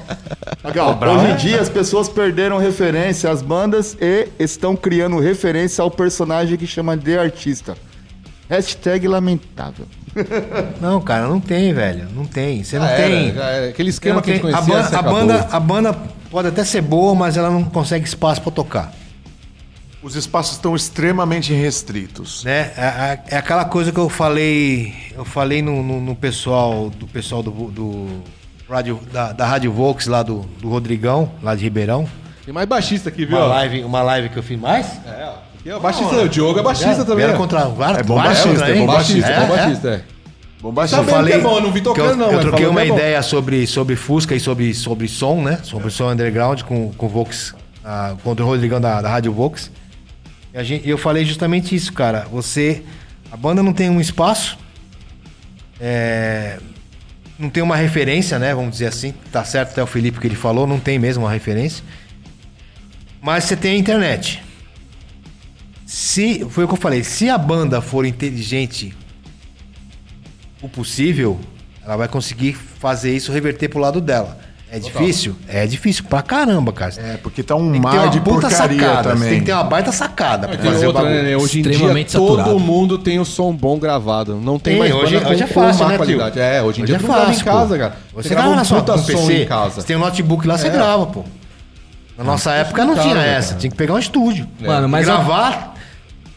C: aqui, ó, hoje em dia as pessoas perderam referência às bandas e estão criando referência ao personagem que chama de artista. Hashtag lamentável.
F: Não, cara, não tem, velho. Não tem. Você não
E: Já era,
F: tem.
E: é, já era.
F: Ah,
E: Aquele
F: é, Você não
E: esquema que a gente
F: tem.
E: conhecia.
F: banda-
E: se
F: a,
E: acabou.
F: banda, a banda pode até ser boa, mas ela não consegue espaço pra tocar.
D: Os espaços estão extremamente restritos.
F: né? É, é- é aquela coisa que eu falei, eu falei no, no- no pessoal do pessoal do, do rádio da, da rádio Vox lá do, do Rodrigão lá de Ribeirão.
E: Tem mais baixista aqui, viu?
F: Uma live, uma live que eu fiz mais.
E: É, ó. Aqui, ó, baixista, o Diogo é baixista
F: Vieram-
E: também.
F: vieram
E: ó.
F: contra vários,
D: É bom
F: vários
D: baixista,
F: contra
D: é
F: mim.
D: bom
E: Baixista,
F: É,
E: é,
F: é.
E: baixista, é.
D: Bombaixa
E: Tá
F: Eu
E: bem.
F: falei
E: que é bom, eu não vi
F: que eu-
E: tocando, não,
F: Eu
E: mas
F: troquei
E: falou que
F: uma
E: é bom.
F: ideia sobre, sobre Fusca e sobre, sobre som, né? Sobre som underground com, com o Vox, ah, contra o Rodrigão da, da Rádio Vox. E a gente- eu falei justamente isso, cara. Você. A banda não tem um espaço. é, não tem uma referência, né? Vamos dizer assim. Tá certo até o Felipe que ele falou, não tem mesmo uma referência. Mas você tem a internet. Se, foi o que eu falei, se a banda for inteligente o possível, ela vai conseguir fazer isso reverter pro lado dela. É difícil? É difícil pra caramba, cara.
D: É, porque tá um
F: Tem que ter
D: mar de
F: uma puta
D: porcaria
F: sacada. Você
D: também.
F: tem que ter uma baita sacada pra
E: Tem
F: fazer o
E: outra,
F: bagulho.
E: né? Hoje em dia
B: Extremamente
E: todo
B: saturado.
E: mundo tem o som bom gravado. Não tem,
F: Tem,
E: mais
F: hoje-
E: banda
F: hoje
E: com-
F: é fácil,
E: com má
F: né, tio?
E: qualidade. É, hoje em dia
F: é
E: tu grava em
F: pô.
E: casa, cara.
F: Você,
E: grava um
F: grava na sua
E: puta
F: com
E: som
F: PC,
E: em casa. É.
F: Você tem um notebook lá, você grava, pô. Na nossa época não tinha
E: inacreditável,
F: essa, tinha que pegar um estúdio.
B: Mano, mas
F: gravar.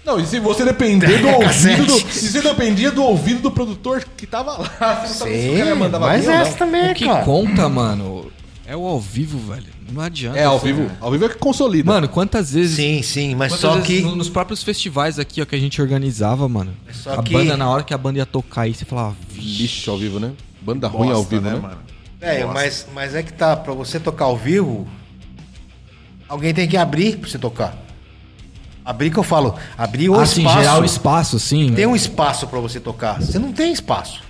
E: Não, e se
F: (laughs)
E: você depender do
F: um Cassete.
E: ouvido do, se você dependia do ouvido do produtor que tava lá, você não sabia se o cara
F: Sim,
E: mandava
F: mas é.
E: bem né? ou não.
F: essa também,
B: O que
F: cara.
B: conta, mano, é o ao vivo, velho. Não adianta.
E: É, ao
B: assim,
E: vivo,
B: né?
E: ao vivo é que consolida.
B: Mano, quantas vezes.
F: Sim, sim, mas
B: quantas
F: É só
B: vezes
F: que. É
B: no- Nos próprios festivais aqui, ó, que a gente organizava, mano.
F: Só
B: a
F: que-
B: banda, na hora que a banda ia tocar aí, você falava, vixe.
E: lixo ao vivo, né? Banda ruim ao vivo, né?
D: mano?
F: É, mas, mas é que tá, pra você tocar ao vivo, alguém tem que abrir pra você tocar. Abrir que eu falo, abrir o
B: Ah, sim,
F: um espaço.
B: gerar o espaço, assim, né? sim.
F: Tem um espaço pra você tocar. Você não tem espaço.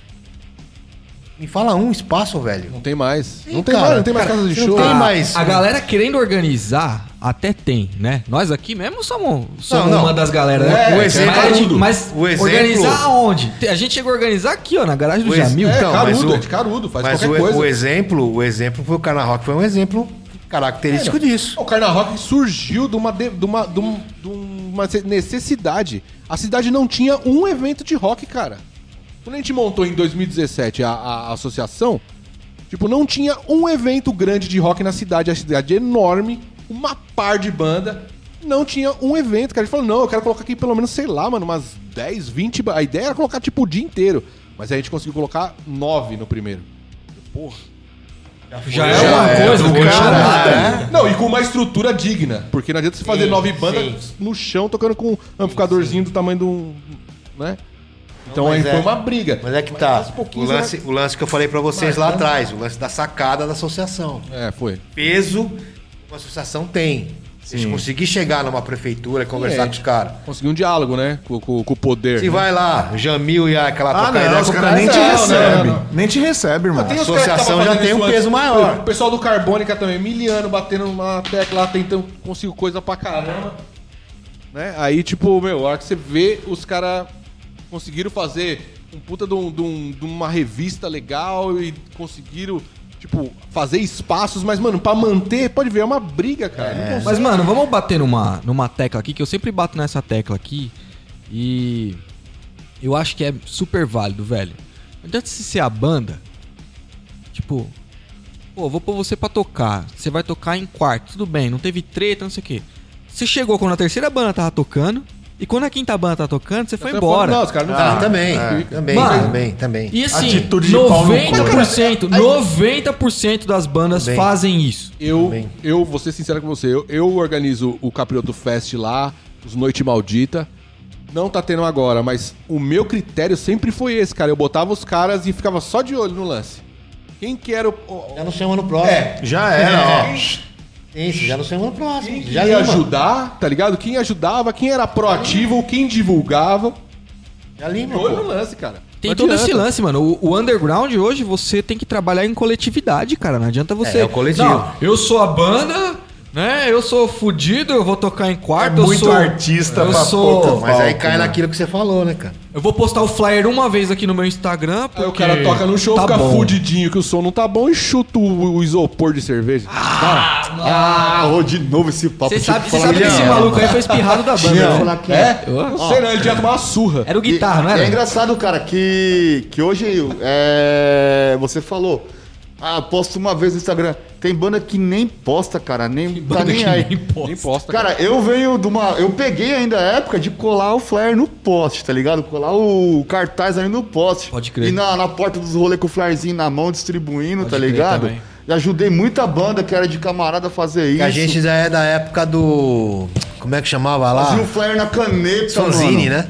F: Me fala um espaço, velho.
E: Não tem mais. não
F: Sim,
E: tem
F: cara.
E: mais, não tem mais
F: Cara,
E: casa de
F: não
E: show.
F: tem
E: Ah,
F: mais.
B: A galera querendo organizar, até tem, né? Nós aqui mesmo somos, somos
F: não.
B: uma das galera, né?
F: É, o exemplo-
B: mas, a gente-
F: tudo.
B: mas
F: O exemplo-
B: organizar aonde? Te- A gente chegou a organizar aqui, ó, na garagem do
F: O ex-
B: Jamil.
E: É,
F: Então, mas
E: carudo,
F: o-
E: é de carudo, faz
F: Mas o,
E: qualquer coisa.
F: o exemplo, o exemplo foi o Carna Rock, foi um exemplo característico disso.
E: O Carna Rock surgiu de uma, de, de uma, de um- de uma necessidade. A cidade não tinha um evento de rock, cara. Quando a gente montou em 2017 a, a associação, tipo, não tinha um evento grande de rock na cidade. A cidade é enorme, uma par de banda. Não tinha um evento, cara. A gente falou, não, eu quero colocar aqui pelo menos, sei lá, mano, umas 10, 20. ba- A ideia era colocar, tipo, o dia inteiro. Mas aí a gente conseguiu colocar 9 no primeiro.
B: Já é uma
D: é,
B: coisa,
D: do
B: porque
D: caralho.
E: Não, e com uma estrutura digna. Porque não adianta você fazer nove bandas no chão tocando com um amplificadorzinho do tamanho de um. né? Então
F: mas
E: aí
F: é.
E: foi uma briga.
F: Mas é que tá.
E: aos
F: O
E: pouquinhos
F: lance, o lance que eu falei pra vocês lá atrás, o lance da sacada da associação.
E: É, foi.
F: Peso uma associação tem. Se conseguir chegar numa prefeitura e conversar
E: É.
F: com os caras.
E: Conseguiu um diálogo, né? Com, com- com o poder.
F: Se
E: né?
F: vai lá, Jamil e aquela
D: Ah,
F: troca
D: não,
F: ideia
D: os
F: com o
D: caras nem te
E: Não, não,
D: recebem.
E: não,
D: Nem te recebe, irmão.
E: Tem os
F: a
E: caras que
F: associação
E: estavam
F: já
E: fazendo
F: tem um
E: isso antes.
F: peso maior.
E: O pessoal do Carbônica também, Emiliano batendo uma tecla lá, tentando conseguir coisa pra caramba. Né? Aí, tipo, meu, a hora que você vê, os caras conseguiram fazer um puta de, um- de um- de uma revista legal e conseguiram, tipo, fazer espaços, mas, mano, pra manter, pode ver, é uma briga, cara. Não consegue.
B: Mas, mano, vamos bater numa, numa tecla aqui, que eu sempre bato nessa tecla aqui. E eu acho que é super válido, velho. Não adianta se ser a banda. Tipo, pô, vou pôr você pra tocar. Você vai tocar em quarto, tudo bem, não teve treta, não sei o quê. Você chegou quando a terceira banda tava tocando, e quando a quinta banda tava tocando, você foi embora.
E: Não, os caras não
F: Ah,
E: ficam.
F: também, também,
B: Mano.
F: também, também.
B: E assim,
D: Atitude de pau no né?
B: 90%, 90% das bandas
F: Bem.
B: fazem isso.
E: Eu,
F: Também.
E: eu vou ser sincero com você, eu, eu organizo o Caprioto Fest lá, os Noite Maldita. Não tá tendo agora, mas o meu critério sempre foi esse, cara. Eu botava os caras e ficava só de olho no lance. Quem que era o. o-
F: Já não chama no próximo.
E: É.
D: Já era, ó.
F: Isso, já no semana próxima.
E: Quem é
F: Já
E: ia
F: lima.
E: ajudar, tá ligado? Quem ajudava, quem era proativo, ou quem divulgava.
F: Já lima,
E: Foi
F: pô.
E: no lance, cara.
B: Tem
E: Não
B: todo
E: adianta.
B: esse lance, mano. O, o underground hoje você tem que trabalhar em coletividade, cara. Não adianta você.
F: É, é o coletivo.
B: Não, eu sou a banda, né? Eu sou fudido, eu vou tocar em quarto.
D: É muito
B: eu sou,
D: artista
B: eu
D: pra
B: sou,
D: pouco.
F: Mas é- aí
D: Palco,
F: cai
D: né?
F: naquilo que você falou, né, cara?
B: Eu vou postar o flyer uma vez aqui no meu
C: É
B: Instagram. Porque
E: Aí o cara toca no show,
B: tá
E: fica
B: bom.
E: fudidinho que o som não tá bom e chuta o, o isopor de cerveja.
C: Ah, ô, de novo esse papo.
B: Você
C: Tinha
B: sabe, você
C: falar
B: sabe que
C: que
B: esse
C: não.
B: maluco aí foi espirrado da banda.
C: Tinha que
B: né?
C: falar que
E: é?
B: Eu-
E: Não sei, não. Ele devia tomar uma surra.
B: Era o
C: E-
B: guitarra, não era?
C: É engraçado, cara, que, que hoje é, você falou. Ah, posto uma vez no Instagram. Tem banda que nem posta, cara. Nem, tá nem aí.
E: Nem posta.
C: Cara, eu venho de uma. Eu peguei ainda a época de colar o flyer no poste, tá ligado? Colar o cartaz ali no poste.
B: Pode crer.
C: E na, na porta dos rolês com o flyerzinho na mão, distribuindo,
B: Pode
C: tá
B: crer
C: ligado?
B: também.
C: E ajudei muita banda que era de camarada a fazer
F: Que
C: isso.
F: a gente já é da época do. Como é que chamava lá?
C: Fazia o flyer na caneta,
E: tá
C: mano.
F: Sonzine, né?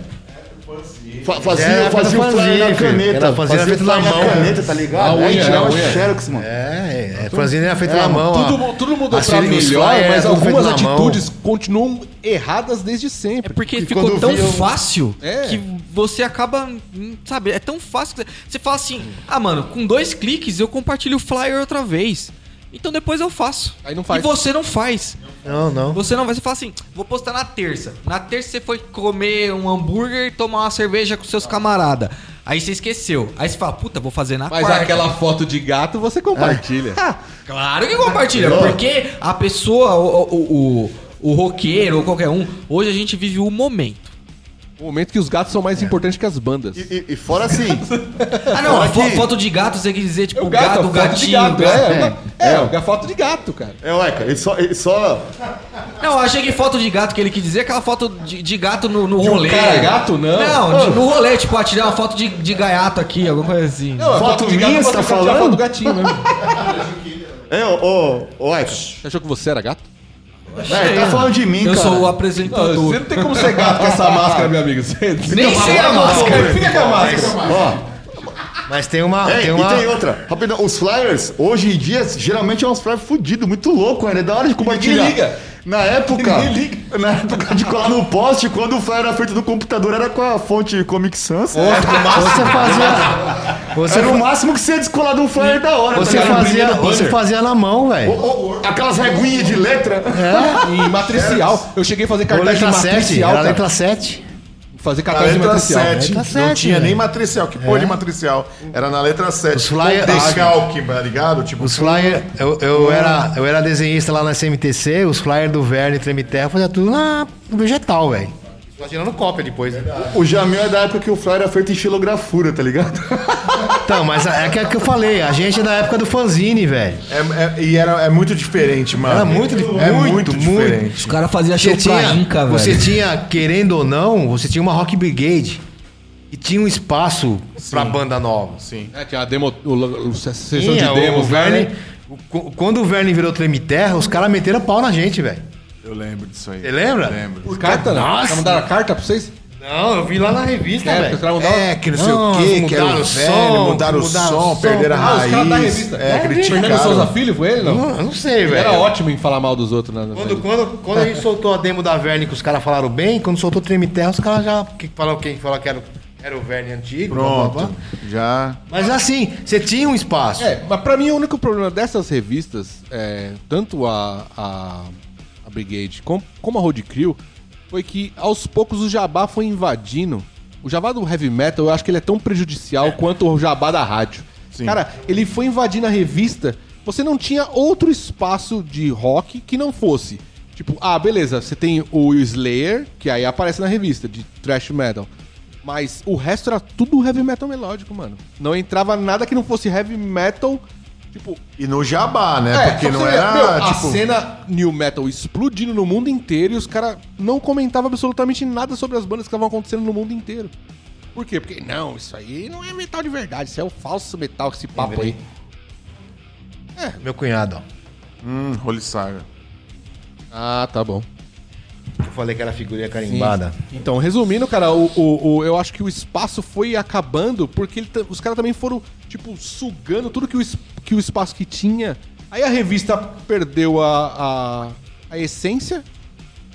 C: Fa- fazia
F: Era a
C: fazia o
F: época do
C: flyer na
F: fanzine, filho.
C: caneta.
F: Era fazer na
C: fazia o
F: feita na
C: flyer na
F: mão.
C: caneta, tá ligado?
E: A
C: Aí
E: unha, a
C: tirava
E: unha.
C: xerox, mano.
E: Tá
F: É, é franzina era feita
C: É,
F: na mão.
E: Tudo,
F: ó.
E: mu- tudo mudou
F: As
E: pra
F: filas- os
E: melhor,
F: flyers eram
E: mas
F: é, tudo feito
E: algumas
F: na mão.
E: atitudes continuam erradas desde sempre.
B: É porque
C: E
B: ficou
C: quando
B: tão
C: vi, eu-
B: fácil
E: É.
B: que você acaba. hum, Sabe, é tão fácil que você- você fala assim: ah, mano, com dois cliques eu compartilho o flyer outra vez. Então depois eu faço.
E: Aí não faz.
B: E você não faz.
F: Não, não.
B: Você não vai. Você fala assim: vou postar na terça. Na terça você foi comer um hambúrguer e tomar uma cerveja com seus camaradas. Aí você esqueceu. Aí você fala: puta, vou fazer na
E: Mas
B: quarta.
E: aquela foto de gato você compartilha.
B: (laughs) Claro que compartilha, porque a pessoa, o, o, o, o roqueiro ou qualquer um, hoje a gente vive o momento. É.
E: O momento que os gatos são mais importantes que as bandas.
C: E, e- e fora assim.
B: Ah, não,
C: Olha
B: fo-
C: aqui.
B: foto de gato, você quer dizer, tipo,
E: o
B: gato,
E: gato, foto de
B: gatinho.
E: gato,
B: gato.
E: é. É, é, é foto de gato, cara.
C: é, ué, cara, ele só. Ele só
B: Não, eu achei que foto de gato que ele quis dizer é aquela foto de, de gato no, no
E: um
B: rolê.
E: cara gato, não.
B: Não, de- no rolê, tipo, ah, tirar uma foto de, de gaiato aqui, alguma coisa assim.
E: Não,
C: Foto minha, você tá
E: tirar
C: falando?
E: foto do gatinho mesmo.
C: é, ô, ô, ô, Eca.
E: Você
D: tá
E: achou que você era gato?
C: É, tá falando de mim,
B: eu
C: cara.
B: sou o
E: Não,
B: apresentador.
E: você não tem como ser gato com essa máscara, meu amigo. Você
B: Nem sei a máscara.
E: Fica com a máscara.
C: Ó,
F: Mas tem uma.
C: é,
F: tem
C: e
F: uma...
C: tem outra. Rapidão, os flyers, hoje em dia, geralmente é uns flyers fudidos, muito louco, ainda. É da hora de compartilhar.
E: liga.
C: Na época.
E: Ninguém liga.
C: Na época de colar no poste, quando o flyer era feito do computador, era com a fonte Comic Sans.
F: Você fazia. Você,
C: Era o máximo que você ia descolar de um flyer da hora.
F: você
C: tá ligado?
F: fazia,
C: Primeiro
F: você
C: banner.
F: fazia na mão, velho.
C: Ô, ô, Aquelas reguinhas de letra.
E: Em matricial. Eu cheguei a fazer
F: Ou
E: cartaz de
F: letra 7,
E: matricial,
F: era
E: cara.
F: letra 7.
E: Fazer
D: Na
E: cartaz de
D: letra
E: matricial.
D: 7.
F: né? Letra
D: não
F: sete,
D: tinha nem
F: velho. É.
D: matricial. Que porra de matricial? Era na letra 7.
F: Os flyer-
D: Decalque, tá ligado? Tipo,
F: Os flyers, eu, eu, era, eu era desenhista lá na SMTC, os flyers do Verne Treme Terra fazia tudo na, no vegetal, velho. Só tirando cópia depois.
E: né?
C: O Jamil é da época que o flyer era feito em xilografura, tá ligado? (laughs)
F: Então, mas é que, é que eu falei, a gente é da época do fanzine, velho.
D: é- é- e era, é muito diferente, mano.
F: Era muito dif-
D: É muito,
F: muito, muito.
D: diferente.
B: Os caras faziam show pra Inca, velho.
F: você tinha, querendo ou não, você tinha uma Rock Brigade e tinha um espaço pra banda nova.
D: Sim.
E: É, tinha a demo, o, o, a sessão
F: Tinha,
E: de
F: é, o,
E: demos,
F: Verne,
E: né?
F: o- qu- quando o Verne virou Treme Terra, os caras meteram pau na gente, velho.
D: Eu lembro disso aí.
F: Você lembra?
D: Lembro.
E: Por carta, né?
F: Nossa.
E: Já mandaram a carta pra vocês?
F: Não, eu vi lá na revista,
E: É, porque os caras mandaram...
D: É, que não sei
F: Não,
D: o quê, que era
F: mudaram
D: o
F: o
D: velho,
F: som,
D: mudaram, o
F: mudaram
D: som,
F: o som.
D: perderam a
E: Ah, os
D: raiz.
E: caras da revista.
D: É,
E: É,
D: criticaram.
E: Fernando Souza Filho foi ele, não? É.
F: Eu não sei,
E: Ele
F: velho.
E: era ótimo em falar mal dos outros. Né?
F: Quando, quando, quando a gente soltou a demo da Verne que os caras falaram bem, quando soltou o Treme Terra, os caras já. Que falaram quem falou que era, o- era o Verne antigo. blá, blá,
D: Pronto.
F: blá.
D: Já.
F: Mas assim, você tinha um espaço.
E: É, mas pra mim o único problema dessas revistas, é, tanto a, a, a Brigade com- como a Road Crew, foi que aos poucos o Jabá foi invadindo. O Jabá do Heavy Metal, eu acho que ele é tão prejudicial quanto o Jabá da rádio.
D: Sim.
E: Cara, ele foi invadindo a revista. Você não tinha outro espaço de rock que não fosse. Tipo, ah, beleza, você tem o Slayer, que aí aparece na revista, de thrash metal. Mas o resto era tudo heavy metal melódico, mano. Não entrava nada que não fosse heavy metal. Tipo, é,
D: E no Jabá, né? Porque
E: só pra
D: não
E: você ver,
D: era,
E: meu,
D: tipo...
E: A cena new metal explodindo no mundo inteiro e os caras não comentavam absolutamente nada sobre as bandas que estavam acontecendo no mundo inteiro. Por quê? Porque, não, isso aí não é metal de verdade, isso é o falso metal, esse papo aí.
F: Meu cunhado, ó.
D: Hum, Holy Saga.
E: Ah, tá bom.
F: Eu falei que era figurinha carimbada.
E: Então, resumindo, cara, o, o- o- eu acho que o espaço foi acabando porque ele ta- os caras também foram, tipo, sugando tudo que o, es- que o espaço que tinha Aí a revista perdeu a, a, a essência,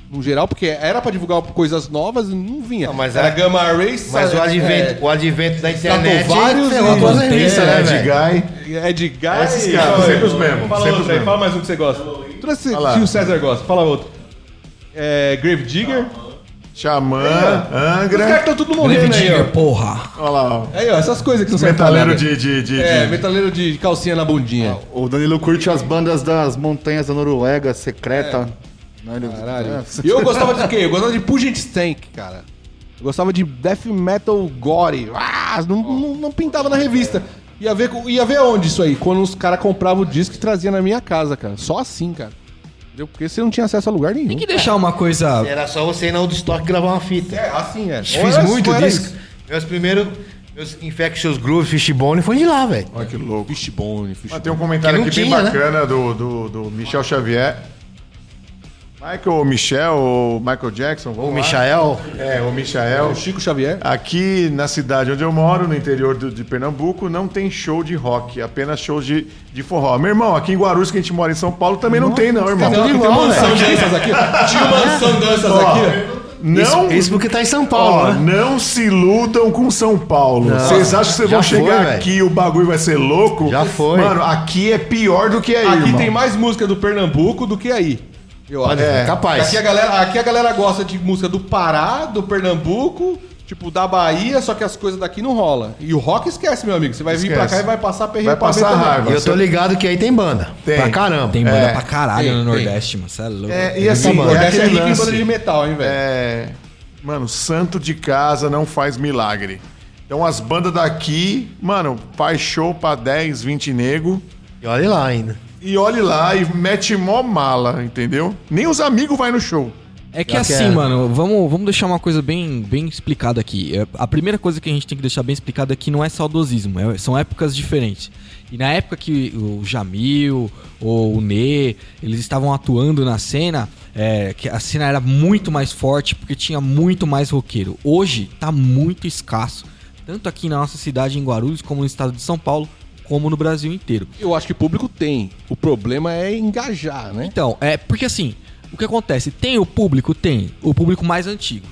E: no geral, porque era pra divulgar coisas novas e não vinha.
F: Não, mas
E: era
F: a-
E: Gamma Race,
F: Mas o advento, o advento da internet
E: vários
F: ferrou com as
E: livros,
F: revistas, né, velho?
E: é de gás.
D: Esses caras,
E: Fala aí.
D: sempre os mesmos, sempre
E: Fala outro
D: os
E: aí,
D: mesmos.
E: fala mais um que você gosta. Tudo esse
D: Fala.
E: que o César gosta, fala outro. É, Grave Digger.
D: Xamã,
E: Os caras
D: Angra.
E: estão tudo morrendo aí, ó.
B: porra.
D: Olha lá, ó.
E: Aí, ó, essas coisas que não são
D: Metaleiro
E: faladas.
D: de. de, de,
E: É,
D: de-
E: metaleiro de calcinha na bundinha.
C: O Danilo curte as bandas das montanhas da Noruega, secreta. Né, ele-
E: Caralho.
C: É.
E: E eu gostava de quê? Eu gostava de Pugent Stank, cara. Eu gostava de death metal gore. Ah, não, não- não pintava na revista. Ia ver, com- ia ver onde isso aí? Quando os caras compravam o disco e traziam na minha casa, cara. Só assim, cara. Entendeu? Porque você não tinha acesso a lugar nenhum.
B: Tem que deixar uma coisa.
F: Era só você ir na Woodstock gravar uma fita.
E: É, assim, é. Ou
F: Fiz
E: era-
F: muito
E: ou era
F: disco.
E: isso.
F: Meus primeiros... Meus Infectious Groove, Fishbone, foi de lá, velho.
D: Olha que louco.
E: Fishbone,
D: Ah,
E: fishbone.
D: tem um comentário
F: Que não
D: aqui bem
F: tinha, né?
D: bacana do, do, do Michel Xavier. Michael, Michel, ou Michael Jackson, vamos
F: O
D: lá.
F: Michael,
D: É, o Michael.
E: O Chico Xavier.
D: Aqui na cidade onde eu moro, no interior do- de Pernambuco, não tem show de rock, apenas shows de, de forró. Meu irmão, aqui em Guarulhos, que a gente mora em São Paulo, também não tem, não, irmão.
E: Não, tem uma mansão de danças aqui. Tinha uma mansão de danças aqui.
D: Não,
F: isso porque tá em São Paulo,
D: ó,
F: né?
D: não se iludam com São Paulo. Vocês acham que vocês
F: Já
D: vão
F: foi,
D: chegar
F: velho.
D: aqui e o bagulho vai ser louco?
F: Já foi.
D: Mano, aqui é pior do que aí,
E: Aqui
D: irmão.
E: tem mais música do Pernambuco do que aí. Eu acho.
F: É, capaz.
E: Aqui a, galera, aqui a galera gosta de música do Pará, do Pernambuco, tipo da Bahia, só que as coisas daqui não rola. E o rock esquece, meu amigo. Você vai vir pra
D: Esquece.
E: cá e vai passar perreio
D: Vai
E: pra ver
D: passar
E: também.
D: raiva.
F: E eu tô ligado que aí tem banda.
D: Tem.
F: Pra caramba.
B: Tem banda
D: É,
B: pra caralho
E: tem,
B: no
E: tem.
B: Nordeste, mano. Você é louco.
D: É, e assim,
E: O
D: é
E: Nordeste é
D: aquele
E: rico em banda
D: lance.
E: de metal, hein, velho?
D: É. Mano, santo de casa não faz milagre. Então as bandas daqui, mano, faz show pra 10, 20 nego.
F: E olha lá ainda.
D: E olhe lá e mete mó mala, entendeu? Nem os amigos vai no show.
B: É que
F: Já
B: assim,
F: quero.
B: mano, vamos, vamos deixar uma coisa bem, bem explicada aqui. É, A primeira coisa que a gente tem que deixar bem explicada é que não é saudosismo, é- são épocas diferentes. E na época que o Jamil ou o Nê, eles estavam atuando na cena, é, que a cena era muito mais forte porque tinha muito mais roqueiro. Hoje tá muito escasso, tanto aqui na nossa cidade em Guarulhos, como no estado de São Paulo, como no Brasil inteiro.
E: Eu acho que público tem. O problema é engajar, né?
B: Então, é porque assim, o que acontece? Tem o público, tem o público mais antigo.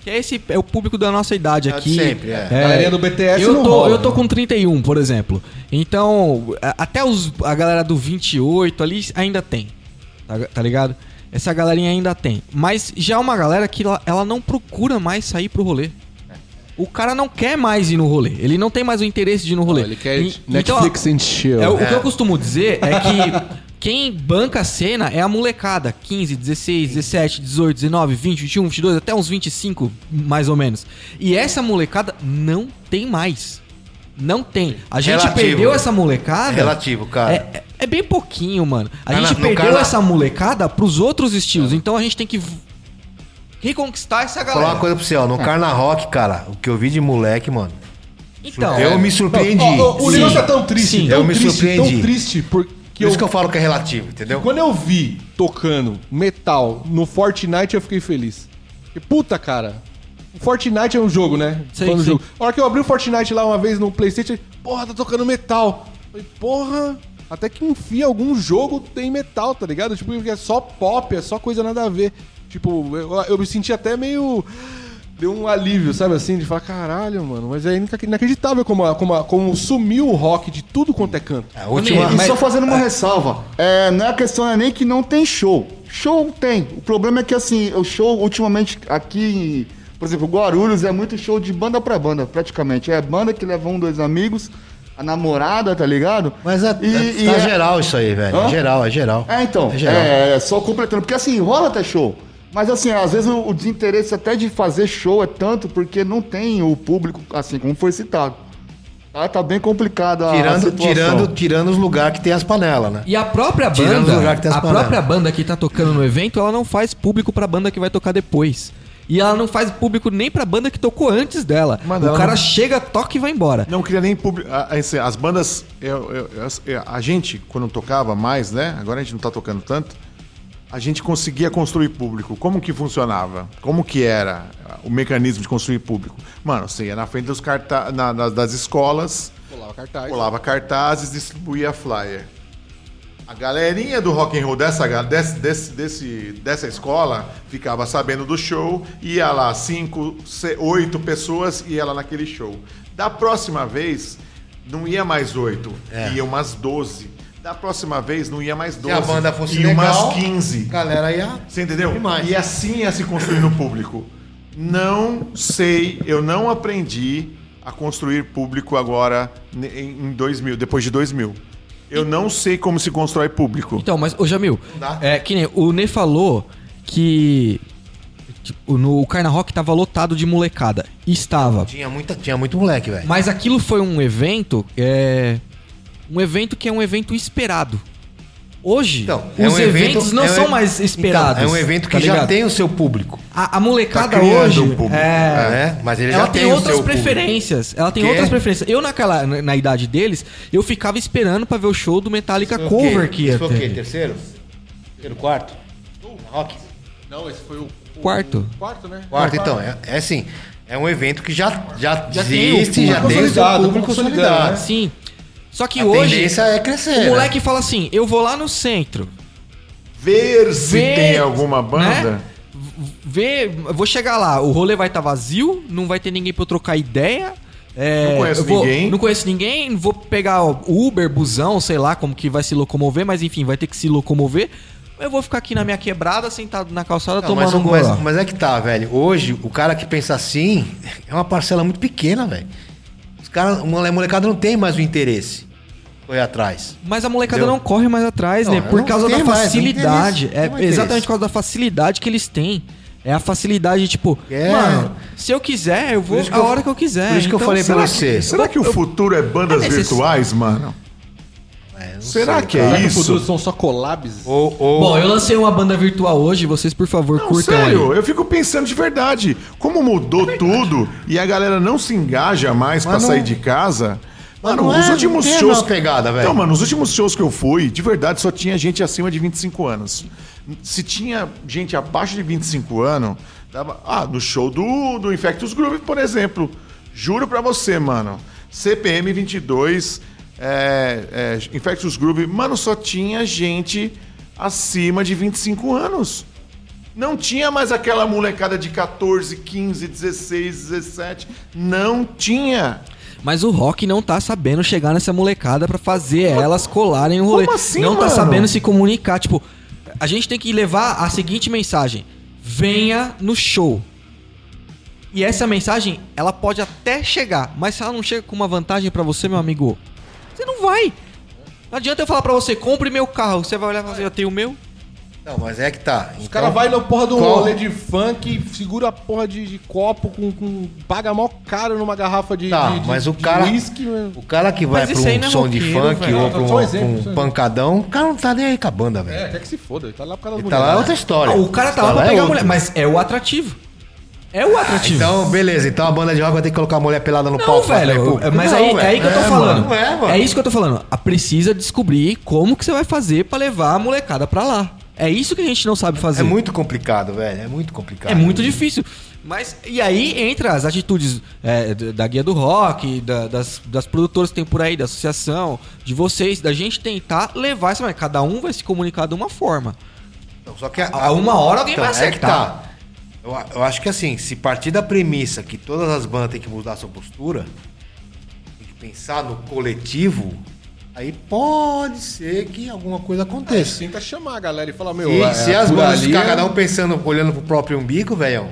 B: Que é esse é o público da nossa idade
F: É o de
B: aqui.
F: sempre, é.
E: Galerinha do BTS
B: eu
E: não
B: tô,
E: rola,
B: eu tô
E: né?
B: com 31, por exemplo. Então, a- até os a galera do 28 ali ainda tem. Tá, tá ligado? Essa galerinha ainda tem, mas já é uma galera que ela, ela não procura mais sair pro rolê. O cara não quer mais ir no rolê. Ele não tem mais o interesse de ir no rolê.
E: Ele quer
B: E- então,
E: Netflix and chill.
B: é, o o que eu costumo dizer é
F: (laughs)
B: que quem banca a cena é a molecada. 15, 16, 17, 18, 19, 20, 21, 22, até uns 25, mais ou menos. E essa molecada não tem mais. Não tem. A gente
F: Relativo.
B: perdeu essa molecada.
F: Relativo, cara.
B: É, é- é bem pouquinho, mano. A
F: Mas
B: gente
F: na- no
B: perdeu
F: cara-
B: essa molecada pros outros estilos. Então a gente tem que v- reconquistar essa
F: Vou falar
B: galera.
F: uma coisa pra você, ó. No Carna Rock, cara, o que eu vi de moleque, mano.
B: Então,
F: eu me surpreendi.
E: Ó, ó, o
F: Sim.
E: negócio é tão triste,
F: Sim,
E: tão
F: eu me
E: triste,
F: surpreendi.
E: é tão triste, porque
F: Por isso que eu falo que é relativo, entendeu?
E: Quando eu vi tocando metal no Fortnite, eu fiquei feliz. Porque, puta, cara. O Fortnite é um jogo, né?
B: Sei,
E: Falando
B: sei.
E: jogo. A hora que eu abri o Fortnite lá uma vez no PlayStation, porra, tá tocando metal. Falei, porra. Até que enfim, algum jogo tem metal, tá ligado? Tipo, porque é só pop, é só coisa nada a ver. Tipo, eu, eu me senti até meio. Deu um alívio, sabe assim? De falar, caralho, mano. Mas é inac- inacreditável como, a- como, a- como sumiu o rock de tudo quanto é canto.
F: A última...
C: E só fazendo uma ressalva, é, não é a questão é nem que não tem show. Show tem. O problema é que assim, o show ultimamente aqui, em, por exemplo, Guarulhos é muito show de banda pra banda, praticamente. É banda que leva um, dois amigos, a namorada, tá ligado?
F: Mas é,
C: E-
F: tá
C: e é-
F: geral isso aí, velho.
C: Hã?
F: É geral, é geral.
C: É, então,
F: É
C: é,
F: geral.
C: é, só completando, porque assim, rola até show. Mas assim, às vezes o, o desinteresse até de fazer show é tanto porque não tem o público, assim, como foi citado. Tá, tá bem complicado a, a
F: Tirando,
C: situação.
F: tirando, tirando os lugares que tem as panelas, né?
B: E a própria
F: Tirando
B: banda,
F: o lugar que tem as
B: a
F: panelas.
B: própria banda que tá tocando no evento, ela não faz público pra banda que vai tocar depois. E ela não faz público nem pra banda que tocou antes dela.
D: Mano,
B: o
D: ela
B: cara
D: não-
B: chega, toca e vai embora.
D: Não queria nem publicar. As bandas. eu- eu- eu- a gente, quando tocava mais, né? Agora a gente não tá tocando tanto. A gente conseguia construir público. Como que funcionava? Como que era o mecanismo de construir público? Mano, você ia na frente dos carta na- na- das escolas,
E: Colava cartaz.
D: colava cartazes, distribuía flyer. A galerinha do rock and roll dessa, ga- desse, desse, desse- dessa escola ficava sabendo do show, ia lá cinco, se- oito pessoas ia lá naquele show. Da próxima vez, não ia mais oito,
F: É.
D: ia umas doze. Da próxima vez, não ia mais
F: Se
D: doze.
F: a banda fosse
D: ia
F: legal,
D: umas quinze.
F: galera ia.
D: Você entendeu?
F: Demais.
D: E assim é se construir no público. Não sei, eu não aprendi a construir público agora ne- em em 2000, depois de 2000. Eu não sei como se constrói público.
B: Então, mas, ô Jamil,
F: dá.
B: é, que nem o Ney falou que tipo, no, o Carna Rock tava lotado de molecada. E Estava.
F: Tinha, muita, tinha muito moleque, velho.
B: Mas aquilo foi um evento, é, um evento que é um evento esperado. Hoje,
F: Então, é
B: os
F: um evento-
B: eventos não
F: é um
B: são
F: ev-
B: mais esperados.
F: Então, é um evento que
B: tá
F: já
B: ligado?
F: tem o seu público.
B: A, a molecada
D: Tá criando
B: hoje.
D: um público.
B: é,
F: né? Mas ele
B: ela
F: já
B: tem,
F: tem, o
B: outras
F: seu público.
B: preferências. Ela tem
F: Quê?
B: outras preferências. Eu, naquela, na, na idade deles, eu ficava esperando pra ver o show do Metallica
F: Foi o quê?
B: Tá cover que ia
F: Esse foi o quê?
B: ter.
F: Terceiro? Terceiro, quarto? Rock.
E: Não, esse foi o. o-
B: Quarto.
E: o quarto, né?
F: Quarto, então. É, é assim, é um evento que já, já,
B: Já tem o
F: existe, já
B: público
F: tem o seu
G: consolidado,
F: público
G: consolidado,
F: consolidado.
B: Sim. Só que
F: A
B: hoje,
F: tendência é crescer.
B: o
F: né?
B: moleque fala assim: eu vou lá no centro,
D: Ver se
B: Ver-
D: tem alguma banda.
B: né? V- Ver, vou chegar lá, o rolê vai estar vazio, não vai ter ninguém pra eu trocar ideia. é,
D: Não conheço
B: eu vou-
D: ninguém.
B: Não conheço ninguém, vou pegar ó, Uber, busão, sei lá como que vai se locomover, mas enfim, vai ter que se locomover. Eu vou ficar aqui na minha quebrada, sentado na calçada,
F: Não, mas,
B: tomando um
F: mas-
B: goró.
F: mas é que tá, velho. Hoje, o cara que pensa assim é uma parcela muito pequena, velho. Os caras, o mole- molecada não tem mais o interesse. Foi atrás.
B: Mas a molecada
F: Entendeu?
B: não corre mais atrás,
F: Não,
B: né? Por
F: não
B: causa
F: tem
B: da
F: mais, não
B: facilidade.
F: interessa, não tem
B: é
F: mais
B: exatamente
F: interesse.
B: por causa da facilidade que eles têm. É a facilidade, tipo,
F: É.
B: mano, se eu quiser, eu vou
F: isso que
B: a
F: eu-
B: hora que eu quiser. Então,
F: por isso que eu falei pra
B: será
F: você.
D: Será que o futuro é bandas
B: É necess-
D: virtuais, mano?
F: É, não
D: Será
F: sei,
D: que
E: Será
D: é
E: que o futuro
D: isso?
E: são só collabs?
F: Ou, ou-
B: Bom, eu lancei uma banda virtual hoje, vocês, por favor,
D: Não,
B: curtam
F: é
D: sério,
B: aí.
D: eu fico pensando de verdade. Como mudou tudo e a galera não se engaja mais pra
F: Mas não-
D: sair de casa.
F: Mas
D: Mano,
F: não é-
D: os últimos
F: não tem a
D: shows.
F: mesma pegada, velho.
D: Então, mano, os últimos shows que eu fui, de verdade, só tinha gente acima de 25 anos. Se tinha gente abaixo de 25 anos, tava. Ah, no show do, do Infectus Groove, por exemplo. Juro pra você, mano. CPM 22, é, é, Infectus Groove, mano, só tinha gente acima de 25 anos. Não tinha mais aquela molecada de 14, 15, 16, 17. Não tinha.
B: Mas o rock não tá sabendo chegar nessa molecada pra fazer elas colarem o rolê.
D: Como assim,
B: não tá
D: mano?
B: sabendo se comunicar. Tipo, a gente tem que levar a seguinte mensagem: venha no show. E essa mensagem, ela pode até chegar, mas se ela não chega com uma vantagem pra você, meu amigo, você não vai. Não adianta eu falar pra você, compre meu carro. Você vai olhar e falar assim, eu tenho o meu.
F: Não, mas é que tá. Então,
E: Os caras vai na porra do
F: qual-
E: rolê de funk, segura a porra de, de copo, com, com- paga mó caro numa garrafa de,
F: Tá,
E: de, de-
F: mas o
E: de
F: cara-
E: whisky, né? mano.
F: O cara que vai
B: Mas
F: pra
B: isso aí não
F: um
B: é
F: som de
B: roqueiro,
F: funk
B: velho.
F: ou
E: Não,
F: pra
E: só
F: um,
E: um exemplo,
F: pra um
E: só um exemplo.
F: pancadão, o cara não tá nem aí com a banda,
E: É,
F: velho.
E: até que se foda, ele tá lá por causa
F: Ele
E: das
F: tá lá é
E: mulheres.
F: outra história.
B: Ah, o cara tá lá pra
F: é
B: pegar a
F: outro.
B: mulher, mas é o atrativo. É o atrativo.
F: Então, beleza. Então a banda de rock vai ter que colocar a mulher pelada no
B: Não,
F: palco. pra atrair
B: velho.
F: público?
B: Mas
F: Não,
B: aí,
F: velho.
B: é aí que eu tô
F: É,
B: falando.
F: mano. Não é, mano.
B: isso que eu tô falando. Ah, Precisa descobrir como que você vai fazer pra levar a molecada pra lá. É isso que a gente não sabe fazer.
F: É muito complicado, velho. É muito complicado.
B: É muito difícil. Mas, e aí entra as atitudes é, d- da guia do rock, da- das, das produtoras que tem por aí, da associação, de vocês, da gente tentar levar essa. mas Cada um vai se comunicar de uma forma.
F: Então, Só que a,
B: A uma hora alguém vai
F: é que
B: acertar.
F: tá. Eu, a- eu acho que assim, se partir da premissa que todas as bandas têm que mudar sua postura, tem que pensar no coletivo, aí pode ser que alguma coisa aconteça.
E: Tenta é chamar a galera e falar, meu,
F: E
E: é,
F: se as
E: por
F: bandas
E: ali
F: ficar
E: é-
F: cada um pensando, olhando pro próprio umbigo, velho,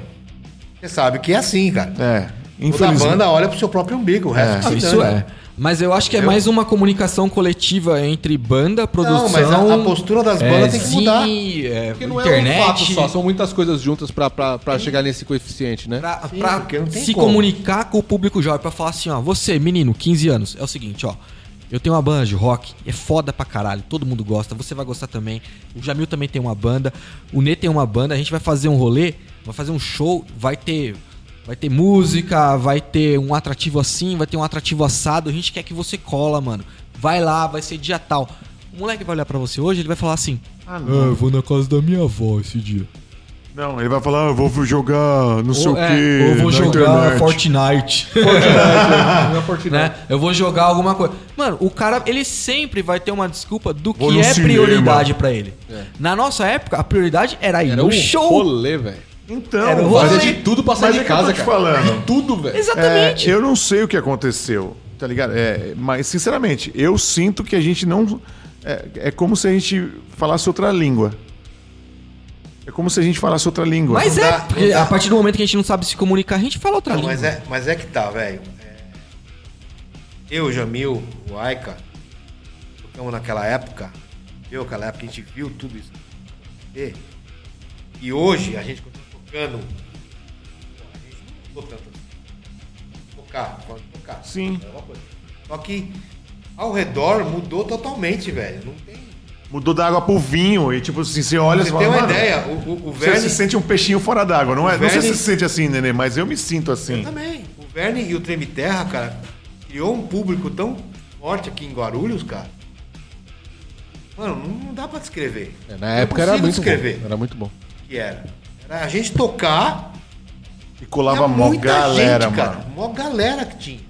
F: você sabe que é assim, cara.
D: É,
F: Toda
D: infelizmente.
F: banda olha pro seu próprio umbigo, o resto
D: É.
F: que se
B: Isso
F: dane.
B: é. Mas eu acho que é mais uma comunicação coletiva entre banda, produção.
F: Não, mas a, a postura das bandas tem que mudar.
B: Sim, é,
E: Porque não
B: internet,
E: é um fato só, são muitas coisas juntas pra, pra, pra chegar nesse coeficiente, né?
B: pra,
F: Sim,
B: pra
F: porque não tem
B: se
F: como.
B: comunicar com o público jovem, pra falar assim, ó, você, menino, 15 anos, é o seguinte, ó, eu tenho uma banda de rock, é foda pra caralho, todo mundo gosta, você vai gostar também, o Jamil também tem uma banda, o Nê tem uma banda, a gente vai fazer um rolê, vai fazer um show, vai ter... Vai ter música, vai ter um atrativo assim, vai ter um atrativo assado. A gente quer que você cola, mano. Vai lá, vai ser dia tal. "É, O moleque vai olhar pra você hoje, ele vai falar assim: Ah, eu vou na casa da minha avó esse dia.
D: Não, ele vai falar, "Ah, eu vou jogar não sei o
B: Ou- é,
D: quê.
B: ou vou
D: na
B: jogar
D: internet."
B: (laughs) Fortnite.
G: Minha Fortnite.
B: né? Eu vou jogar alguma coisa. Mano, o cara, ele sempre vai ter uma desculpa do
D: Vou
B: que
D: no
B: é
D: cinema.
B: prioridade pra ele. Na nossa época, a prioridade era ir
E: Era
F: é
B: no
E: um
B: show.
E: rolê, velho.
D: Então,
B: Era um
D: mas-
B: rolê.
G: Fazia de tudo pra sair
D: mas
G: de
D: é que eu
G: casa,
D: tô te
G: cara.
D: falando.
E: (laughs) Tudo, velho.
B: Exatamente.
D: É, eu não sei o que aconteceu, tá ligado? É, mas, sinceramente, eu sinto que a gente não. É, é como se a gente falasse outra língua. É como se a gente falasse outra língua.
B: Mas
F: Não
B: é,
F: dá, não
B: porque
F: dá.
B: a partir do momento que a gente não sabe se comunicar, a gente fala outra
F: Não,
B: língua.
F: mas é, mas é que tá, velho. É, Eu, Jamil, o Aika, tocamos naquela época, eu, aquela época, a gente viu tudo isso. E, e hoje a gente continua tocando. Pô, A gente não mudou tanto. assim. Tocar, pode tocar.
D: Sim.
F: É uma coisa. Só que ao redor mudou totalmente, velho. Não tem.
D: Mudou da água pro vinho e, tipo assim, você olha e
F: Você
D: fala.
F: tem uma
D: "Mano,
F: ideia, o, o, o
D: Você
F: Verne.
D: se sente um peixinho fora d'água, não é? Não sei se
F: Verne-
D: você se sente assim, Nenê, mas eu me sinto assim.
F: Também. O Verne e o Treme Terra, cara, criou um público tão forte aqui em Guarulhos, cara. Mano, não, não dá pra descrever.
E: É, na época era
F: consigo
E: muito
F: descrever.
E: bom. Era muito bom.
F: o que era. Era a gente tocar.
D: E colava
F: tinha
D: mó galera, mano.
F: gente, cara. Mó galera que tinha.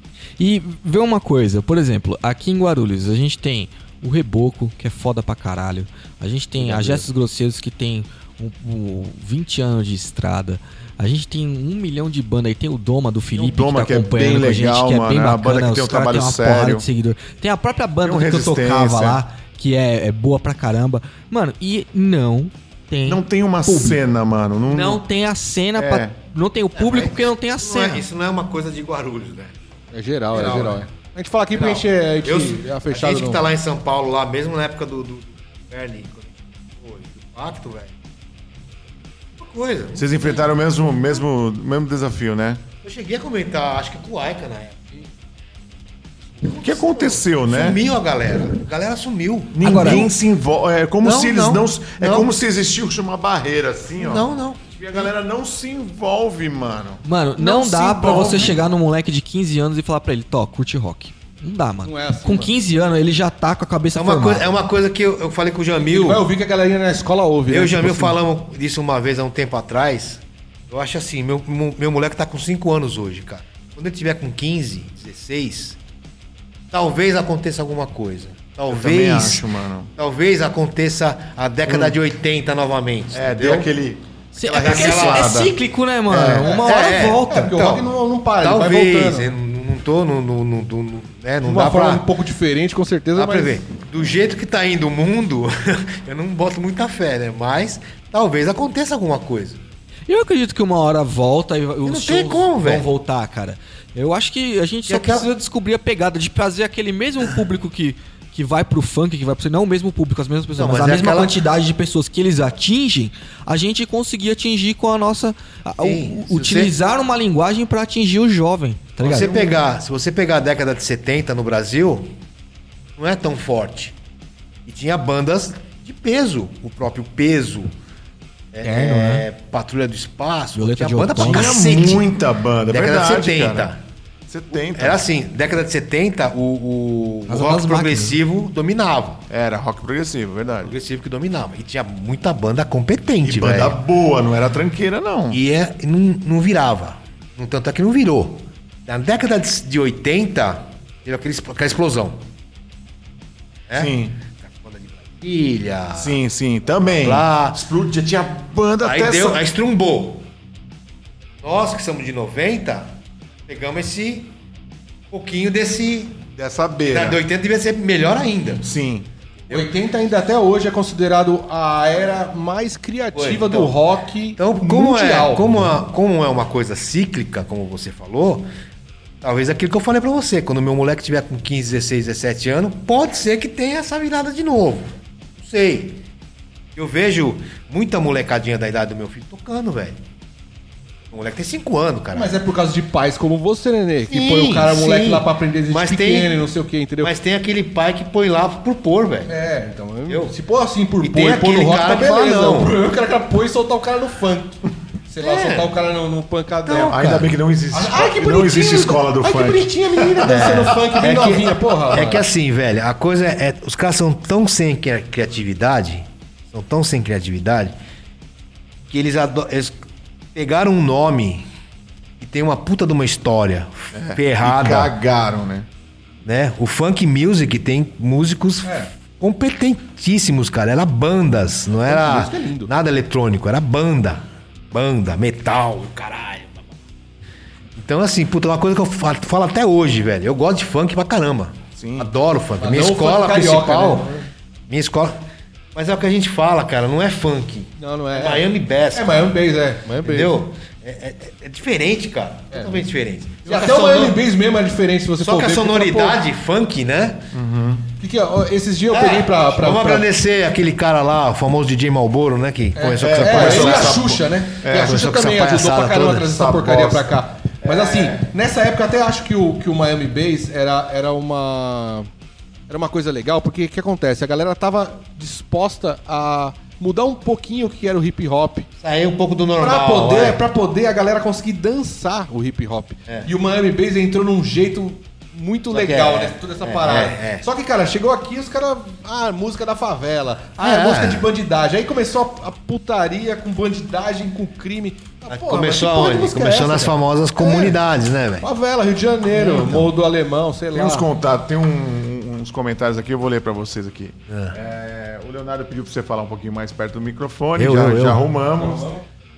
B: E vê uma coisa, por exemplo, aqui em Guarulhos a gente tem o Reboco, que é foda pra caralho. A gente tem a Gestos Grosseiros, que tem um, um 20 anos de estrada. A gente tem um milhão de banda aí. Tem o Doma do Felipe,
D: Doma,
B: que
D: que
B: tá
D: é
B: acompanhando
D: bem
B: com a gente,
D: legal,
B: que é
D: mano.
B: bem
D: É uma
B: bacana.
D: banda que tem um
B: Os caras têm
D: trabalho
B: uma porrada
D: sério.
B: de seguidor. Tem a própria banda
D: Tem um
B: que eu tocava
D: Resistência.
B: lá, que é, é boa pra caramba. Mano, e não tem...
D: Não tem uma
B: Público.
D: cena, mano. Não,
B: não tem a cena
D: É.
B: pra- Não tem o público
F: mas
B: porque não tem a
F: Isso não,
B: cena.
F: é, isso não é uma coisa de Guarulhos, né?
E: É geral,
F: Geral,
E: é geral.
F: né?
E: É. A gente fala aqui porque a gente é, a gente
F: Eu-
E: é fechado.
F: a gente
E: no-
F: que tá lá em São Paulo, lá mesmo na época do, do Verne, quando a gente foi, do Pacto, velho. Uma coisa.
D: Vocês enfrentaram o mesmo, mesmo, mesmo desafio, né?
F: Eu cheguei a comentar, acho que com o Aika na época.
D: O que aconteceu, né?
F: Sumiu a galera. A galera sumiu.
D: Ninguém
B: Agora-
D: se envolve. É como
F: Não,
D: se eles
F: não,
D: não, É
F: não.
D: como se existisse uma barreira, assim, ó.
F: Não, não.
D: E a galera não se envolve, mano.
B: Mano, não,
D: se
B: dá pra
D: envolve.
B: você chegar num moleque de 15 anos e falar pra ele, Tó, curte rock. Não dá, mano.
E: Não é assim,
B: com
E: mano.
B: 15 anos, ele já tá com a cabeça
F: É uma,
B: formada.
F: coisa, é uma coisa que eu, eu falei com o Jamil.
E: Ele vai ouvir que a galerinha na escola ouve.
F: Eu e
E: né?
F: o Jamil
E: Tipo assim,
F: falamos disso uma vez há um tempo atrás. Eu acho assim, meu, meu meu moleque tá com 5 anos hoje, cara. Quando ele tiver com 15, 16, talvez aconteça alguma coisa. Talvez.
D: também acho, mano.
F: Talvez aconteça a década de 80 novamente.
D: É, deu aquele.
B: Cê-
D: aquela
B: é porque é, é
D: reciclada.
B: cíclico, né, mano? uma hora
F: é,
B: volta.
E: Porque o
F: Então,
E: rock não, não para, ele vai
F: talvez.
E: voltando.
F: eu não não tô. Não, não, não, não, não- né,
E: De
F: não
E: uma
F: dá
E: forma
F: pra.
E: um pouco diferente, com certeza,
F: Dá pra
E: mas...
F: ver. Do jeito que tá indo o mundo, (laughs) eu não boto muita fé, né? Mas talvez aconteça alguma coisa.
B: Eu acredito que uma hora volta e
F: não
B: os
F: tem
B: shows
F: como,
B: vão
F: velho.
B: voltar, cara. Eu acho que a gente
F: E
B: só
F: aquela-
B: precisa descobrir a pegada de trazer aquele mesmo público que, que vai pro funk, que vai pro... Não o mesmo público, as mesmas pessoas,
F: Não,
B: mas,
F: mas
B: a
F: é
B: mesma
F: aquela-
B: quantidade de pessoas que eles atingem, a gente conseguir atingir com a nossa... a- o-
F: Sim, se
B: utilizar uma linguagem pra atingir o jovem, tá ligado?
F: você pegar, se você pegar a década de 70 no Brasil, não é tão forte. E tinha bandas de peso, o próprio peso. É,
B: Terno,
F: é, Patrulha do Espaço,
B: Violeta de
F: tinha banda pra
B: Outono.
F: cacete.
D: Tinha muita banda,
F: Década de
D: verdade,
F: 70.
D: cara. 70.
F: Era assim, década de 70, o, o, o
B: As
F: rock
B: bandas
F: progressivo dominava.
D: Era rock progressivo, verdade.
F: Progressivo que dominava. E tinha muita banda competente,
D: E banda
F: velho.
D: boa, não era tranqueira, não.
F: E é- e não, não virava. No tanto é que não virou. Na década de, de 80, teve aquele, expl- aquela explosão. É?
D: Sim.
F: Ilha.
D: Sim, sim, também.
F: Lá.
D: Explode, já tinha banda
F: Aí
D: até
F: deu,
D: essa-
F: aí estrumbou. Nós que somos de 90, pegamos esse pouquinho desse.
D: dessa
F: Da
D: beira.
F: de 80 devia ser melhor ainda.
D: Sim.
E: 80 ainda até hoje é considerado a era mais criativa
F: Foi, então.
E: do rock
F: Então, como
E: mundial.
F: é, como, a- como é uma coisa cíclica, como você falou, talvez aquilo que eu falei pra você, quando meu moleque tiver com 15, 16, 17 anos, pode ser que tenha essa virada de novo. Não sei. Eu vejo muita molecadinha da idade do meu filho tocando, velho. O moleque tem 5 anos, cara.
E: Mas é por causa de pais como você, Nenê, que
F: Sim,
E: põe o cara moleque
F: sim.
E: lá pra aprender desde
F: Mas tem-
E: pequeno e não sei o que, entendeu?
F: Mas tem aquele pai que põe lá por pôr, velho.
E: É, então, eu-
F: Eu-
E: se pôr assim por
F: E
E: pôr
F: tem
E: e pôr no
F: aquele
E: rock,
F: cara
E: tá
F: que fala,
E: beleza.
F: não.
E: O problema é (laughs) o cara que põe e soltar o cara no funk. Sei lá,
F: É. Então,
E: soltar o cara no, no pancadão.
D: Ainda bem que não existe, não existe escola do
E: Ai, que
D: funk.
E: bonitinha a menina dançando funk, bem
F: É que-
E: novinha, porra.
F: É que assim, velho, a coisa é. é- Os caras são tão sem cri- criatividade. São tão sem criatividade. que eles, ado- eles pegaram um nome que tem uma puta de uma história ferrada.
D: É, E cagaram, né?
F: né? O funk music tem músicos
D: É.
F: competentíssimos, cara. Era bandas, não era
E: music é lindo.
F: nada eletrônico, era banda. Banda, metal, caralho. Então, assim, puta, uma coisa que eu fa- falo até hoje, velho. Eu gosto de funk pra caramba. Adoro funk. Minha
G: não o
F: escola
G: funk carioca,
F: principal.
G: né?
F: Minha escola. Mas é o que a gente fala, cara, não é funk.
E: Não, não
F: É
E: é.
F: Miami Bass.
G: É Miami Bass, é.
E: Miami Bass.
F: entendeu? É, é- é diferente, cara. Totalmente diferente.
G: E até o Miami Bass mesmo é diferente se você
F: Só
G: for
F: que a
G: ver,
E: tá
G: porque,
F: sonoridade funk, né?
G: pô, que que é? Ó, esses dias eu
F: É,
G: peguei pra... pra,
F: Vamos
G: pra-
F: agradecer aquele cara lá, o famoso DJ Malboro, né? Que começou com essa
G: É,
F: palhaçada.
G: ele e a
F: Essa-
G: Xuxa, né? e a
F: começou
G: Xuxa
F: com essa
G: também ajudou pra
F: palhaçada
G: caramba a
F: toda,
G: trazer essa
F: essa
G: porcaria
F: bosta. É.
G: pra cá. Mas assim, nessa época eu até acho que o, que o Miami Bass
E: era, era uma. Era uma coisa legal, porque o que acontece? A galera tava disposta a mudar um pouquinho o que era o hip hop.
F: Saiu um pouco do
E: Pra
F: normal. é.
E: poder,
F: vai.
E: pra poder a galera conseguir dançar o hip hop. E o Miami Bass entrou num jeito muito
F: que
E: legal,
F: é-
E: né? Toda essa parada.
F: é, é.
E: Só que, cara, chegou aqui os caras. Ah, música da favela. Ah, é
F: É.
E: música de bandidagem. Aí começou a, a putaria com bandidagem, com crime. Ah,
F: Mas
E: porra,
F: começou
E: mas que porra de
F: aonde?
E: música é
F: Começou
E: essa,
F: nas
E: cara?
F: famosas comunidades, né, velho?
E: Favela, Rio de Janeiro, Morro do Alemão, sei
D: Tem
E: lá.
D: uns contatos, tem um- uns comentários aqui, eu vou ler pra vocês aqui. É, o Leonardo pediu pra você falar um pouquinho mais perto do microfone,
F: Eu,
D: já,
F: eu, eu.
D: já arrumamos.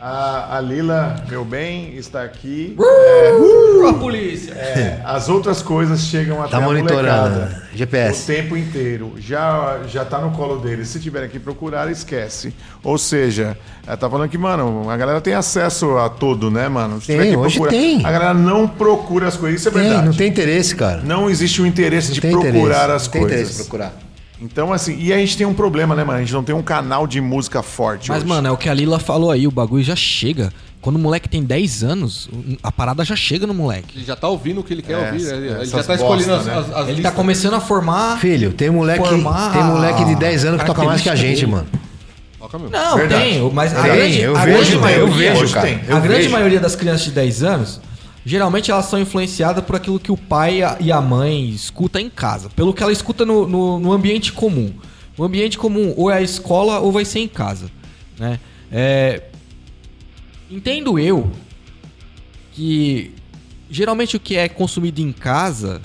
D: A, a Lila, meu bem, está aqui.
F: Uh!
D: É,
B: Pro a polícia!
D: é, as outras coisas chegam até
F: Tá
D: a
F: monitorando.
D: molecada.
F: né? GPS.
D: O tempo inteiro. Já, já tá no colo deles. Se tiverem que procurar, esquece. Ou seja, ela tá falando que, mano, a galera tem acesso a tudo, né, mano? Se
F: Tem,
D: tiver que
F: hoje tem.
D: A galera não procura as coisas. Isso é
F: Tem,
D: verdade.
F: não tem interesse, cara. Não
D: Não existe o interesse de
F: tem
D: procurar
F: interesse.
D: as
F: não tem interesse em
D: coisas.
F: procurar.
D: Então, assim, e a gente tem um problema, né, mano? A gente não tem um canal de música forte.
B: Mas,
D: hoje.
B: mano, é o que a Lila falou aí, o bagulho já chega. Quando o moleque tem 10 anos, a parada já chega no moleque.
E: Ele já tá ouvindo o que ele quer
D: É,
E: ouvir. Ele, ele
D: essas
E: já
D: bosta,
E: tá escolhendo as,
D: né?
E: as, as
B: Ele tá
E: listas.
B: começando a formar.
F: Filho, tem um moleque,
B: Formar
F: tem moleque de 10 anos que toca mais que a gente,
B: característica
F: mano.
E: Toca, meu.
B: Não,
D: Verdade.
B: tem, mas a
F: Tem,
B: grande,
F: eu
B: a
F: vejo,
B: grande
F: eu
B: maioria,
F: vejo,
D: Hoje
F: cara.
D: tem.
B: a
F: Eu
B: grande
F: vejo.
B: maioria das crianças de 10 anos, geralmente elas são influenciadas por aquilo que o pai e a- e a mãe escuta em casa, pelo que ela escuta no, no- no ambiente comum. O ambiente comum ou é a escola ou vai ser em casa, né? É, entendo eu que geralmente o que é consumido em casa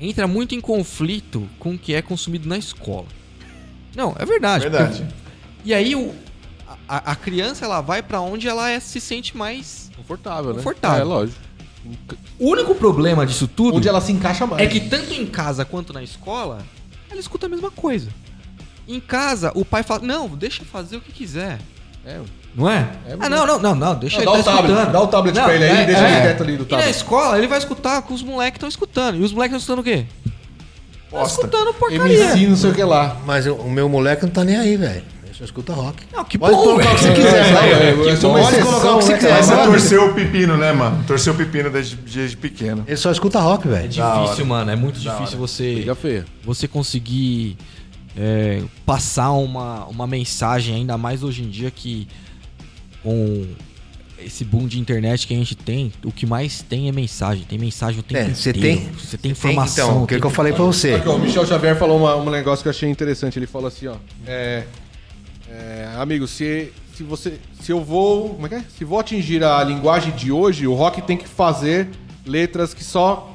B: entra muito em conflito com o que é consumido na escola. Não, é verdade.
D: Verdade.
B: porque- E aí o, a- a, a criança ela vai pra onde ela é- se sente mais.
E: Confortável, né?
B: Confortável.
E: É, lógico.
B: O único problema disso tudo
E: Onde ela se encaixa mais.
B: é que tanto em casa quanto na escola ela escuta a mesma coisa. Em casa o pai fala não, deixa eu fazer o que quiser.
E: É,
B: Não é? ah, não, não, não, não, deixa
E: Não,
B: ele
E: dá
B: tá
E: o tablet,
B: escutando. é,
E: dá o tablet pra ele aí, deixa ele quieto ali
B: E
E: do
B: na
E: tablet.
B: escola, ele vai escutar o que os moleques estão escutando. E os moleques estão escutando o quê? Estão
D: Bosta.
B: escutando porcaria.
E: MC, não sei o que lá.
F: Mas o o meu moleque não tá nem aí, velho. Ele só escuta rock.
B: Não, que
F: Pode
B: bom,
F: colocar o que você
B: velho.
F: quiser,
E: É, é, é,
F: velho.
E: é, isso é uma
F: Pode
E: exceção,
F: colocar o que você
E: né,
F: quiser.
E: cara?
D: Mas você
F: mano.
D: torceu o pepino, né, mano? Torceu o pepino desde, desde pequeno.
F: Ele só escuta rock,
B: É
F: velho.
B: difícil, mano. É muito difícil você,
E: Liga feia.
B: você conseguir é, passar uma, uma mensagem, ainda mais hoje em dia que com esse boom de internet que a gente tem, o que mais tem é mensagem. Tem mensagem o tempo
F: É, você
B: inteiro.
F: tem-
B: Você tem informação.
F: Então, o que,
B: tem-
F: que eu falei pra você?
E: Aqui, ó, o Michel Xavier falou uma- um negócio que eu achei interessante. Ele falou assim, ó. É, é, amigo, se, se você. Se eu vou. Como é que é? Se vou atingir a linguagem de hoje, o rock tem que fazer letras que só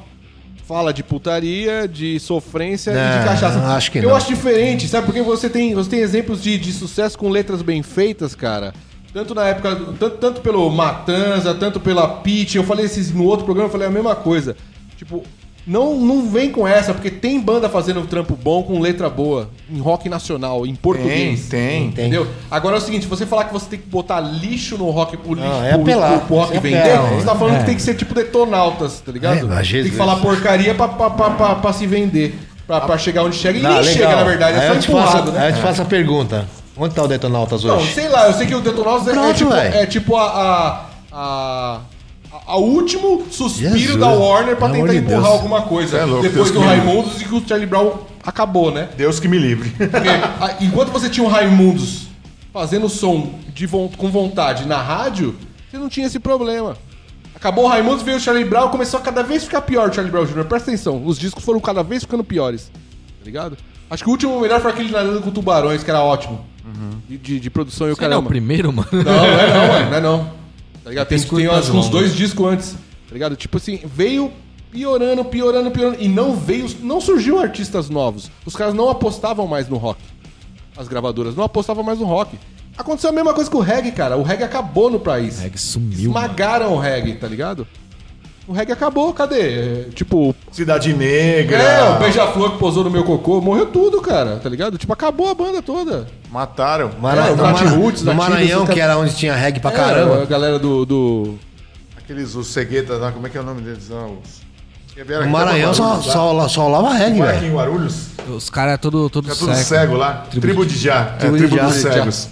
E: fala de putaria, de sofrência e
F: Não,
E: de cachaça.
F: acho que
E: eu
F: não.
E: acho diferente, sabe? Porque você tem, você tem exemplos de, de sucesso com letras bem feitas, cara. Tanto na época, tanto, tanto pelo Matanza, tanto pela Pitty. Eu falei esses no outro programa, eu falei a mesma coisa. Tipo, não, não vem com essa, porque tem banda fazendo um trampo bom com letra boa, em rock nacional, em
D: Tem,
E: português.
D: tem.
F: Tem.
E: Entendeu? Agora é o seguinte, você falar que você tem que botar lixo no rock pro lixo,
F: é
E: pro,
F: apelar.
E: pro- pro rock
F: É
E: vender,
F: apelar,
E: você tá falando
B: é.
E: que tem que ser tipo detonautas, tá
F: É,
E: ligado?
F: mas
E: tem que
F: Jesus.
E: falar porcaria pra, pra, pra, pra, pra se vender. Pra, pra chegar onde chega. E
F: Não,
E: nem chega,
F: Ah, legal. tipo
E: na verdade,
F: Aí
E: é
F: eu te
E: só empurrado,
F: faço- Aí
E: né?
F: eu te faço a pergunta. Onde tá o Detonautas
E: Não,
F: hoje?
E: sei lá, eu sei que o detonautas é- é,
F: Pronto,
E: tipo,
F: velho.
E: é tipo a... a, a... a- a último suspiro
F: Jesus,
E: da Warner pra
F: pelo amor
E: tentar
F: de
E: empurrar
F: Deus.
E: alguma coisa.
D: É louco, Deus
E: Depois do
D: que me livre.
E: Raimundos e que o Charlie Brown acabou, né?
D: Deus que me livre. (laughs)
E: Porque, a- enquanto você tinha o Raimundos fazendo som de von- com vontade na rádio, você não tinha esse problema. Acabou o Raimundos, veio o Charlie Brown, começou a cada vez ficar pior o Charlie Brown Jr. Presta atenção, os discos foram cada vez ficando piores. Tá ligado? Acho que o último melhor foi aquele de nadando com tubarões, que era ótimo. De, de- de produção e o
B: Uhum. Você não é o
E: caramba.
B: primeiro, mano?
E: Não, não é não, mano, não é não. Tá ligado? Tem,
B: Biscoito
E: tem
B: nas
E: acho que uns
B: mãos.
E: dois discos antes, tá ligado? Tipo assim, veio piorando, piorando, piorando. E não veio, não surgiu artistas novos. Os caras não apostavam mais no rock. As gravadoras não apostavam mais no rock. Aconteceu a mesma coisa com o reggae, cara. O reggae acabou no país.
B: O reggae sumiu,
E: Esmagaram o reggae, tá ligado? O reggae acabou, cadê? É, Tipo,
D: Cidade Negra.
E: é, o beija-flor que posou no meu cocô, morreu tudo, cara, tá ligado? Tipo, acabou a banda toda.
D: Mataram.
F: Mara-
E: É, o
F: no
E: Nath
F: Mara-
E: Roots,
F: no
E: Nativos,
F: Maranhão,
E: os
F: que
E: caras-
F: era onde tinha reggae pra
E: É, a
F: caramba.
E: galera do- do,
D: Aqueles, os ceguetas lá, como é que é o nome deles? lá? Os... que vieram
F: No
D: aqui
F: Maranhão
D: pra
F: só,
D: Guarulhos, lá.
F: só, só rolava reggae,
D: Não é
F: velho.
D: aqui em Guarulhos?
B: (laughs) Os caras tudo, tudo,
D: É tudo cego, lá. Tribo, de Já. É,
F: Tribo
D: Tribo,
F: de Já.
D: dos
F: Tribo de
D: Cegos.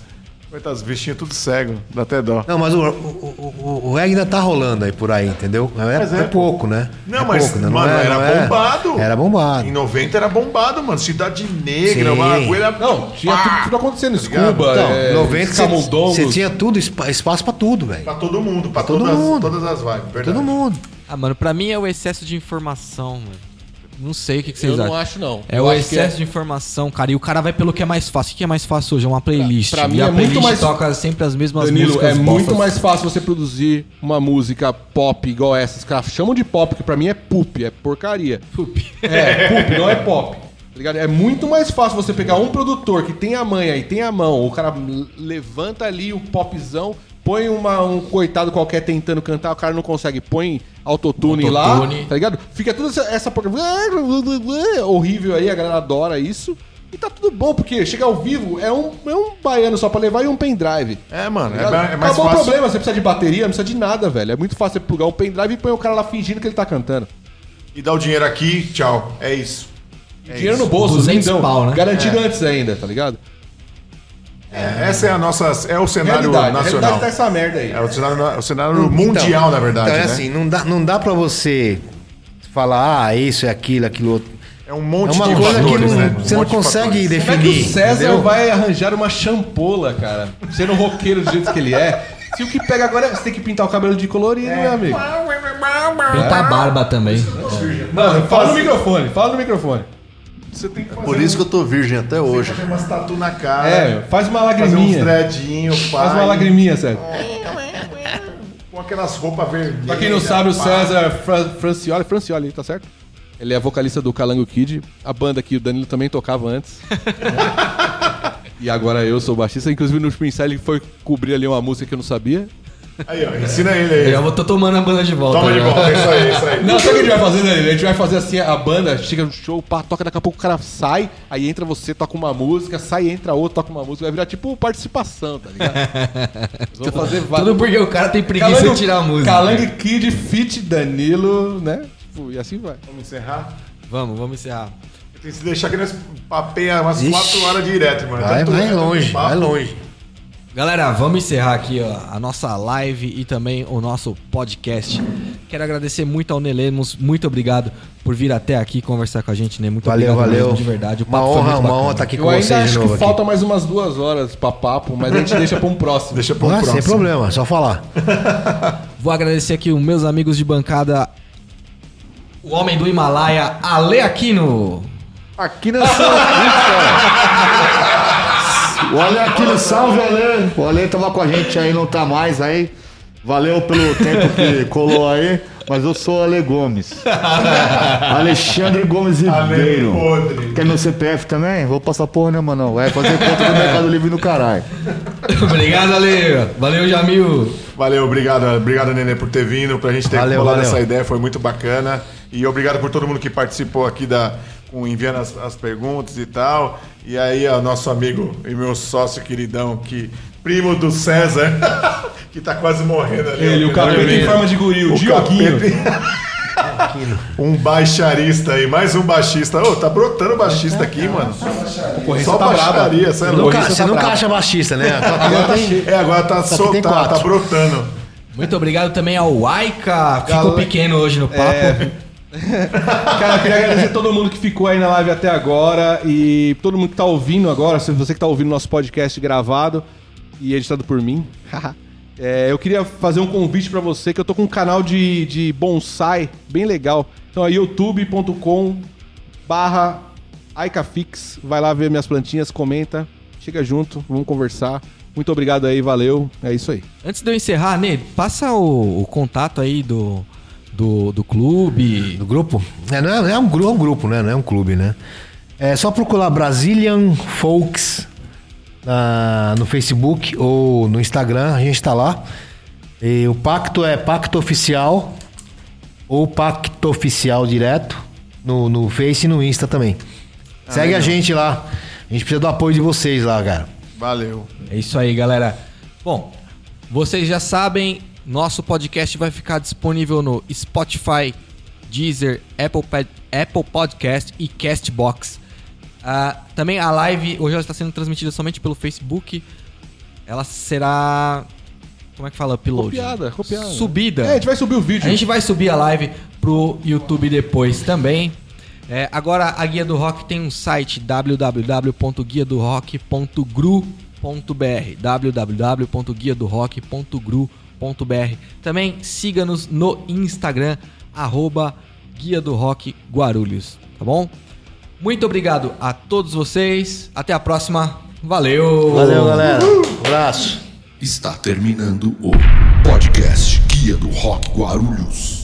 D: Coitados, os bichinhos é tudo cego. Dá até dó.
F: Não, mas o, o, o, o reggae ainda tá rolando aí por aí, entendeu? É,
D: Mas é,
F: é, pouco, né?
D: Não,
F: É
D: mas,
F: pouco, né?
D: mano,
F: é-
D: era
F: é-
D: bombado.
F: Era bombado.
D: Em 90 era bombado, mano. Cidade Negra,
F: Sim.
D: uma agulha...
E: Não, tinha
D: Pá!
E: tudo, tudo acontecendo.
D: ligado?
E: Scuba,
F: Então,
E: é,
F: 90
E: camundongos.
F: você tinha tudo, espa- espaço pra tudo, velho.
D: Pra todo mundo, pra,
F: todo
D: todas,
F: mundo.
D: todas as vibes. Verdade.
F: Todo mundo.
B: Ah, mano, pra mim é o excesso de informação, mano. Não sei o que, que vocês
E: Eu não
B: acham.
E: acho, não.
B: É
E: Eu
B: o
E: acho que
B: excesso de informação, cara. E o cara vai pelo que é mais fácil. O que é mais fácil hoje? É uma playlist.
E: Pra- pra mim
B: e a
E: é muito
B: playlist
E: mais-
B: toca sempre as mesmas
E: Danilo,
B: músicas.
E: é muito
B: bostas.
E: mais fácil você produzir uma música pop igual essa. Os caras chamam de pop, que pra mim é poop, é porcaria. (laughs) É, poop, não é pop. tá ligado? É muito mais fácil você pegar um produtor que tem a manha e tem a mão, o cara l- levanta ali o popzão, põe uma- um coitado qualquer tentando cantar, o cara não consegue, põe autotune lá,
B: Autotune.
E: tá ligado? Fica toda essa, essa porca- horrível aí, a galera adora isso. E tá tudo bom, porque chega ao vivo é um, é um baiano só pra levar e um pendrive.
D: É, mano, é,
E: Ligado?
D: ma- é mais
E: Acabou o
D: fácil.
E: problema, você precisa de bateria, não precisa de nada, velho. É muito fácil você plugar um pendrive e põe o cara lá fingindo que ele tá cantando.
D: E dá o dinheiro aqui, tchau. É isso.
E: E dinheiro no bolso,
B: 200
E: lindão.
B: pau, né?
E: Garantido antes ainda, tá ligado?
D: É, essa é a nossa... É o cenário
E: Realidade, a
D: nacional.
E: realidade tá essa merda aí.
D: É o cenário, na- o cenário mundial,
F: Então,
D: na verdade,
F: Então é
D: né?
F: assim, não dá, não dá pra você falar, ah, isso, é aquilo, aquilo outro.
D: É um
F: É
D: monte
F: uma
D: de
F: coisa que
D: fatores,
F: não-
D: né? Um
F: você não
D: monte de
F: consegue
D: fatores.
E: Como é que
F: definir.
E: o César
F: entendeu?
E: vai arranjar uma champola, cara? Sendo roqueiro do jeito que ele é. Se o que pega agora é você tem que pintar o cabelo de colorido,
D: É.
E: meu amigo.
B: Pinta a barba também.
E: Mano, fala no microfone, fala no microfone.
D: Você tem que fazer
H: Por isso que eu tô virgem até hoje.
D: fazer umas tatu na cara.
E: É, faz uma
D: fazer uns
E: lagriminha.
D: dreadinhos,
E: Faz uma lagriminha, César.
D: Com aquelas roupas vermelhas.
E: Pra quem não sabe, o César Fra Francioli, Francioli, tá certo? Ele é vocalista do Calango Kid, a banda que o Danilo também tocava (laughs) antes. e agora eu sou o baixista, inclusive no último ensaio ele foi cobrir ali uma música que eu não sabia.
D: Aí, ó, ensina ele aí.
B: Eu vou tô tomando a banda de volta.
D: Toma de
B: né?
D: volta, é isso aí, é isso aí.
E: Não, sabe o que a gente vai fazer, Danilo? A gente vai fazer assim, a banda chega no show, pá, toca, daqui a pouco o cara sai, aí entra você, toca uma música, sai, entra outro, toca uma música, vai virar tipo participação, tá (laughs) ligado? Nós Vamos fazer
B: Tudo porque o cara tem preguiça
E: é
B: de tirar a música.
E: Calango Kid, Fit Danilo, né? Tipo, e assim vai.
D: Vamos encerrar?
B: Vamos, vamos encerrar.
D: Tem que se deixar que nós papeia umas
F: Ixi.
D: 4 horas direto, mano.
F: Vai,
D: Tanto- é,
F: vai
D: tanto
F: longe,
D: papo.
F: vai longe.
B: Galera, vamos encerrar aqui ó, a nossa live e também o nosso podcast. Quero agradecer muito ao Nelemos, muito obrigado por vir até aqui conversar com a gente, né? Muito
F: Valeu,
B: obrigado
F: valeu.
B: mesmo, de verdade. O
F: uma
B: papo foi
F: honra,
B: muito
F: uma
B: bacana.
F: honra estar aqui
E: Eu
F: com
E: ainda
F: vocês de
E: acho
F: novo
E: que
F: aqui.
E: falta mais umas duas horas pra papo, mas a gente (laughs) deixa pra um próximo.
D: Deixa pro
F: Ah, sem
D: próximo.
F: problema, só falar.
B: Vou agradecer aqui os meus amigos de bancada, o homem do Himalaia, Ale Aquino.
C: Aqui na sua Olha aqui no salve, Ale. O Ale tava com a gente aí, não tá mais aí. Valeu pelo tempo que colou aí. Mas eu sou o Ale Gomes. Alexandre Gomes Ribeiro.
D: podre.
C: Quer meu CPF também? Vou passar porra nenhuma não. Vai fazer conta do Mercado Livre no caralho.
B: obrigado, Ale. Valeu, Jamil.
D: Valeu, obrigado. Obrigado, Nenê, por ter vindo, pra gente ter
F: Valeu,
D: colado
F: valeu.
D: essa ideia, foi muito bacana. E obrigado por todo mundo que participou aqui da com- enviando as, as perguntas e tal. E aí, ó, nosso amigo e meu sócio queridão, que primo do César, (laughs) que tá quase morrendo ali.
E: Ele,
D: ó,
E: o capeta
D: primeiro.
E: em forma de guri, o,
D: O
E: Dioguinho.
D: capeta- (laughs) um baixarista aí, mais um baixista. Ô, tá brotando baixista aqui, mano. Só
E: tá brava.
D: baixaria, você é louco.
F: Nunca, você nunca acha baixista, (laughs) né? Agora tem-
D: É, agora tá
F: Só que tem
D: soltando,
F: quatro.
D: tá brotando.
B: Muito obrigado também ao Aika. Ficou
E: Galera-
B: pequeno hoje no papo.
E: Cara, eu queria agradecer todo mundo que ficou aí na live até agora e todo mundo que tá ouvindo agora, se você que tá ouvindo nosso podcast gravado e editado por mim. (laughs) É, eu queria fazer um convite pra você, que eu tô com um canal de, de bonsai bem legal. Então é youtube.com barra Aika Fix. Vai lá ver minhas plantinhas, comenta, chega junto, vamos conversar. Muito obrigado aí, valeu. É isso aí.
B: Antes de eu encerrar, Ney, passa o, o contato aí do, do, do clube.
F: Do grupo? É, não é, não é um, gru- é um grupo, né? Não é um clube, né? É só procurar Brazilian Folks na- no Facebook ou no Instagram, a gente tá lá. E o pacto é pacto oficial ou pacto oficial direto no, no Face e no Insta também. Segue a gente lá. A gente precisa do apoio de vocês lá, cara.
D: Valeu.
B: É isso aí, galera. Bom, vocês já sabem, nosso podcast vai ficar disponível no Spotify, Deezer, Apple, Pod- Apple Podcast e Castbox. Ah, também a live hoje ela está sendo transmitida somente pelo Facebook. Ela será. Como é que fala? Upload.
E: Copiada, copiada.
B: Subida.
E: É, a gente vai subir o vídeo.
B: A gente vai subir a live pro YouTube depois também. É, agora a Guia do Rock tem um site www.guiadorock.gru.br www.guiadorock.gru.br Também siga-nos no Instagram, arroba Guia do Rock Guarulhos, tá bom? Muito obrigado a todos vocês, até a próxima, valeu!
F: Valeu, galera. Abraço.
A: Está terminando o podcast Guia do Rock Guarulhos.